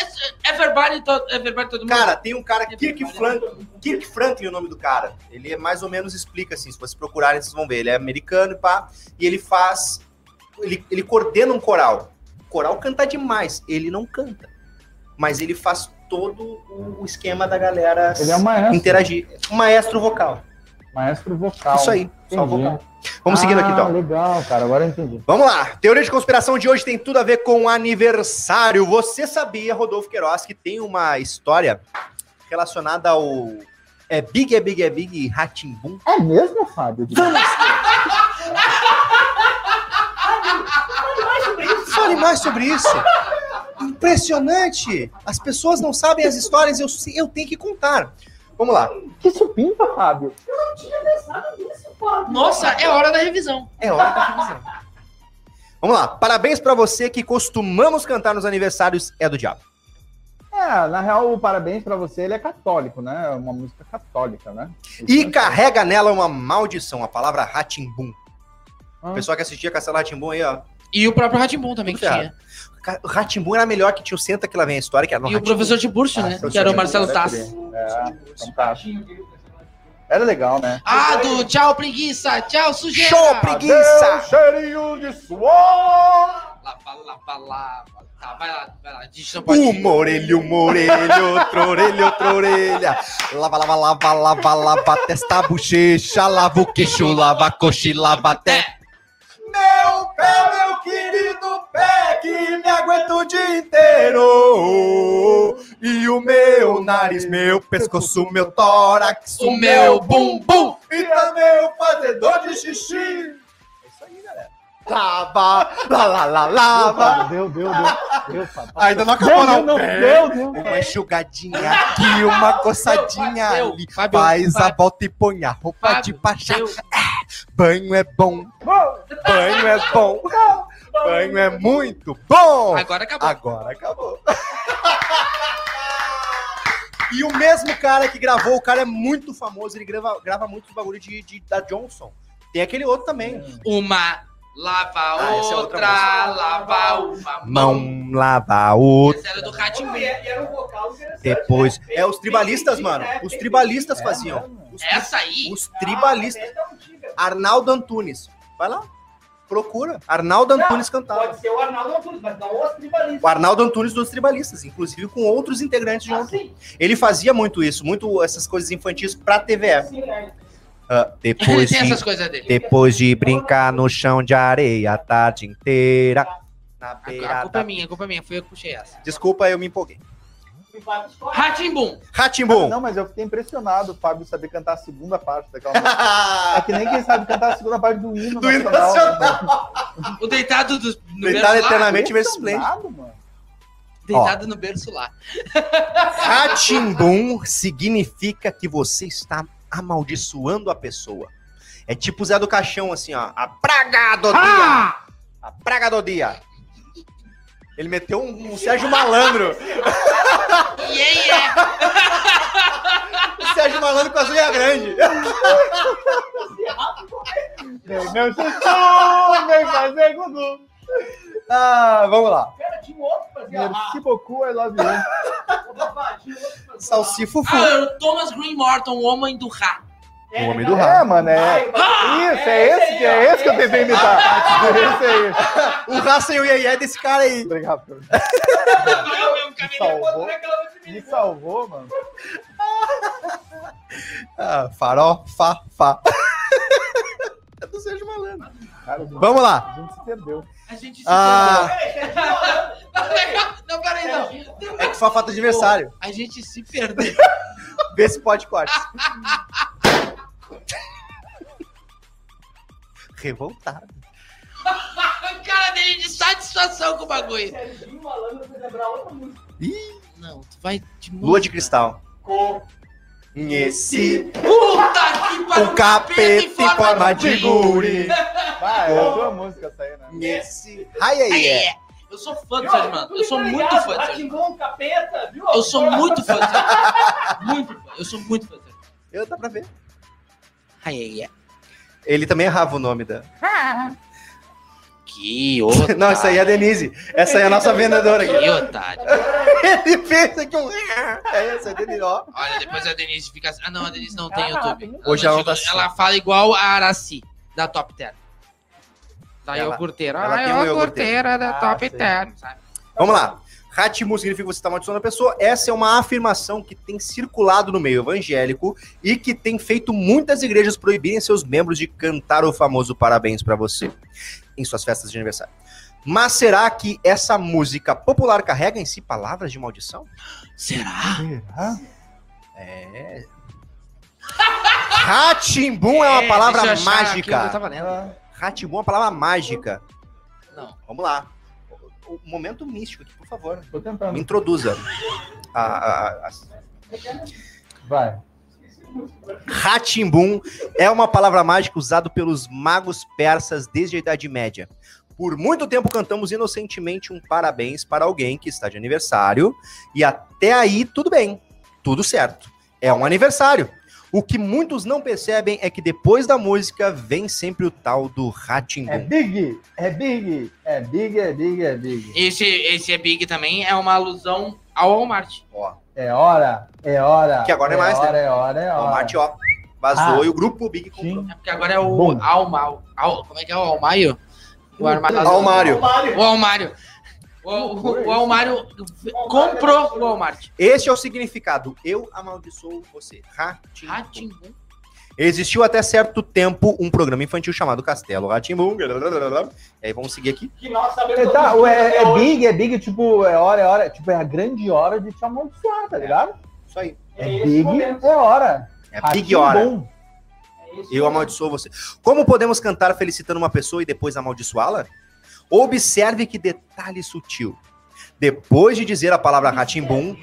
Speaker 4: Everybody, to- everybody todo mundo.
Speaker 1: Tá Cara, tem um cara, Kirk Franklin, Kirk Franklin é o nome do cara. Ele é mais ou menos explica assim, se vocês procurarem vocês vão ver. Ele é americano e pá, e ele faz ele, ele coordena um coral. O coral canta demais, ele não canta. Mas ele faz todo o esquema da galera
Speaker 2: Ele é um maestro.
Speaker 1: interagir. Um maestro vocal.
Speaker 2: Maestro vocal.
Speaker 1: Isso aí. Só o
Speaker 2: Entendi. Ah,
Speaker 1: vocal. Vamos seguindo aqui então.
Speaker 2: Legal, cara. Agora eu entendi.
Speaker 1: Vamos lá. Teoria de conspiração de hoje tem tudo a ver com aniversário. Você sabia, Rodolfo Queiroz, que tem uma história relacionada ao é Big é Big é Big Ratimbum?
Speaker 2: É mesmo, Fábio?
Speaker 1: Fale mais sobre isso. Impressionante. As pessoas não sabem as histórias, eu, eu tenho que contar. Vamos lá.
Speaker 2: Que supimpa, Fábio.
Speaker 4: Nossa, é hora da revisão.
Speaker 1: É hora da revisão. Vamos lá. Parabéns pra você que costumamos cantar nos aniversários é do diabo.
Speaker 2: É, na real, o parabéns pra você, ele é católico, né? É uma música católica, né?
Speaker 1: E carrega nela uma maldição, a palavra Ratimbum.
Speaker 2: Ah.
Speaker 1: O pessoal que assistia Castelo Ratimbum aí, ó.
Speaker 4: E o próprio Ratimbun também que
Speaker 1: Cara,
Speaker 4: tinha.
Speaker 1: Ca- O Ratimbun era melhor que tinha o Senta que lá vem a história, que era no
Speaker 4: E o
Speaker 1: Rá-Tim-Bum.
Speaker 4: professor de Burso, né?
Speaker 1: Ah, professor
Speaker 4: Que era o
Speaker 1: de
Speaker 4: Marcelo
Speaker 2: Pode
Speaker 4: Tassi.
Speaker 2: crer. É, fantástico. Era legal, né?
Speaker 4: Ah, do tchau, preguiça, tchau, sujeira.
Speaker 1: Show,
Speaker 2: Deu
Speaker 1: preguiça!
Speaker 2: cheirinho de suor!
Speaker 4: Lava, lava, lava. Tá, vai lá, vai lá. A gente não pode.
Speaker 1: Uma orelha, uma orelha, outra orelha, outra orelha. Lava, lava, lava, lava, lava, testa a bochecha, lava o queixo, lava a coxa e lava até. Meu pé, meu querido pé, que me aguenta o dia inteiro. E o meu nariz, meu pescoço, meu tórax,
Speaker 4: O meu bumbum.
Speaker 1: E também o fazedor de xixi. É isso aí, galera. Lava, la, la, la, lava.
Speaker 2: Deu, deu, deu. Deu, Fábio.
Speaker 1: Ainda não
Speaker 2: Deu,
Speaker 1: acabou, não.
Speaker 2: não, deu, deu.
Speaker 1: Uma enxugadinha aqui, uma coçadinha
Speaker 4: Meu,
Speaker 1: ali.
Speaker 4: É. Fábio,
Speaker 1: Faz a
Speaker 4: Fábio,
Speaker 1: volta e põe a roupa de
Speaker 4: Fábio,
Speaker 1: pachá.
Speaker 4: meu.
Speaker 1: Banho é bom,
Speaker 2: Bom,
Speaker 1: banho é bom, banho é muito bom.
Speaker 4: Agora acabou.
Speaker 1: Agora acabou. E o mesmo cara que gravou, o cara é muito famoso, ele grava, grava muito bagulho de, de- da Johnson. Tem aquele outro também.
Speaker 4: Uma lava a
Speaker 1: Ah, essa é outra
Speaker 4: outra, lava uma mão.
Speaker 1: Mão lava outra.
Speaker 4: Essa era do Ratimbun.
Speaker 5: E era um vocal interessante.
Speaker 1: Depois.
Speaker 5: né?
Speaker 1: É os tribalistas, mano. Os
Speaker 2: É
Speaker 1: tribalistas faziam. Os, tri-
Speaker 4: Essa aí.
Speaker 1: os tribalistas.
Speaker 5: Ah, essa é antiga.
Speaker 1: Arnaldo Antunes. Vai lá. Procura. Arnaldo
Speaker 5: Não,
Speaker 1: Antunes cantava.
Speaker 5: Pode ser o Arnaldo Antunes, mas não os tribalistas.
Speaker 1: O Arnaldo Antunes dos Tribalistas, inclusive com outros integrantes de
Speaker 5: Ah,
Speaker 1: ontem.
Speaker 5: sim,
Speaker 1: Ele fazia muito isso, muito essas coisas infantis pra TVE.
Speaker 5: sim, né?
Speaker 1: Ah,
Speaker 4: Ele
Speaker 1: depois,
Speaker 4: tem essas
Speaker 1: de,
Speaker 4: coisas dele.
Speaker 1: depois de brincar no chão de areia a tarde inteira. Na
Speaker 4: A, a
Speaker 1: beira
Speaker 4: culpa é
Speaker 1: da...
Speaker 4: minha, a culpa é minha. Foi eu que puxei essa.
Speaker 1: Desculpa, eu me empolguei.
Speaker 5: Privado de escola.
Speaker 4: Ratimbum.
Speaker 1: Ratimbum!
Speaker 4: Ah,
Speaker 2: Não, mas eu fiquei impressionado, o Fábio, saber cantar a segunda parte daquela música. É que nem quem sabe cantar a segunda parte do hino né? Tá
Speaker 1: Do hino
Speaker 2: nacional.
Speaker 4: O deitado do, no
Speaker 1: Deitado
Speaker 4: berço lá.
Speaker 1: eternamente versus Play.
Speaker 2: Impressionado, mano.
Speaker 4: Deitado no berço lá.
Speaker 1: Ratimbum significa que você está amaldiçoando a pessoa. É tipo Zé do Caixão, assim, ó. A praga do dia! A praga do dia! Ele meteu um, um Sérgio Malandro.
Speaker 4: Yeah, yeah.
Speaker 1: Um O Sérgio Malandro com as unhas grandes.
Speaker 2: Meu Meu chuchu, vem fazer gudu. Ah, vamos lá.
Speaker 5: Cara, tinha um outro que fazia lá.
Speaker 2: Merci beaucoup, I love you.
Speaker 5: Ô, babá, tinha um outro que fazia lá.
Speaker 1: Salsifufu.
Speaker 4: Ah, era o Thomas Green Morton, o homem do Ra.
Speaker 1: O homem do
Speaker 2: É,
Speaker 1: rabo.
Speaker 2: mano, é.
Speaker 5: Ai, babá.
Speaker 2: Isso, é esse, que- é esse que eu tentei imitar. Esse aí.
Speaker 1: O raça e o iaié desse cara aí.
Speaker 2: Obrigado. Pedro.
Speaker 4: Meu, meu
Speaker 2: Me
Speaker 4: caminhão.
Speaker 2: salvou,
Speaker 5: Aquela outra
Speaker 2: me
Speaker 5: menina.
Speaker 2: salvou, mano.
Speaker 1: Ah, faró, fa, fa. Eu não seja malandro.
Speaker 2: Cara, a gente-
Speaker 1: Vamos lá.
Speaker 2: a gente se perdeu.
Speaker 4: A gente se
Speaker 1: Ah,
Speaker 4: perdeu. Não, peraí, não.
Speaker 1: é que foi a falta de adversário.
Speaker 4: A gente se perdeu.
Speaker 1: Vê se pode corte. Revoltado.
Speaker 4: A cara dele de satisfação com o bagulho.
Speaker 5: Serginho Malandro fez lembrar outra música.
Speaker 4: Não, tu vai de
Speaker 1: Lua de cristal.
Speaker 5: Com
Speaker 1: Nesse
Speaker 4: Puta que pariu.
Speaker 1: o Um capeta
Speaker 4: em
Speaker 1: em forma de guri.
Speaker 2: Vai, é a tua música essa aí, né?
Speaker 1: Nesse. Ai, ai, ai.
Speaker 4: É, é. Eu sou fã do Sérgio Malandro. Eu sou muito fã do Sérgio
Speaker 5: Atimbou um capeta, viu?
Speaker 4: Malandro. Eu sou muito fã do Sérgio Malandro. Muito fã. Eu sou muito fã do Sérgio Malandro.
Speaker 1: Eu dá pra ver.
Speaker 4: Ai, ai, ai.
Speaker 1: Ele também errava o nome da.
Speaker 4: Que otário.
Speaker 1: Não, essa aí é a Denise. Essa aí é a nossa vendedora aqui.
Speaker 4: Que otário.
Speaker 1: Ele fez aqui um. É essa, é a Denise, ó.
Speaker 4: Olha, depois a Denise fica assim. Ah, não, a Denise não tem YouTube.
Speaker 1: Hoje ela não tá
Speaker 4: chegou- Ela fala igual a Araci, da Top Term. Da
Speaker 1: Ela-
Speaker 4: iogurteira.
Speaker 1: ela
Speaker 4: Ah,
Speaker 1: tem um
Speaker 4: iogurteira da
Speaker 2: Ah,
Speaker 4: Top
Speaker 2: sim.
Speaker 4: Term, sabe?
Speaker 1: Vamos lá. Ratimu significa você está amaldiçoando a pessoa. Essa é uma afirmação que tem circulado no meio evangélico e que tem feito muitas igrejas proibirem seus membros de cantar o famoso parabéns para você em suas festas de aniversário. Mas será que essa música popular carrega em si palavras de maldição?
Speaker 4: Será?
Speaker 1: É. Ratimbum é uma
Speaker 4: deixa eu
Speaker 1: palavra
Speaker 4: achar aquilo que eu
Speaker 1: mágica.
Speaker 4: tava lendo.
Speaker 1: Ratimbum é uma palavra mágica.
Speaker 4: Não.
Speaker 1: Vamos lá. O- o momento místico aqui, por favor.
Speaker 2: Tô tentando.
Speaker 1: Me introduza. A, a, a-
Speaker 2: Vai.
Speaker 1: Ratimbum é uma palavra mágica usada pelos magos persas desde a Idade Média. Por muito tempo cantamos inocentemente um parabéns para alguém que está de aniversário e até aí tudo bem, tudo certo. É um aniversário. O que muitos não percebem é que depois da música vem sempre o tal do
Speaker 2: É
Speaker 1: Ratimbum.
Speaker 2: big, é big, é big, é big, é big.
Speaker 4: Esse, esse é Big também é uma alusão ao Walmart.
Speaker 1: Ó,
Speaker 2: É hora, é hora.
Speaker 1: Que agora é mais,
Speaker 2: hora, É hora, é
Speaker 1: ó, o
Speaker 2: hora.
Speaker 1: Marte, ó, vazou
Speaker 2: Ah.
Speaker 1: e o grupo Big comprou.
Speaker 2: Sim.
Speaker 4: É porque agora é o
Speaker 2: Bom.
Speaker 4: Almal. Al- como é que é o Almaio? O armário.
Speaker 1: Almário.
Speaker 4: O Almário. O, o, o Almário comprou o Walmart.
Speaker 1: Este é o significado. Eu amaldiçoo você. Ratimbum.
Speaker 4: Ah, Ratimbum.
Speaker 1: Existiu até certo tempo um programa infantil chamado Castelo Ratimbum. E aí vamos seguir aqui.
Speaker 5: Que nós
Speaker 2: É,
Speaker 5: sabemos.
Speaker 2: tá,
Speaker 5: todos
Speaker 2: é,
Speaker 5: até
Speaker 2: é
Speaker 5: hoje.
Speaker 2: big, é big, tipo, é hora, é hora. Tipo, é a grande hora de te amaldiçoar, tá ligado?
Speaker 1: Isso aí.
Speaker 2: É
Speaker 5: É esse
Speaker 2: big,
Speaker 5: momento.
Speaker 2: é hora.
Speaker 1: É a
Speaker 2: Aqui
Speaker 1: Big Hora.
Speaker 2: bom.
Speaker 5: É isso.
Speaker 1: Eu amaldiçoo você. Como podemos cantar felicitando uma pessoa e depois amaldiçoá-la? Observe que detalhe sutil. Depois de dizer a palavra Ratimbum,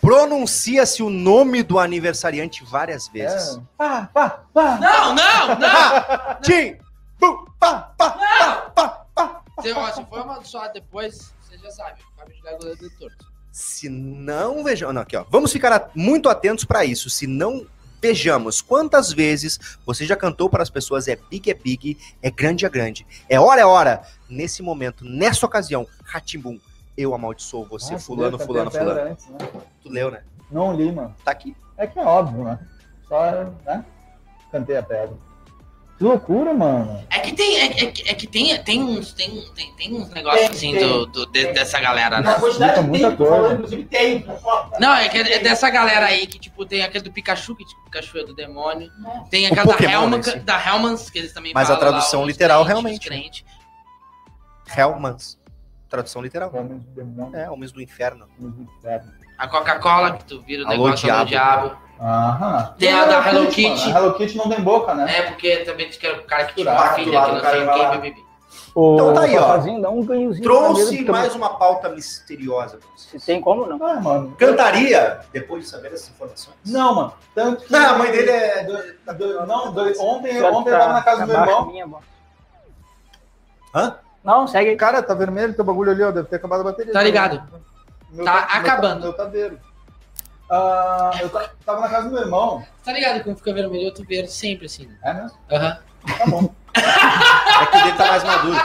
Speaker 1: pronuncia-se o nome do aniversariante várias
Speaker 2: É.
Speaker 1: vezes.
Speaker 2: Pá, pá, pá.
Speaker 4: Não, não, não!
Speaker 2: Ah.
Speaker 1: Ratimbum! Pá, pá.
Speaker 4: Você, ó, se for amaldiçoado depois, você já sabe. Cabe de dar goleiro do torto.
Speaker 1: Se não vejamos. Não, aqui, ó. Vamos ficar at- muito atentos para isso. Se não vejamos quantas vezes você já cantou para as pessoas é big é big, é grande é grande. É hora é hora. Nesse momento, nessa ocasião, Ratimbum, eu amaldiçoo você,
Speaker 2: Nossa,
Speaker 1: fulano,
Speaker 2: Deus,
Speaker 1: fulano,
Speaker 2: até a pedra
Speaker 1: fulano.
Speaker 2: antes, né?
Speaker 1: Tu leu, né?
Speaker 2: Não li, mano.
Speaker 1: Tá aqui.
Speaker 2: É que é óbvio, né? Só, né? Cantei a pedra. Que loucura, mano.
Speaker 4: É que tem, é, é que- é que tem, tem uns, tem, tem, tem uns negócios assim do, do- de- dessa galera, né?
Speaker 5: Na quantidade
Speaker 2: Muita, muita
Speaker 5: de tempo,
Speaker 2: coisa.
Speaker 5: falou, inclusive tem.
Speaker 4: Não, é, que é dessa galera aí que, tipo, tem aquele do Pikachu, que tipo, Pikachu é do demônio. Tem
Speaker 1: O
Speaker 4: aquela da,
Speaker 1: Pokémon,
Speaker 4: Helma,
Speaker 1: né, sim.
Speaker 4: da Hellmans, que eles também
Speaker 1: Mas a
Speaker 4: falam lá,
Speaker 1: tradução
Speaker 4: os
Speaker 1: literal,
Speaker 4: crentes,
Speaker 1: realmente,
Speaker 4: os crentes.
Speaker 1: Hellmans. Tradução literal.
Speaker 2: Homem de demônio,
Speaker 1: É, homens do inferno.
Speaker 2: homens do inferno.
Speaker 4: A Coca-Cola, que tu vira o
Speaker 1: Alô,
Speaker 4: negócio do
Speaker 1: diabo.
Speaker 4: diabo.
Speaker 2: Aham.
Speaker 4: Tem a
Speaker 2: E
Speaker 4: da Hello
Speaker 2: mano?
Speaker 4: Kitty.
Speaker 2: A Hello Kitty não tem boca, né?
Speaker 4: É, porque também diz que era o cara que tinha uma
Speaker 2: Curado,
Speaker 4: filha, que
Speaker 2: curado,
Speaker 4: não sei o
Speaker 2: cara, vai
Speaker 4: que,
Speaker 2: lá.
Speaker 4: bebê.
Speaker 1: Então tá aí, ó.
Speaker 10: Fazendo, dá um ganhozinho.
Speaker 1: Trouxe
Speaker 10: pra mesa,
Speaker 1: mais uma pauta misteriosa. pra vocês.
Speaker 10: porque- Se tem como, não.
Speaker 2: Ah, mano.
Speaker 1: Cantaria, depois de saber essas informações?
Speaker 2: Não, mano. Tanto que...
Speaker 1: Não, a mãe dele é.
Speaker 2: Do- do- não, do- ontem, ontem eu tava na casa do meu
Speaker 10: Abaixa
Speaker 2: irmão.
Speaker 10: minha mão.
Speaker 1: Hã?
Speaker 10: Não, segue aí.
Speaker 2: Cara, tá vermelho teu bagulho ali, ó. Deve ter acabado a bateria.
Speaker 4: Tá ligado.
Speaker 2: Meu
Speaker 4: Tá acabando.
Speaker 2: Meu taveiro. Ah, eu ta- tava na casa do meu irmão.
Speaker 4: Tá ligado como fica vermelho, eu tô verde sempre, assim. né?
Speaker 2: É mesmo?
Speaker 4: Aham.
Speaker 2: Tá bom.
Speaker 8: É que o dele tá mais maduro.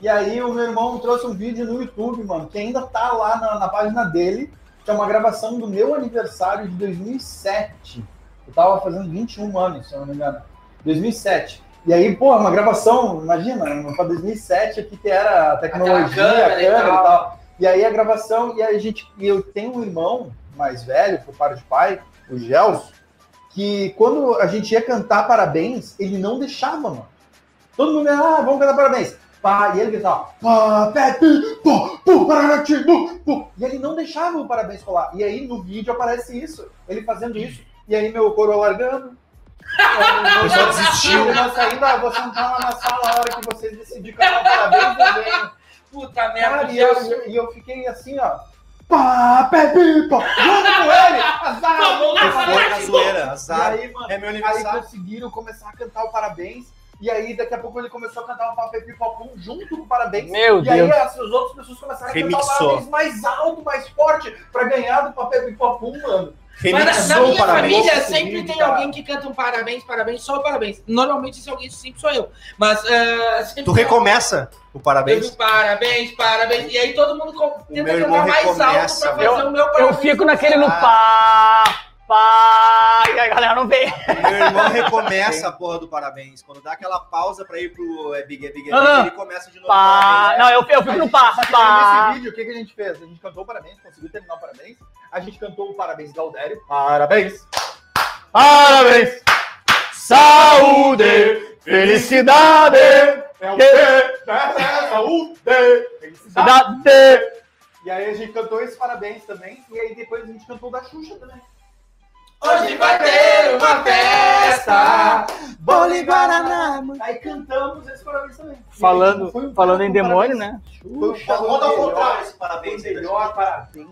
Speaker 2: E aí o meu irmão trouxe um vídeo no YouTube, mano, que ainda tá lá na, na página dele, que é uma gravação do meu aniversário de 2007. Eu tava fazendo 21 anos, se eu não me engano. 2007. E aí, pô, é uma gravação, imagina, né, pra 2007, aqui que era a tecnologia,
Speaker 4: câmera
Speaker 2: a
Speaker 4: e
Speaker 2: câmera
Speaker 4: tal.
Speaker 2: e tal. E aí a gravação, e a gente, e eu tenho um irmão mais velho, por parte de pai, o Gelson, que quando a gente ia cantar parabéns, ele não deixava, mano. Todo mundo ia, ah, vamos cantar parabéns. Pá, e ele gritava, pá, pepe, pô, pô, pararati, bu, bu. E ele não deixava o parabéns rolar. E aí no vídeo aparece isso, ele fazendo isso, e aí meu coro largando. O
Speaker 6: pessoal desistiu.
Speaker 2: Não saindo, ah, vou sentar lá na sala a hora que vocês decidirem cantar parabéns também.
Speaker 4: Puta merda,
Speaker 2: Cara, e, eu, e eu fiquei assim, ó. Pá, pepe, pô, junto com ele, azar, vamos lá,
Speaker 8: Foi na zoeira,
Speaker 2: e
Speaker 8: azar.
Speaker 2: aí, mano,
Speaker 8: É meu
Speaker 2: aí
Speaker 8: aniversário.
Speaker 2: conseguiram começar a cantar o parabéns. E aí, daqui a pouco, ele começou a cantar o papel pipopum junto com o parabéns.
Speaker 5: Meu
Speaker 2: e
Speaker 5: Deus.
Speaker 2: aí, as, as outras pessoas começaram a cantar o
Speaker 8: Remixou.
Speaker 2: parabéns mais alto, mais forte, pra ganhar do papel um pipopum, mano.
Speaker 4: Mas na, na
Speaker 8: Remixou
Speaker 1: um
Speaker 8: o
Speaker 4: minha
Speaker 8: parabéns.
Speaker 4: família
Speaker 2: Esse
Speaker 4: sempre
Speaker 2: vídeo,
Speaker 4: tem
Speaker 2: cara.
Speaker 4: alguém que canta um parabéns, parabéns, só parabéns. Normalmente esse alguém sempre sou eu. Mas ah, sempre
Speaker 8: Tu
Speaker 4: tem
Speaker 8: recomeça o
Speaker 4: alguém
Speaker 8: parabéns.
Speaker 4: que canta um Parabéns, parabéns. E aí todo mundo co-
Speaker 8: meu
Speaker 4: tenta
Speaker 8: irmão
Speaker 4: cantar mais alto
Speaker 8: recomeça,
Speaker 4: pra fazer o meu
Speaker 5: Eu
Speaker 4: parabéns.
Speaker 5: fico naquele no pá, pá, e a galera não vem.
Speaker 8: Meu irmão recomeça a porra do parabéns. Quando dá aquela pausa pra ir pro é, Big é Big, é,
Speaker 5: Não, não.
Speaker 8: Big, ele começa de novo.
Speaker 5: Pá.
Speaker 8: parabéns. né?
Speaker 5: Não, eu, eu fico no pá,
Speaker 2: Só que aí,
Speaker 5: pá.
Speaker 2: nesse vídeo, o que, que a gente fez? A gente cantou o parabéns, conseguiu terminar o parabéns. A gente cantou o parabéns Galdério. Parabéns! Parabéns! Saúde! Felicidade! É o que? Saúde! Felicidade!
Speaker 5: Cidade.
Speaker 2: E aí a gente cantou esse parabéns também, e aí depois a gente cantou da Xuxa também.
Speaker 4: Hoje vai ter uma festa.
Speaker 2: Bole Guaraná! Aí cantamos esse parabéns também.
Speaker 5: Falando-
Speaker 2: E aí, foi um-
Speaker 5: Falando
Speaker 2: foi
Speaker 5: em
Speaker 2: um
Speaker 5: demônio,
Speaker 2: parabéns.
Speaker 5: né?
Speaker 2: Foi o show
Speaker 8: Conta ao
Speaker 2: melhor,
Speaker 8: contrário esse
Speaker 2: foi o
Speaker 8: parabéns aí. Daniel.
Speaker 2: melhor parabéns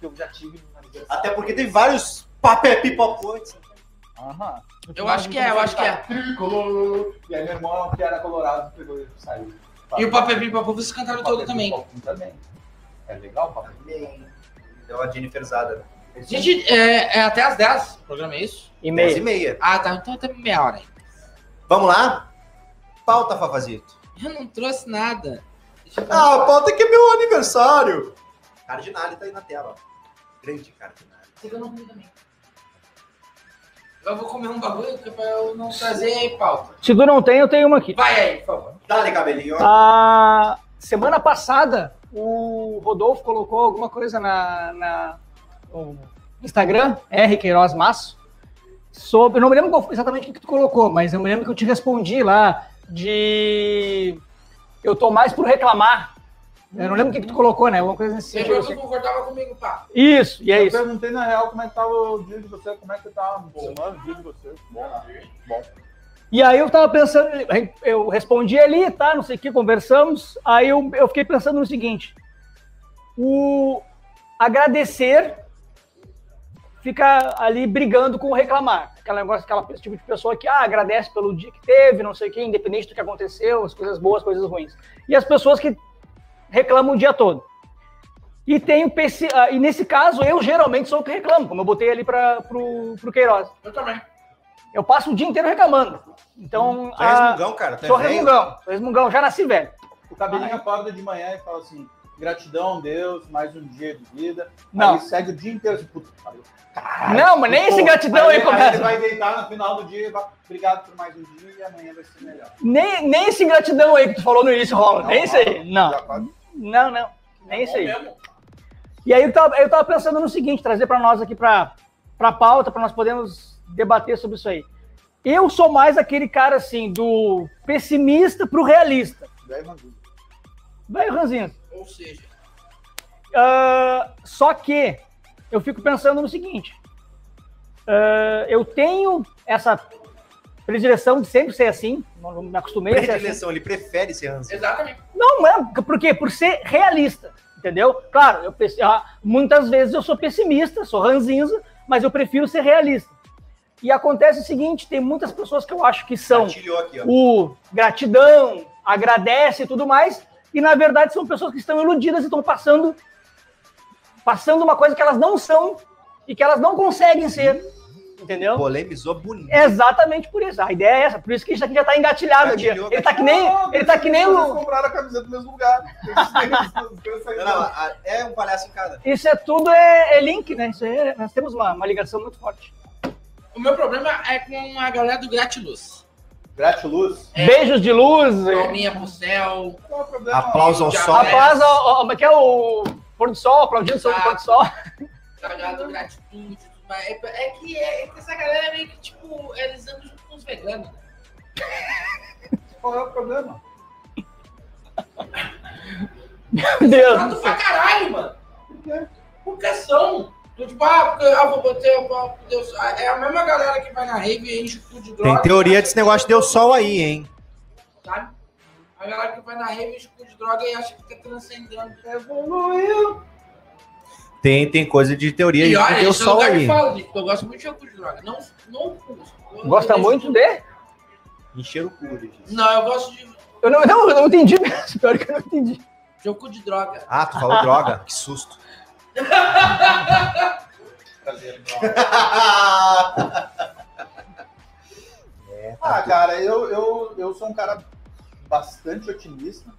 Speaker 2: que eu já tive no aniversário.
Speaker 8: Até porque tem vários papé pipopotes.
Speaker 2: Aham.
Speaker 4: Eu acho que é, eu acho que é.
Speaker 8: Tá.
Speaker 2: Tricolor. E aí meu irmão, que era colorado, pegou e saiu.
Speaker 4: E o é Papel Pipa Pum, vocês cantaram todo
Speaker 2: Papel
Speaker 4: também.
Speaker 2: Pipopum também. É legal, papai?
Speaker 8: Deu a Jennifer Zada.
Speaker 4: Gente, é, é até às 10 o programa, é isso?
Speaker 5: E
Speaker 8: 10 e
Speaker 5: meio.
Speaker 8: meia.
Speaker 4: Ah, tá. Então tem meia hora aí.
Speaker 8: Vamos lá? Pauta, Fafazito.
Speaker 4: Eu não trouxe nada. Deixa eu
Speaker 8: Ah, pauta que é meu aniversário. Cardinale tá aí na tela. ó. Grande Cardinale.
Speaker 4: Você viu, eu não comi também. Eu vou comer um bagulho que é pra eu não trazer pauta.
Speaker 5: Se tu não tem, eu tenho uma aqui.
Speaker 4: Vai aí, por favor.
Speaker 8: Dá-lhe cabelinho. ó.
Speaker 5: Ah, A semana passada, o Rodolfo colocou alguma coisa na, na- no Instagram, R Queiroz Masso, sobre. Eu não me lembro qual foi exatamente o que que tu colocou, mas eu me lembro que eu te respondi lá de. Eu tô mais por reclamar. Eu não lembro o que, que tu colocou, né? Alguma coisa nesse
Speaker 4: Você
Speaker 5: sentido.
Speaker 4: viu que
Speaker 5: assim.
Speaker 4: concordava comigo, pá.
Speaker 5: Isso, e é
Speaker 2: eu
Speaker 5: isso.
Speaker 2: perguntei na real como é que tava o dia de você, como é que tá a semana, o dia de você.
Speaker 5: E aí eu tava pensando, eu respondi ali, tá, não sei o que, conversamos. Aí eu, eu fiquei pensando no seguinte: o agradecer fica ali brigando com o reclamar. Aquela negócio, aquela pe- tipo de pessoa que ah, agradece pelo dia que teve, não sei o que, independente do que aconteceu, as coisas boas, as coisas ruins. E as pessoas que reclamam o dia todo. E tem o PC, ah, e nesse caso eu geralmente sou o que reclamo, como eu botei ali para pro, pro Queiroz.
Speaker 4: Eu também.
Speaker 5: Eu passo o dia inteiro reclamando. Então,
Speaker 8: Tu é
Speaker 5: a...
Speaker 8: resmungão, cara. Tu
Speaker 1: né,
Speaker 8: é
Speaker 5: sou
Speaker 8: velho.
Speaker 5: resmungão, sou resmungão, já nasci velho.
Speaker 2: O cabelinho acorda de manhã e fala assim, gratidão, Deus, mais um dia de vida.
Speaker 5: Não.
Speaker 2: Aí segue o dia inteiro, assim, puta, que pariu.
Speaker 5: não, mas nem esse gratidão aí,
Speaker 2: aí, aí ele
Speaker 5: começa.
Speaker 2: vai deitar no final do dia e vai, obrigado por mais um dia e amanhã vai ser melhor.
Speaker 5: Nem, nem esse gratidão aí que tu falou no início rola. nem isso aí.
Speaker 2: Já
Speaker 5: Não.
Speaker 2: quase-
Speaker 5: Não, não. Nem isso aí.
Speaker 4: mesmo.
Speaker 5: E aí eu tava, eu tava pensando no seguinte, trazer para nós aqui para para pauta, para nós podermos debater sobre isso aí. Eu sou mais aquele cara assim do pessimista pro realista.
Speaker 2: Dez um. minutos.
Speaker 5: Vai, Ranzinho.
Speaker 4: Ou seja,
Speaker 5: Ah, só que eu fico pensando no seguinte: ah, eu tenho essa predileção de sempre ser assim, não não me acostumei a ser assim.
Speaker 8: Predileção, ele prefere ser ranzinho.
Speaker 4: exatamente.
Speaker 5: Não, mano, por quê? Por ser realista, entendeu? Claro, eu, pe- ah, muitas vezes eu sou pessimista, sou ranzinza, mas eu prefiro ser realista. E acontece o seguinte: tem muitas pessoas que eu acho que são
Speaker 8: Gatilhou aqui, ó.
Speaker 5: o gratidão, agradece e tudo mais, e na verdade são pessoas que estão iludidas e estão passando passando uma coisa que elas não são e que elas não conseguem ser. entendeu?
Speaker 1: Polemizou bonito.
Speaker 5: Exatamente por isso. A ideia é essa. Por isso que isso aqui já tá engatilhado aqui.
Speaker 1: Gatilhou,
Speaker 5: Ele tá que nem. Ele tá que nem
Speaker 2: Eles
Speaker 5: o.
Speaker 2: compraram a camiseta do mesmo lugar.
Speaker 1: Não, não, a- é um palhaço em cada.
Speaker 5: Isso é tudo é, é link, né? Isso aí é- nós temos uma, uma ligação muito forte.
Speaker 4: O meu problema é com a galera do Gratiluz.
Speaker 2: Gratiluz.
Speaker 4: É.
Speaker 5: Beijos de luz.
Speaker 4: Palminha pro céu.
Speaker 2: Qual é o problema?
Speaker 1: Aplausos ao
Speaker 4: Já
Speaker 1: sol.
Speaker 4: vai.
Speaker 5: Rapaz, ó, ó, como é que é o pôr do sol, aplaudindo sobre o pôr do sol.
Speaker 4: tá ligado? Gratitude, tudo mais. É, é que é, é que essa galera é meio que, tipo, eles andam junto com os veganos. né?
Speaker 2: Qual é o problema?
Speaker 5: Meu Deus.
Speaker 4: Chato pra caralho, mano. Porque são. Tu, Tipo, ah, porque ah, vou botar eu vou- Deus. ah, É a mesma galera que vai na rave e enche tudo de droga.
Speaker 1: Tem teoria desse negócio de deu sol aí, hein?
Speaker 4: Sabe? A galera que vai na rave e enche tudo de droga e acha que tá transcendendo.
Speaker 1: Tem, tem coisa de teoria aí
Speaker 4: E olha,
Speaker 1: de deu
Speaker 4: esse é o
Speaker 1: sol
Speaker 4: lugar
Speaker 1: aí.
Speaker 4: que fala disso, porque eu gosto muito de shampoo de droga. Não, não curto. Eu-
Speaker 5: Gosta
Speaker 4: eu-
Speaker 5: muito de?
Speaker 1: Encheram o cu, gente.
Speaker 4: Não, eu gosto de
Speaker 5: Eu não, não, eu não entendi mesmo. Pior que eu não entendi.
Speaker 4: shampoo de droga.
Speaker 1: Ah, tu falou droga? Que susto.
Speaker 2: Ah, cara, eu, eu, eu sou um cara bastante otimista.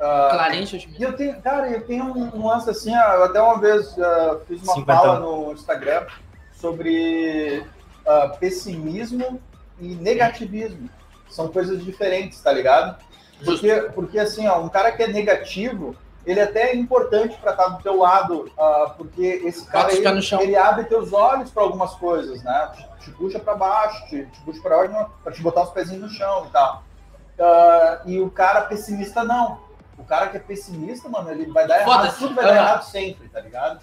Speaker 1: Ah.
Speaker 4: Clarence, eu te
Speaker 2: E eu tenho, cara, eu tenho um um lance assim, ó, eu até uma vez ah, fiz uma
Speaker 1: Cinquentão.
Speaker 2: fala no Instagram sobre ah, pessimismo e negativismo. São coisas diferentes, tá ligado? Porque, porque assim, ó, um cara que é negativo, ele até é importante pra estar do teu lado, ah, porque esse cara
Speaker 4: Bota os
Speaker 2: aí,
Speaker 4: pés no chão.
Speaker 2: ele abre teus olhos pra algumas coisas, né? Te, te puxa pra baixo, te, te puxa pra baixo pra te botar os pezinhos no chão e tal. Ah, e o cara pessimista não. O cara que é pessimista, mano, ele vai dar errado,
Speaker 4: Foda-se.
Speaker 2: tudo vai dar
Speaker 4: Aham.
Speaker 2: errado sempre, tá ligado?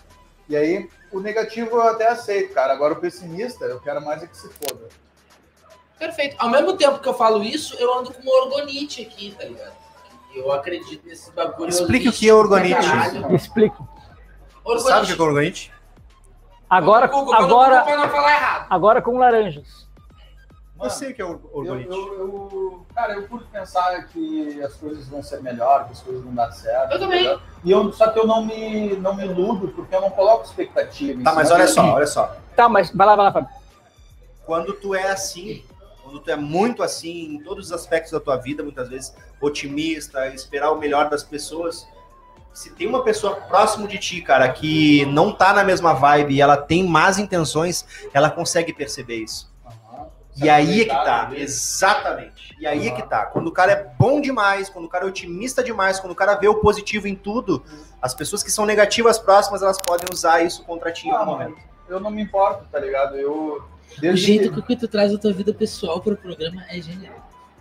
Speaker 2: E aí, o negativo eu até aceito, cara. Agora o pessimista, eu quero mais é que se foda.
Speaker 4: Perfeito. Ao mesmo tempo que eu falo isso, eu ando com uma orgonite aqui, tá ligado? Eu acredito nesse bagulho.
Speaker 1: Explique o que é orgonite.
Speaker 4: Caralho.
Speaker 5: Explico.
Speaker 1: Tu sabe o que é
Speaker 4: Orgonite.
Speaker 1: orgonite?
Speaker 5: Agora,
Speaker 4: Google, coloca no Google
Speaker 5: agora,
Speaker 4: pra não falar errado.
Speaker 5: agora com laranjas.
Speaker 2: Mano,
Speaker 1: o que é or-
Speaker 2: eu, eu, eu- cara, eu curto pensar que as coisas vão ser melhor, que as coisas vão dar certo.
Speaker 4: Eu também.
Speaker 2: tá ligado? E eu, só que eu não me, não me iludo, porque eu não coloco expectativa. em
Speaker 1: Tá,
Speaker 2: cima
Speaker 1: mas olha
Speaker 2: disso.
Speaker 1: só, olha só.
Speaker 5: Tá, mas vai lá, vai lá, Fábio.
Speaker 1: Quando tu é assim, quando tu é muito assim, em todos os aspectos da tua vida, muitas vezes otimista, esperar o melhor das pessoas. Se tem uma pessoa próximo de ti, cara, que não tá na mesma vibe e ela tem más intenções, ela consegue perceber isso.
Speaker 2: Aham.
Speaker 1: E aí é que tá,
Speaker 2: Sabe?
Speaker 1: exatamente. E aí é que tá. Quando o cara é bom demais, quando o cara é otimista demais, quando o cara vê o positivo em tudo, as pessoas que são negativas próximas, elas podem usar isso contra ti em
Speaker 2: Ah,
Speaker 1: algum
Speaker 2: mano,
Speaker 1: momento.
Speaker 2: eu não me importo, tá ligado? Eu.
Speaker 4: O
Speaker 2: Desde que-
Speaker 4: jeito que tu traz a tua vida pessoal pro programa é genial.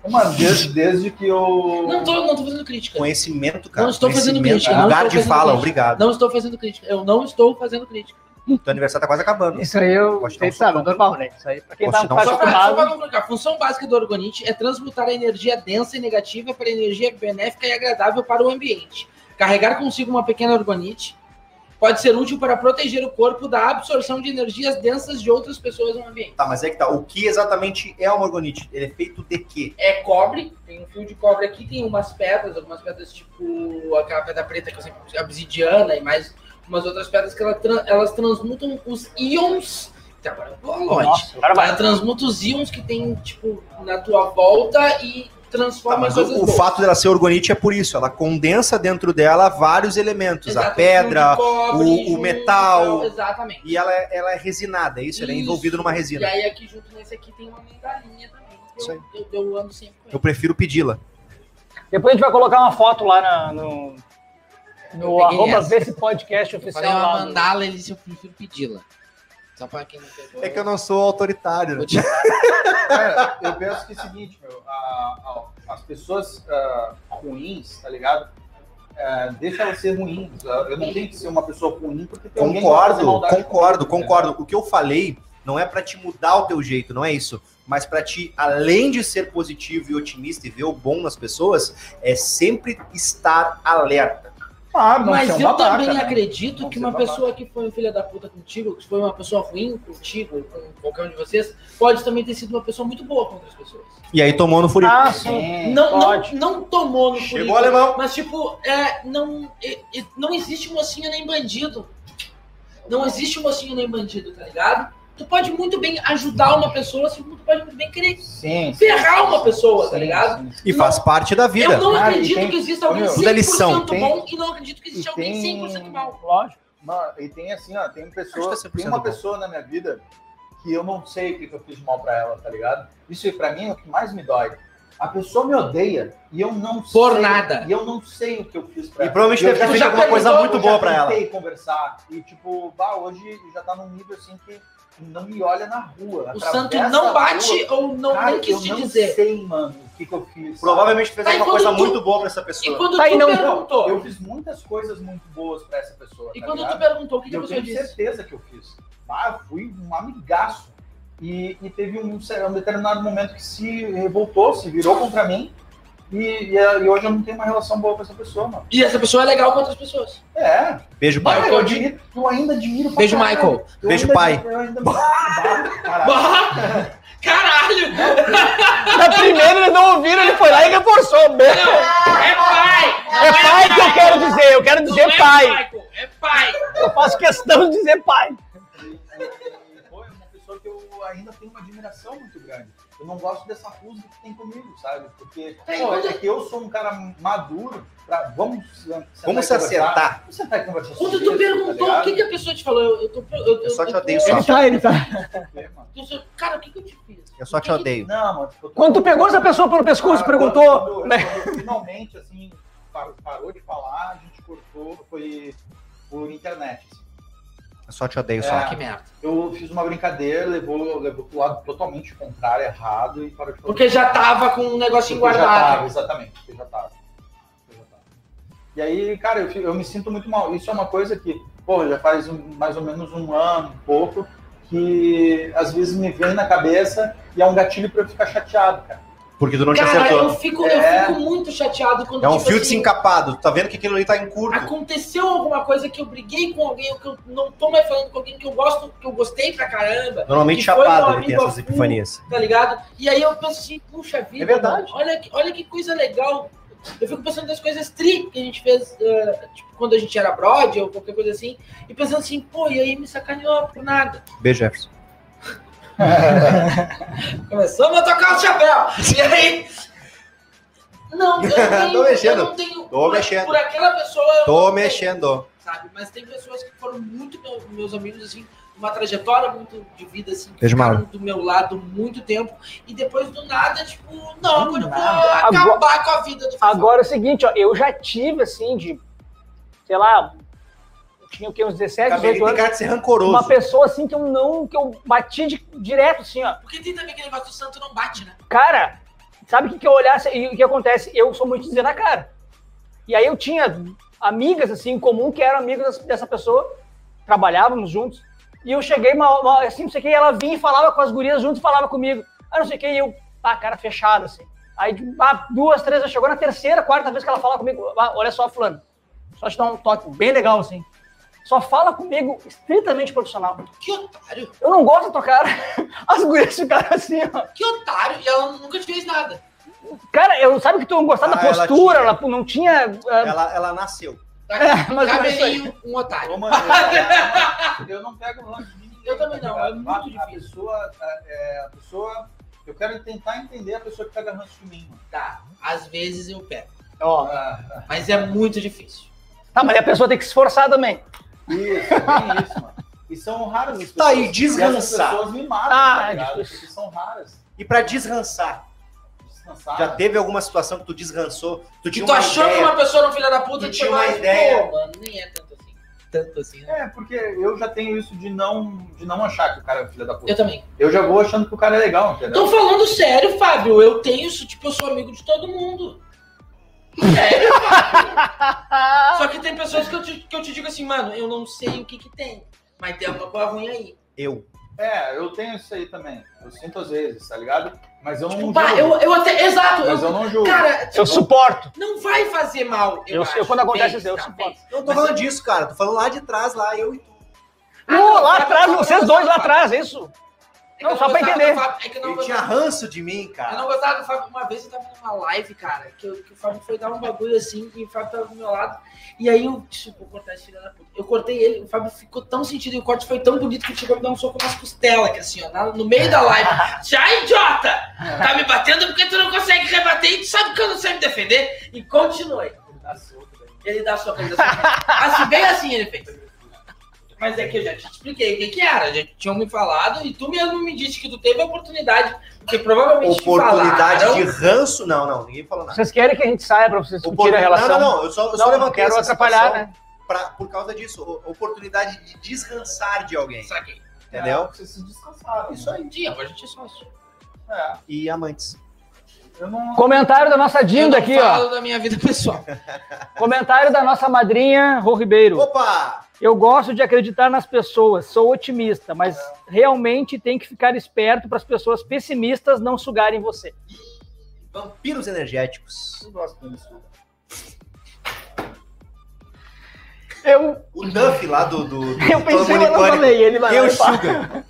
Speaker 2: Mano, desde, desde que eu.
Speaker 4: Não tô, não tô fazendo crítica.
Speaker 1: Conhecimento, cara.
Speaker 4: Não estou fazendo
Speaker 1: Conhecimento, é
Speaker 4: crítica, não
Speaker 1: Lugar
Speaker 4: estou
Speaker 1: de
Speaker 4: fazendo
Speaker 1: fala,
Speaker 4: crítica.
Speaker 1: obrigado.
Speaker 4: Não estou fazendo crítica. Eu não estou fazendo crítica.
Speaker 1: Teu aniversário tá quase acabando.
Speaker 5: Isso aí eu.
Speaker 1: Pode dar um
Speaker 5: Vocês sabem, é normal, né? Isso aí, pra quem tá
Speaker 1: Pode dar um
Speaker 5: tá
Speaker 4: Só pra, só pra
Speaker 5: acostumado.
Speaker 4: complicar, a função básica do orgonite é transmutar a energia densa e negativa para energia benéfica e agradável para o ambiente. Carregar consigo uma pequena orgonite pode ser útil para proteger o corpo da absorção de energias densas de outras pessoas no ambiente.
Speaker 1: Tá, mas é que tá. O que exatamente é uma orgonite? Ele é feito de quê?
Speaker 4: É cobre, tem um fio de cobre aqui, tem umas pedras, algumas pedras tipo aquela pedra preta que eu sempre obsidiana e mais umas outras pedras que ela tran- elas transmutam os íons. Tá, Agora eu vou longe.
Speaker 5: Nossa, agora vai.
Speaker 4: Ela transmuta os íons que tem, tipo, na tua volta e
Speaker 1: Tá,
Speaker 4: transforma em
Speaker 1: mas
Speaker 4: coisas
Speaker 1: o, o
Speaker 4: boas.
Speaker 1: fato dela ser orgonite é por isso. Ela condensa dentro dela vários elementos.
Speaker 4: Exato, um
Speaker 1: A
Speaker 4: fio
Speaker 1: pedra.
Speaker 4: de cobre,
Speaker 1: o- o
Speaker 4: junto,
Speaker 1: metal.
Speaker 4: tal, Exatamente.
Speaker 1: E ela, é- ela é resinada, é isso? Ela é
Speaker 4: Isso.
Speaker 1: envolvida numa
Speaker 4: E
Speaker 1: resina.
Speaker 4: aí aqui junto nesse aqui tem uma medalhinha também. que
Speaker 1: Isso aí.
Speaker 4: Eu, eu, eu ando sempre com
Speaker 1: Eu
Speaker 4: ela.
Speaker 1: prefiro pedi-la.
Speaker 5: Depois a gente vai colocar uma foto lá na- no. No
Speaker 4: Eu peguei
Speaker 5: arroba
Speaker 4: essa.
Speaker 5: vê se podcast
Speaker 4: Eu
Speaker 5: oficial
Speaker 4: falei "Ah, uma
Speaker 5: lá. no-
Speaker 4: mandala, ele disse, eu prefiro pedi-la. Só pra quem não pegou.
Speaker 1: É que eu não sou autoritário.
Speaker 4: Vou
Speaker 1: né?
Speaker 4: te-
Speaker 2: Cara, eu penso que é o seguinte, meu, a- a- as pessoas ah, ruins, tá ligado? Ah, deixa elas ser ruins. Ah, Eu não tenho que ser uma pessoa ruim porque tem alguém que vai fazer
Speaker 1: Concordo,
Speaker 2: maldade
Speaker 1: concordo,
Speaker 2: comigo,
Speaker 4: né?
Speaker 1: concordo. O que eu falei não é pra te mudar o teu jeito, não é isso. Mas pra ti, além de ser positivo e otimista e ver o bom nas pessoas, é sempre estar alerta.
Speaker 2: entendeu?
Speaker 5: Ah,
Speaker 2: Claro, não
Speaker 4: Ah, Mas
Speaker 2: ser
Speaker 4: eu
Speaker 2: um babaca,
Speaker 4: também
Speaker 2: né?
Speaker 4: acredito
Speaker 2: Não
Speaker 4: que
Speaker 2: ser
Speaker 4: uma
Speaker 2: babaca.
Speaker 4: pessoa que foi um filho da puta contigo, que foi uma pessoa ruim contigo, com qualquer um de vocês, pode também ter sido uma pessoa muito boa com outras pessoas.
Speaker 1: E aí tomou no furico.
Speaker 5: Ah, sim.
Speaker 2: É.
Speaker 4: Não, não,
Speaker 5: pode.
Speaker 4: não tomou no
Speaker 1: Chegou,
Speaker 4: currículo,
Speaker 1: alemão.
Speaker 4: Mas, tipo, é, não, e- e não existe mocinho nem bandido. Não existe mocinho nem bandido, tá ligado? tu pode muito bem ajudar uma pessoa, assim como tu pode muito bem querer
Speaker 2: Sim.
Speaker 4: ferrar uma pessoa, tá
Speaker 2: Sim,
Speaker 4: ligado?
Speaker 2: sim.
Speaker 1: E faz parte da vida.
Speaker 4: Eu não
Speaker 2: Cara, e
Speaker 4: acredito
Speaker 2: tem-
Speaker 4: que exista alguém
Speaker 2: Ô, meu,
Speaker 4: 100%
Speaker 1: tudo é lição.
Speaker 4: bom
Speaker 2: Tem-
Speaker 4: e não acredito que exista
Speaker 2: e
Speaker 4: alguém
Speaker 2: tem-
Speaker 4: 100% mal.
Speaker 5: Lógico.
Speaker 2: Mano, e tem assim, ó, tem uma pessoa,
Speaker 1: Acho que tá 100%
Speaker 2: tem uma
Speaker 1: bom.
Speaker 2: pessoa na minha vida que eu não sei o que, que eu fiz de mal pra ela, tá ligado? Isso aí pra mim é o que mais me dói. A pessoa me odeia e eu não
Speaker 4: Por
Speaker 2: sei.
Speaker 4: nada.
Speaker 2: E eu não sei o que eu fiz pra
Speaker 1: E
Speaker 2: ela.
Speaker 1: provavelmente
Speaker 2: Eu
Speaker 1: deve
Speaker 2: já-
Speaker 1: ter feito
Speaker 4: já
Speaker 1: alguma coisa
Speaker 4: perguntou,
Speaker 1: muito
Speaker 2: eu
Speaker 1: boa
Speaker 2: já
Speaker 1: pra ela.
Speaker 2: tentei conversar e tipo, bah, hoje já tá num nível assim que não me olha na rua.
Speaker 4: O
Speaker 2: atravessa
Speaker 4: santo
Speaker 2: a
Speaker 4: não bate
Speaker 2: rua.
Speaker 4: ou não,
Speaker 2: Cara,
Speaker 4: não quis
Speaker 2: eu
Speaker 4: te
Speaker 2: não
Speaker 4: dizer.
Speaker 2: sei, mano, o que, que eu fiz. sabe?
Speaker 1: Provavelmente fez
Speaker 4: Tá, e
Speaker 1: alguma
Speaker 4: quando
Speaker 1: coisa
Speaker 4: tu-
Speaker 1: muito boa pra essa
Speaker 4: E
Speaker 1: pessoa.
Speaker 4: quando
Speaker 5: Tá,
Speaker 4: tu
Speaker 5: e não-
Speaker 4: perguntou,
Speaker 2: Eu fiz muitas coisas muito boas pra essa pessoa.
Speaker 4: e
Speaker 2: tá
Speaker 4: quando tu
Speaker 2: ligado?
Speaker 4: perguntou, o que,
Speaker 2: E
Speaker 4: que a
Speaker 2: eu
Speaker 4: pessoa
Speaker 2: tenho
Speaker 4: disse?
Speaker 2: certeza que eu fiz. Ah, eu fui um amigaço. E, e teve um, um determinado momento que se revoltou, se virou contra mim. E, e, e hoje eu não tenho uma relação boa com essa pessoa, mano.
Speaker 4: E essa pessoa é legal com outras pessoas.
Speaker 2: É.
Speaker 1: Beijo, pai.
Speaker 2: Cara,
Speaker 4: Michael,
Speaker 2: eu, admiro, eu ainda admiro. pra
Speaker 4: Beijo,
Speaker 2: caralho.
Speaker 4: Michael.
Speaker 2: Eu
Speaker 1: Beijo,
Speaker 2: ainda-
Speaker 1: pai.
Speaker 2: Eu ainda Caralho.
Speaker 4: Bah! Caralho!
Speaker 5: Na primeira eles não ouviram, ele foi lá e reforçou. Meu,
Speaker 4: Não, é pai!
Speaker 5: É pai que eu quero dizer, eu quero
Speaker 4: Não
Speaker 5: dizer
Speaker 4: é
Speaker 5: pai.
Speaker 4: Michael, é pai!
Speaker 5: Eu faço questão de dizer pai.
Speaker 2: E foi uma pessoa que eu ainda tenho uma admiração muito grande. Eu não gosto dessa fusa que tem comigo, sabe? Porque
Speaker 4: Tem
Speaker 2: pô,
Speaker 4: coisa-
Speaker 2: é que eu sou um cara maduro pra. Vamos, se- sentar
Speaker 1: Vamos
Speaker 2: e
Speaker 1: se
Speaker 2: conversar.
Speaker 1: acertar.
Speaker 2: Vamos sentar e conversar.
Speaker 4: Quando
Speaker 2: sobre
Speaker 4: tu
Speaker 2: isso,
Speaker 4: perguntou
Speaker 2: tá É
Speaker 4: o que, que a pessoa te falou, eu, eu tô. Eu,
Speaker 1: Eu um só
Speaker 4: eu
Speaker 1: te
Speaker 4: tô-
Speaker 1: odeio, só.
Speaker 5: tá, ele tá.
Speaker 2: ligado? É, Mano.
Speaker 4: eu sou- Cara, o que, que eu te fiz?
Speaker 1: Eu só
Speaker 4: O
Speaker 1: te
Speaker 4: que que-
Speaker 1: odeio.
Speaker 2: Não, mano. Tipo, eu tô-
Speaker 5: Quando tu pegou essa pessoa pelo pescoço,
Speaker 2: Cara,
Speaker 5: perguntou.
Speaker 2: quando-
Speaker 5: né?
Speaker 2: quando eu finalmente, assim, parou, parou de falar, a gente cortou, foi por internet. assim.
Speaker 1: Eu só te odeio,
Speaker 2: É.
Speaker 1: só.
Speaker 4: Que merda.
Speaker 2: Eu fiz uma brincadeira, levou, levou pro lado totalmente contrário, errado, e parou de falar.
Speaker 4: Porque já tava com um negocinho
Speaker 2: Porque eu já
Speaker 4: guardado.
Speaker 2: tava, exatamente, porque eu já tava. Eu já tava. E aí, cara, eu, fi- eu me sinto muito mal. Isso é uma coisa que, pô, já faz um- mais ou menos um ano, um pouco, que às vezes me vem na cabeça e é um gatilho pra eu ficar chateado, cara.
Speaker 1: Porque tu não te
Speaker 4: Cara,
Speaker 1: acertou.
Speaker 4: eu fico, eu
Speaker 2: É.
Speaker 4: fico muito chateado quando
Speaker 1: É um
Speaker 4: tipo
Speaker 1: fio
Speaker 4: assim,
Speaker 1: desencapado. Tu tá vendo que aquilo ali tá em curto.
Speaker 4: aconteceu alguma coisa que eu briguei com alguém, ou que eu não tô mais falando com alguém que eu gosto, que eu gostei pra caramba,
Speaker 1: Normalmente
Speaker 4: E foi um
Speaker 1: chapado ele
Speaker 4: amigo
Speaker 1: tem essas
Speaker 4: assim.
Speaker 1: epifanias.
Speaker 4: tá ligado? E aí eu penso assim, puxa vida,
Speaker 1: É verdade.
Speaker 4: mano, olha, que, olha que coisa legal. Eu fico pensando nas coisas tri que a gente fez eh, tipo, quando a gente era brode ou qualquer coisa assim, e pensando assim, pô, e aí me sacaneou por nada.
Speaker 1: Beijo, Jefferson.
Speaker 4: Começamos a tocar o chapéu. E aí. Não, eu não tenho.
Speaker 1: Tô mexendo.
Speaker 4: Eu não tenho
Speaker 1: Tô
Speaker 4: por,
Speaker 1: mexendo.
Speaker 4: por aquela pessoa. eu não
Speaker 1: Tô
Speaker 4: tenho,
Speaker 1: mexendo.
Speaker 4: Sabe? Mas tem pessoas que foram muito meu- meus amigos, assim, uma trajetória muito de vida, assim, que
Speaker 1: Beijo,
Speaker 4: ficaram do meu lado muito tempo. E depois do nada, tipo, não, agora eu vou
Speaker 5: nada.
Speaker 4: acabar com a vida do
Speaker 5: Agora é o seguinte, ó, eu já tive assim de, sei lá, eu tinha o quê, uns 17,
Speaker 1: Cabelo
Speaker 5: 18
Speaker 1: tem
Speaker 5: anos.
Speaker 1: cara de ser
Speaker 5: Uma
Speaker 1: rancoroso.
Speaker 5: pessoa assim que eu não, que eu bati de- direto assim, ó.
Speaker 4: Porque tem também aquele negócio do santo não bate, né?
Speaker 5: Cara, sabe o que, que eu olhasse e o que acontece? Eu sou muito de dizer na cara. E aí eu tinha amigas assim em comum que eram amigas das- dessa pessoa, trabalhávamos juntos. E eu cheguei, uma, uma- assim, não sei o que, ela vinha e falava com as gurias junto e falava comigo. Ah, não sei o que, e eu, ah, cara fechado assim. Aí de- ah, duas, três, já chegou na terceira, quarta vez que ela fala comigo, ah, olha só, fulano, só te dar um toque bem legal assim. Só fala comigo estritamente profissional.
Speaker 4: Que otário,
Speaker 5: Eu não gosto da tua cara. As gurias ficaram assim, ó.
Speaker 4: que otário. E ela nunca te fez nada.
Speaker 5: Cara, eu sabe que tu não gostava
Speaker 1: Ah,
Speaker 5: da
Speaker 1: ela
Speaker 5: postura,
Speaker 1: tinha.
Speaker 5: ela, não tinha. ah,
Speaker 1: Ela, ela nasceu.
Speaker 4: Tá
Speaker 5: É, mas não é isso aí.
Speaker 4: cabelinho, um otário.
Speaker 2: Ô, mano, eu- eu não pego ranço de ninguém.
Speaker 4: Eu também não,
Speaker 2: tá ligado?
Speaker 4: é muito
Speaker 2: a, A
Speaker 4: difícil.
Speaker 2: pessoa, a, é, a pessoa, eu quero tentar entender a pessoa que pega ranço de mim, mano.
Speaker 4: Tá, às vezes eu pego.
Speaker 5: ó.
Speaker 2: Ah,
Speaker 4: Mas é muito difícil.
Speaker 5: Tá, mas a pessoa tem que se esforçar também.
Speaker 2: isso, é bem isso, mano. E são raras as pessoas.
Speaker 1: Tá aí,
Speaker 2: e
Speaker 1: descansar.
Speaker 2: As pessoas me matam,
Speaker 5: Ah,
Speaker 2: tá
Speaker 5: é
Speaker 2: ligado?
Speaker 5: difícil.
Speaker 2: Porque são raras.
Speaker 1: E pra desrançar,
Speaker 2: Descansar.
Speaker 1: já teve alguma situação que tu desrançou? Tu
Speaker 4: E
Speaker 1: tinha
Speaker 4: tu
Speaker 1: uma
Speaker 4: achou que
Speaker 1: ideia.
Speaker 4: uma pessoa era um filho da puta
Speaker 1: Eu
Speaker 4: tu
Speaker 1: tinha
Speaker 4: foi
Speaker 1: uma
Speaker 4: lá e,
Speaker 1: ideia.
Speaker 4: Pô, mano, nem é tanto assim. Tanto assim, né?
Speaker 2: É, porque eu já tenho isso de não, de não achar que o cara é filho da puta.
Speaker 4: Eu também.
Speaker 2: Eu já vou achando que o cara é legal, entendeu?
Speaker 4: Tô falando sério, Fábio. Eu tenho isso, tipo, eu sou amigo de todo mundo. Sério, Fábio. Só que tem pessoas que eu, te, que eu te digo assim, mano, eu não sei o que que tem. Mas tem alguma coisa ruim aí.
Speaker 1: Eu.
Speaker 2: É, eu tenho isso aí também. Eu sinto às vezes, tá ligado? Mas eu não
Speaker 4: Tipo,
Speaker 2: julgo.
Speaker 4: pá, eu, eu até. Exato!
Speaker 2: Mas
Speaker 4: eu-
Speaker 2: eu não julgo.
Speaker 4: cara, tipo,
Speaker 5: Eu suporto.
Speaker 4: não vai fazer mal. Eu,
Speaker 5: Eu-
Speaker 4: acho.
Speaker 5: eu- quando acontece
Speaker 4: Vez,
Speaker 5: isso, eu
Speaker 4: tá,
Speaker 5: suporto.
Speaker 4: vez.
Speaker 1: Não tô
Speaker 4: Mas
Speaker 1: falando disso, cara. Tô falando lá de trás, lá, eu e tu.
Speaker 5: Pô, lá
Speaker 4: tá,
Speaker 5: atrás,
Speaker 4: tá, tá,
Speaker 5: vocês
Speaker 4: tá,
Speaker 5: dois
Speaker 4: tá,
Speaker 5: lá
Speaker 4: tá.
Speaker 5: atrás, é isso?
Speaker 4: É que
Speaker 5: Não,
Speaker 4: eu
Speaker 5: só pra
Speaker 4: gostava
Speaker 5: entender.
Speaker 4: do Fábio- é que eu não
Speaker 1: Ele tinha
Speaker 4: gostava-
Speaker 1: ranço de mim,
Speaker 4: Eu
Speaker 1: cara.
Speaker 4: não gostava do Fábio. Uma vez eu tava numa live, cara, que, eu- que o Fábio foi dar um bagulho assim e o Fábio tava do meu lado. E aí eu, deixa eu cortar esse filho da puta. Eu cortei ele, o Fábio ficou tão sentido e o corte foi tão bonito que ele chegou a me dar um soco nas costelas, que assim, ó, na- no meio da live. Já, idiota! Tá me batendo porque tu não consegue rebater e tu sabe que eu não sei me defender. E continue. Ele dá soco, ele dá soco. Assim, bem assim ele fez. Mas é que eu já te expliquei o que, que era. Já tinham me falado e tu mesmo me disse que tu teve a oportunidade. Porque provavelmente. te
Speaker 1: Oportunidade
Speaker 4: falaram,
Speaker 1: de ranço. Não, não, ninguém falou nada.
Speaker 5: Vocês querem que a gente saia pra vocês discutirem a relação?
Speaker 1: Não, não, não. Eu só, eu só
Speaker 5: Não, não
Speaker 1: levantei
Speaker 5: quero
Speaker 1: essa
Speaker 5: atrapalhar, né?
Speaker 1: situação pra- por causa disso. o- Oportunidade de descansar de alguém.
Speaker 4: Saquei.
Speaker 1: Entendeu?
Speaker 9: Vocês se descansaram.
Speaker 2: né?
Speaker 1: Isso aí.
Speaker 4: Um dia, agora a gente é sócio.
Speaker 9: É,
Speaker 1: E amantes.
Speaker 9: eu não.
Speaker 5: Comentário da nossa
Speaker 4: eu não
Speaker 5: Dinda aqui, ó.
Speaker 4: falo da minha vida pessoal.
Speaker 5: Comentário da nossa madrinha, Rô Ribeiro.
Speaker 1: Opa!
Speaker 5: Eu gosto de acreditar nas pessoas, sou otimista, mas realmente tem que ficar esperto para as pessoas pessimistas não sugarem você.
Speaker 1: Vampiros energéticos.
Speaker 9: Eu gosto disso.
Speaker 5: Eu,
Speaker 1: O Duff lá do. do, do
Speaker 5: eu pensei, mas não
Speaker 1: Monicone.
Speaker 5: falei. Ele vai lá
Speaker 1: Eu
Speaker 5: e fala.
Speaker 1: Sugar.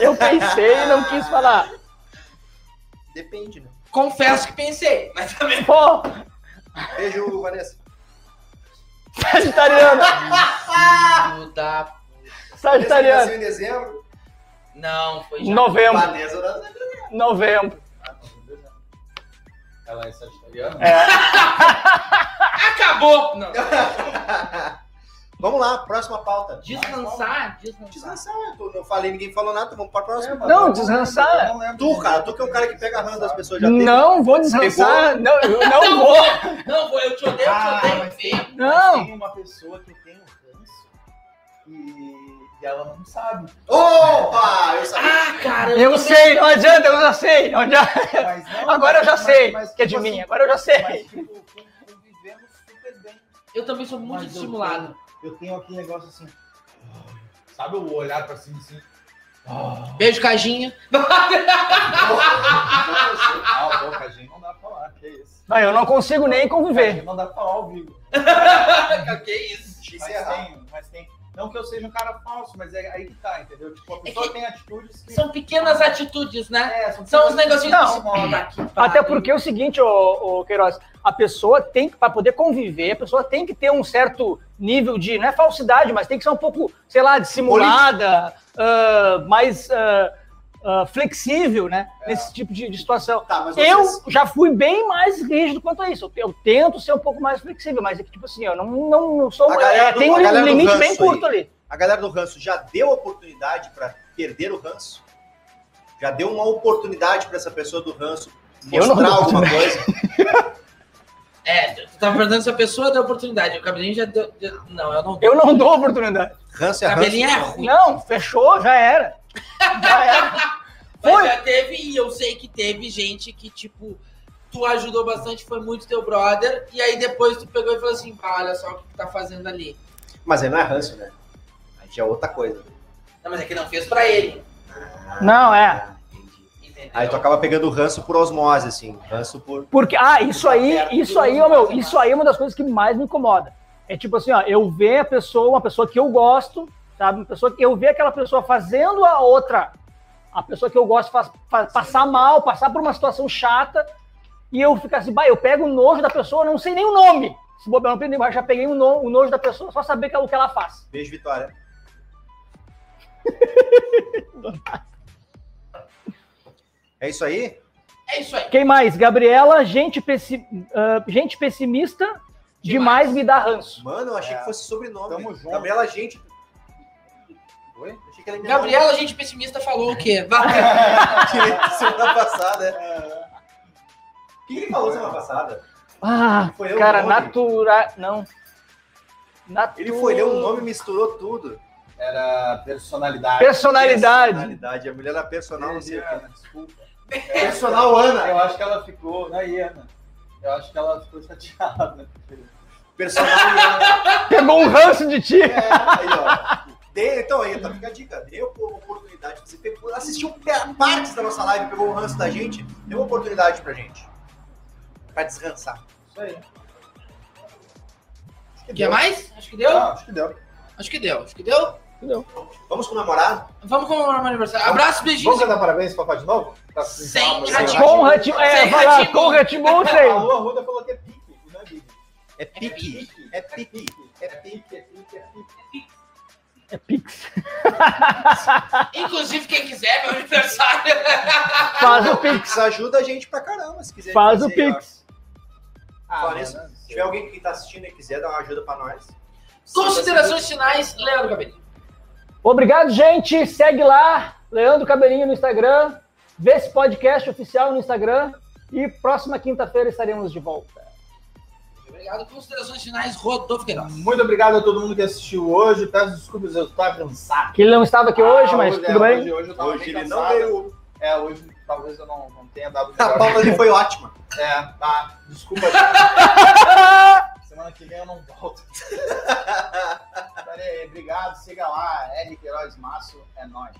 Speaker 5: Eu pensei e não quis falar.
Speaker 1: Depende, né?
Speaker 4: Confesso que pensei, mas também.
Speaker 5: Pô,
Speaker 1: Beijo, Vanessa.
Speaker 5: sagitariano,
Speaker 4: Filho da-
Speaker 1: Vanessa
Speaker 5: sagitariano.
Speaker 1: nasceu em dezembro.
Speaker 4: Não, foi é já.
Speaker 5: Novembro,
Speaker 1: Vanessa nasceu.
Speaker 5: novembro.
Speaker 9: Ela é sagitariana?
Speaker 4: Acabou! Não.
Speaker 1: Vamos lá, próxima pauta.
Speaker 4: Descansar, descansar.
Speaker 1: Descansar, né? tu não falei, ninguém falou nada, tu vamos pra próxima.
Speaker 5: Não, descansar.
Speaker 9: Eu não lembro.
Speaker 1: Tu, cara, tu que é o cara que pega a rana das pessoas já teve.
Speaker 5: Não vou descansar, não, eu não vou.
Speaker 4: Não, vou, eu te odeio, eu te odeio.
Speaker 9: mas
Speaker 4: feio.
Speaker 9: tem,
Speaker 5: Não.
Speaker 9: mas tem uma pessoa que tem um ranço e, e ela não sabe.
Speaker 1: Opa! Eu sabia.
Speaker 4: Ah, cara,
Speaker 5: Eu
Speaker 4: tô
Speaker 5: sei, não adianta, eu já sei. não adianta.
Speaker 9: Mas não,
Speaker 5: Agora eu já
Speaker 9: mas-
Speaker 5: sei
Speaker 9: mas,
Speaker 5: que é de
Speaker 9: tipo
Speaker 5: mim,
Speaker 9: assim,
Speaker 5: agora eu já sei.
Speaker 9: Mas, tipo, convivemos super bem.
Speaker 4: Eu também sou muito
Speaker 9: Mas eu
Speaker 4: estimulado.
Speaker 9: Eu tenho aquele negócio assim. Sabe o olhar pra cima assim?
Speaker 4: Beijo, Cajinha.
Speaker 9: Ah, pô, Cajinho não dá pra falar, que é isso.
Speaker 5: Não, eu não consigo nem conviver.
Speaker 9: Cajinho Não dá pra falar ao vivo.
Speaker 4: que isso?
Speaker 1: Achei que
Speaker 9: Mas
Speaker 1: isso é errado.
Speaker 9: tem, mas tem. Não que eu seja um cara falso, mas é aí que tá, entendeu? Tipo,
Speaker 5: É
Speaker 9: a pessoa
Speaker 4: que-
Speaker 9: tem atitudes que.
Speaker 4: São pequenas atitudes, né?
Speaker 9: É,
Speaker 4: São os negocinhos
Speaker 9: Não,
Speaker 4: que se
Speaker 9: mano.
Speaker 4: Puta que
Speaker 5: Até
Speaker 4: pariu.
Speaker 5: porque é o seguinte, ô, ô Queiroz, a pessoa tem que, para poder conviver, a pessoa tem que ter um certo nível de, não é falsidade, mas tem que ser um pouco, sei lá, dissimulada, ah, mais ah, ah, flexível, né? Nesse tipo de, de situação.
Speaker 1: Tá, mas
Speaker 5: Eu
Speaker 1: vocês-
Speaker 5: já fui bem mais rígido quanto a isso. Eu, eu tento ser um pouco mais flexível, mas é que, tipo assim, eu não, não, não sou.
Speaker 1: A galera
Speaker 5: é,
Speaker 1: do-
Speaker 5: tem um
Speaker 1: a galera do
Speaker 5: limite bem
Speaker 1: ranço
Speaker 5: curto ali.
Speaker 1: A galera do ranço já deu oportunidade pra perder o ranço? Já deu uma oportunidade pra essa pessoa do ranço
Speaker 5: Eu não
Speaker 1: mostrar
Speaker 5: dou
Speaker 1: alguma coisa?
Speaker 4: É, tu tá perguntando se a pessoa deu oportunidade. O cabelinho já deu. deu- Não, eu não.
Speaker 5: Eu não dou oportunidade.
Speaker 1: Ranço
Speaker 4: O
Speaker 1: é ranço.
Speaker 4: cabelinho é ruim.
Speaker 5: Não, fechou, já era. Já era.
Speaker 4: Mas
Speaker 5: Foi.
Speaker 4: já teve, e eu sei que teve gente que, tipo, tu ajudou bastante, foi muito teu brother, e aí depois tu pegou e falou assim, pá, olha só o que tu tá fazendo ali.
Speaker 1: Mas aí não é ranço, né? Aí já é outra coisa.
Speaker 4: Não, mas é que não fez pra ele.
Speaker 5: Não, é.
Speaker 4: Entendeu?
Speaker 1: Ah, Aí tu acaba pegando ranço por osmose, assim. Ranço por.
Speaker 5: Porque, ah, isso aí, isso aí, ô, meu, isso aí é uma das coisas que mais me incomoda. É tipo assim, ó, eu ver a pessoa, uma pessoa que eu gosto, sabe? Uma pessoa que eu ver aquela pessoa fazendo a outra, a pessoa que eu gosto faz, faz- passar mal, passar por uma situação chata, e eu ficar assim, bah, eu pego o nojo da pessoa, não sei nem o nome. Se bobear, não peguei, mas já peguei o, no- o nojo da pessoa, só saber que é o que ela faz.
Speaker 1: Beijo, Vitória. É isso aí?
Speaker 4: É isso aí.
Speaker 5: Quem mais? Gabriela, gente, pessi- ah, gente pessimista demais.
Speaker 4: Demais.
Speaker 5: me dá ranço.
Speaker 1: Mano, eu achei
Speaker 9: É.
Speaker 1: que fosse sobrenome.
Speaker 9: Tamo junto.
Speaker 1: Gabriela, gente.
Speaker 9: Oi?
Speaker 1: Achei que ela me
Speaker 4: Gabriela, gente pessimista, falou o quê?
Speaker 5: Ah,
Speaker 4: Vai.
Speaker 1: semana passada. né? O que ele falou semana passada?
Speaker 5: Ah,
Speaker 1: Foi eu o
Speaker 5: cara,
Speaker 1: nome.
Speaker 5: natural. Não. Natu-
Speaker 1: Ele foi ler o nome e misturou tudo.
Speaker 9: Era personalidade.
Speaker 5: Personalidade.
Speaker 1: Personalidade. A mulher era personal, não sei o quê.
Speaker 9: Ana, desculpa.
Speaker 1: É. Personal Ana.
Speaker 9: Eu acho que ela ficou.
Speaker 2: é,
Speaker 9: Daí, Ana. Eu acho que ela ficou chateada.
Speaker 1: Personal Ana.
Speaker 5: Pegou um ranço de ti.
Speaker 1: É, aí, ó. Dei- então, aí, tá fica a dica. Deu a oportunidade. Você pegou, assistiu pe- partes da nossa live, pegou o ranço da gente, deu uma oportunidade pra gente. Pra descansar.
Speaker 9: Isso aí.
Speaker 4: Quer mais? Acho que deu.
Speaker 5: é.
Speaker 2: é
Speaker 9: Ah, acho que deu.
Speaker 4: Acho que deu. Acho que deu.
Speaker 5: Entendeu?
Speaker 1: Vamos comemorar?
Speaker 4: Vamos comemorar meu aniversário. Abraço, beijinhos.
Speaker 2: Vamos cantar parabéns pro papai de novo? Tá
Speaker 4: Sem
Speaker 2: calma,
Speaker 4: Sim,
Speaker 2: sei lá.
Speaker 5: Com o Hatim- é,
Speaker 4: Sim,
Speaker 5: vai lá,
Speaker 4: Hatim-
Speaker 5: com o Hatbull, sei.
Speaker 2: A Lua Arruda falou que é pique, não é pique.
Speaker 1: É pique. É pique.
Speaker 2: É pique, é pique, é pique.
Speaker 5: É Pix.
Speaker 4: Inclusive, quem quiser, meu aniversário.
Speaker 5: Faz o Pix,
Speaker 1: Isso ajuda a gente pra caramba, se quiser.
Speaker 5: faz o
Speaker 1: fazer, ó.
Speaker 5: Pix.
Speaker 1: Fala
Speaker 2: Ah, mano,
Speaker 1: isso.
Speaker 2: não
Speaker 1: Se
Speaker 2: sei.
Speaker 1: tiver alguém que tá assistindo e quiser dar uma ajuda pra nós.
Speaker 4: Considerações finais, Leandro Gabelinho.
Speaker 5: Obrigado, gente. Segue lá, Leandro Cabelinho no Instagram. Vê esse podcast oficial no Instagram. E próxima quinta-feira estaremos de volta.
Speaker 4: Obrigado. Considerações finais, Rodolfo Queiroz.
Speaker 2: Muito obrigado a todo mundo que assistiu hoje. Peço desculpas, eu tô cansado.
Speaker 5: Que ele não estava aqui hoje,
Speaker 2: Ah,
Speaker 5: mas
Speaker 2: hoje,
Speaker 5: tudo
Speaker 2: é,
Speaker 5: bem.
Speaker 2: Hoje, hoje eu tava
Speaker 1: Hoje
Speaker 2: bem
Speaker 1: ele
Speaker 2: cansado.
Speaker 1: não veio.
Speaker 2: É, hoje talvez eu não, não tenha dado o
Speaker 1: A
Speaker 2: melhor.
Speaker 1: pauta dele foi ótima.
Speaker 2: É, tá. Desculpa. Semana que vem eu não volto. Pera aí, obrigado. Siga lá. L. Queiroz Maço. É nóis.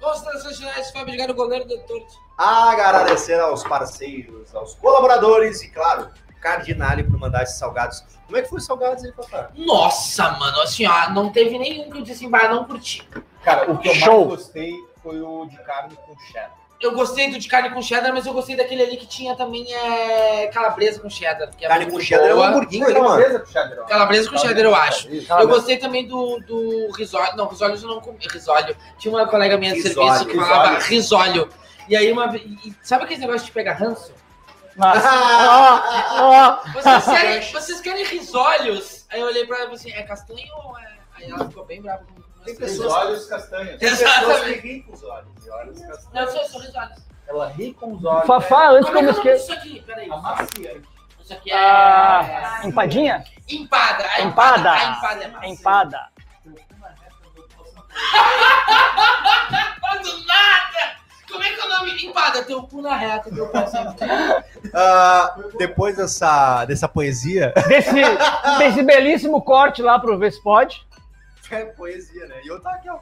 Speaker 4: Considerações finais, Fábio de Galo, goleiro do Torto.
Speaker 1: Agradecer aos parceiros, aos colaboradores e, claro, Cardinale por mandar esses salgados. Como é que foi os salgados aí, papai?
Speaker 4: Nossa, mano, assim, ó, não teve nenhum que eu disse assim, bah, não curti.
Speaker 2: Cara, o que eu
Speaker 5: Show.
Speaker 2: mais gostei foi o de carne com cheddar.
Speaker 4: Eu gostei do de carne com cheddar, mas eu gostei daquele ali que tinha também é, calabresa com cheddar. Que é
Speaker 1: Carne
Speaker 4: muito
Speaker 1: com cheddar é um
Speaker 4: boa.
Speaker 1: hamburguinho, né,
Speaker 2: Tem uma
Speaker 1: mano?
Speaker 2: mesa pro cheddar, ó.
Speaker 4: Calabresa com cheddar, eu acho.
Speaker 2: Isso.
Speaker 4: Eu gostei também do, do risólio. Não, risólio eu não comi. Risólio. Tinha uma colega minha de
Speaker 1: Risólio,
Speaker 4: serviço que falava risólio. E aí, uma vez. e- Sabe aquele negócio de pegar ranço?
Speaker 5: Nossa. Ó,
Speaker 4: Vocês querem, vocês querem risoles? Aí eu olhei pra ela e falei assim: é castanho ou é. Aí ela ficou bem brava comigo.
Speaker 1: Tem
Speaker 2: Tem
Speaker 1: pessoas-
Speaker 2: olhos castanhos.
Speaker 1: Tem pessoas que
Speaker 4: Exatamente.
Speaker 1: riem com os olhos.
Speaker 2: Tem olhos castanhos.
Speaker 4: Não, eu sou, eu sou risoles.
Speaker 2: Ela ri com os olhos.
Speaker 5: Fafá, antes que eu
Speaker 4: Como
Speaker 5: me
Speaker 4: é que é o nome disso
Speaker 5: esqueça.
Speaker 4: aqui? Peraí.
Speaker 2: É amaciante.
Speaker 4: Isso aqui é.
Speaker 5: Ah, empadinha?
Speaker 4: Empada. A
Speaker 5: Empada.
Speaker 4: A empada é massa.
Speaker 5: Empada.
Speaker 4: Do nada! Como é que é o nome? Empada. Teu cu na reta, teu pau assim. sempre.
Speaker 8: Ah, depois dessa, dessa poesia,
Speaker 5: Desse, desse belíssimo corte lá pro Vê se pode.
Speaker 1: É poesia, né? E eu tava aqui, ó.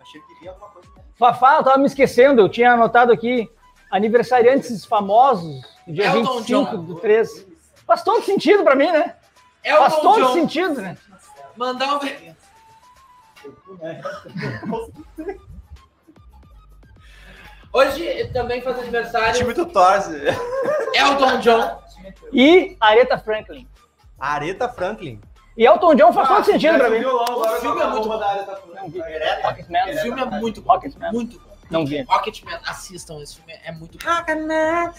Speaker 1: Achei que ria alguma coisa. né?
Speaker 5: Fafá, eu tava me esquecendo, eu tinha anotado aqui aniversariantes famosos, do dia
Speaker 4: Elton
Speaker 5: 25
Speaker 4: John.
Speaker 5: do 3. Faz todo sentido pra mim, né?
Speaker 4: É o
Speaker 5: Faz
Speaker 4: Tom
Speaker 5: todo
Speaker 4: John.
Speaker 5: sentido, né?
Speaker 4: Mandar um. Hoje também faz aniversário
Speaker 1: muito torce.
Speaker 4: Elton John.
Speaker 5: E Aretha Franklin.
Speaker 1: Areta Franklin.
Speaker 5: E Elton John faz
Speaker 4: Ah,
Speaker 5: todo sentido pra
Speaker 2: Parece um
Speaker 5: mim.
Speaker 2: violão, agora
Speaker 4: O filme
Speaker 2: toca
Speaker 4: é muito
Speaker 2: uma da área tá da
Speaker 5: Rocketman.
Speaker 4: Esse filme é muito bom.
Speaker 5: Rocketman.
Speaker 4: Muito bom.
Speaker 5: Não vi.
Speaker 4: Rocketman, assistam. Esse filme é muito bom.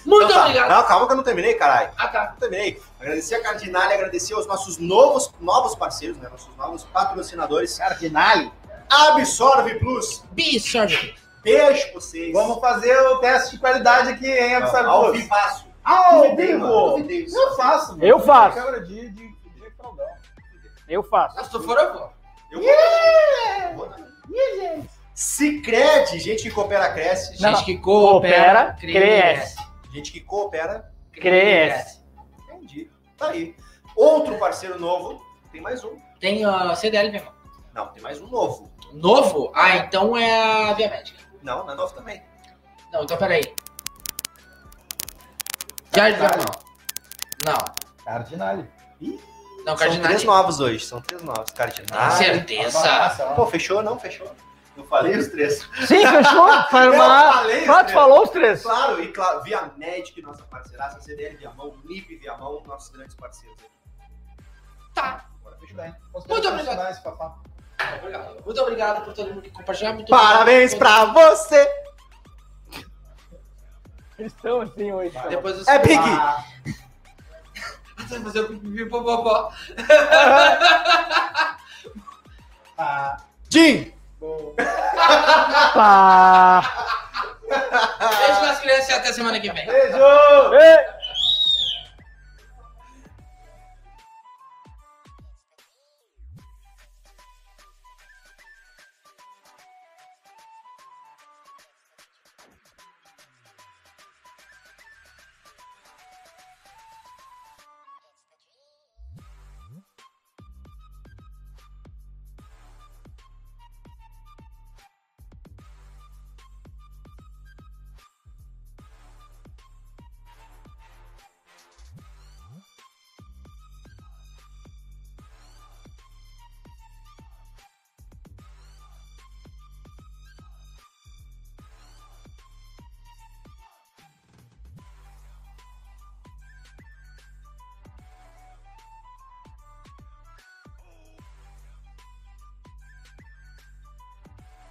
Speaker 4: Muito
Speaker 1: Então tá.
Speaker 4: obrigado.
Speaker 1: Não, calma que eu não terminei, caralho.
Speaker 4: Ah, tá.
Speaker 1: Eu terminei. Agradecer a Cardinale, agradecer aos nossos novos, novos parceiros, né? Nossos novos patrocinadores.
Speaker 2: Cardinale.
Speaker 1: Absorve Plus.
Speaker 4: Be serving.
Speaker 1: Beijo pra vocês.
Speaker 2: Vamos fazer o teste de qualidade aqui, hein,
Speaker 1: ao, ao
Speaker 2: Absorvus?
Speaker 1: vivaço.
Speaker 2: Ao
Speaker 1: Duvidei, mano,
Speaker 2: vivo!
Speaker 1: duvidei disso.
Speaker 2: Eu faço, mano.
Speaker 5: Eu faço.
Speaker 2: Câmera de, de, de fraldão.
Speaker 5: Eu faço.
Speaker 4: Ah, Se tu for, eu vou.
Speaker 1: Eu vou. Cicred, gente que coopera, cresce.
Speaker 5: Não,
Speaker 4: Gente que coopera,
Speaker 5: coopera, cresce.
Speaker 1: Gente que coopera,
Speaker 5: Cresce.
Speaker 1: entendi. Tá aí. Outro parceiro novo. Tem mais um.
Speaker 4: Tem a CDL, meu irmão.
Speaker 1: Não, tem mais um novo.
Speaker 4: Novo? Ah, então é a Via Médica.
Speaker 1: Não, não é novo também.
Speaker 4: Não, então peraí. Jair Vernon. Tá, Não.
Speaker 2: Cardinale.
Speaker 4: Não,
Speaker 1: São
Speaker 4: Cardinal.
Speaker 1: três novos hoje. São três novos. Cardinale.
Speaker 4: Certeza.
Speaker 1: Pô, fechou? Não, fechou. Eu falei os três.
Speaker 5: Sim, fechou? Faz
Speaker 1: Eu
Speaker 5: uma-
Speaker 1: falei,
Speaker 5: Fato,
Speaker 1: né?
Speaker 5: falou os três.
Speaker 1: Claro, e claro, Via Medic, nossa parceiraça, CDL Viamão, NIP Viamão, nossos grandes parceiros.
Speaker 4: Tá.
Speaker 1: Agora fechou.
Speaker 2: Muito
Speaker 4: obrigado.
Speaker 2: obrigado. Papá.
Speaker 4: Obrigado. Muito obrigado por todo mundo que compartilhou. Muito
Speaker 8: parabéns
Speaker 4: obrigado.
Speaker 8: pra você!
Speaker 5: Eles estão assim hoje.
Speaker 4: Depois você
Speaker 8: É Big!
Speaker 2: Ah,
Speaker 4: vai fazer o pipi popopó.
Speaker 2: ah,
Speaker 8: Jim!
Speaker 2: bom.
Speaker 5: Pá.
Speaker 4: Ah. Beijo nas crianças e até semana que vem.
Speaker 2: Beijo!
Speaker 5: Ei.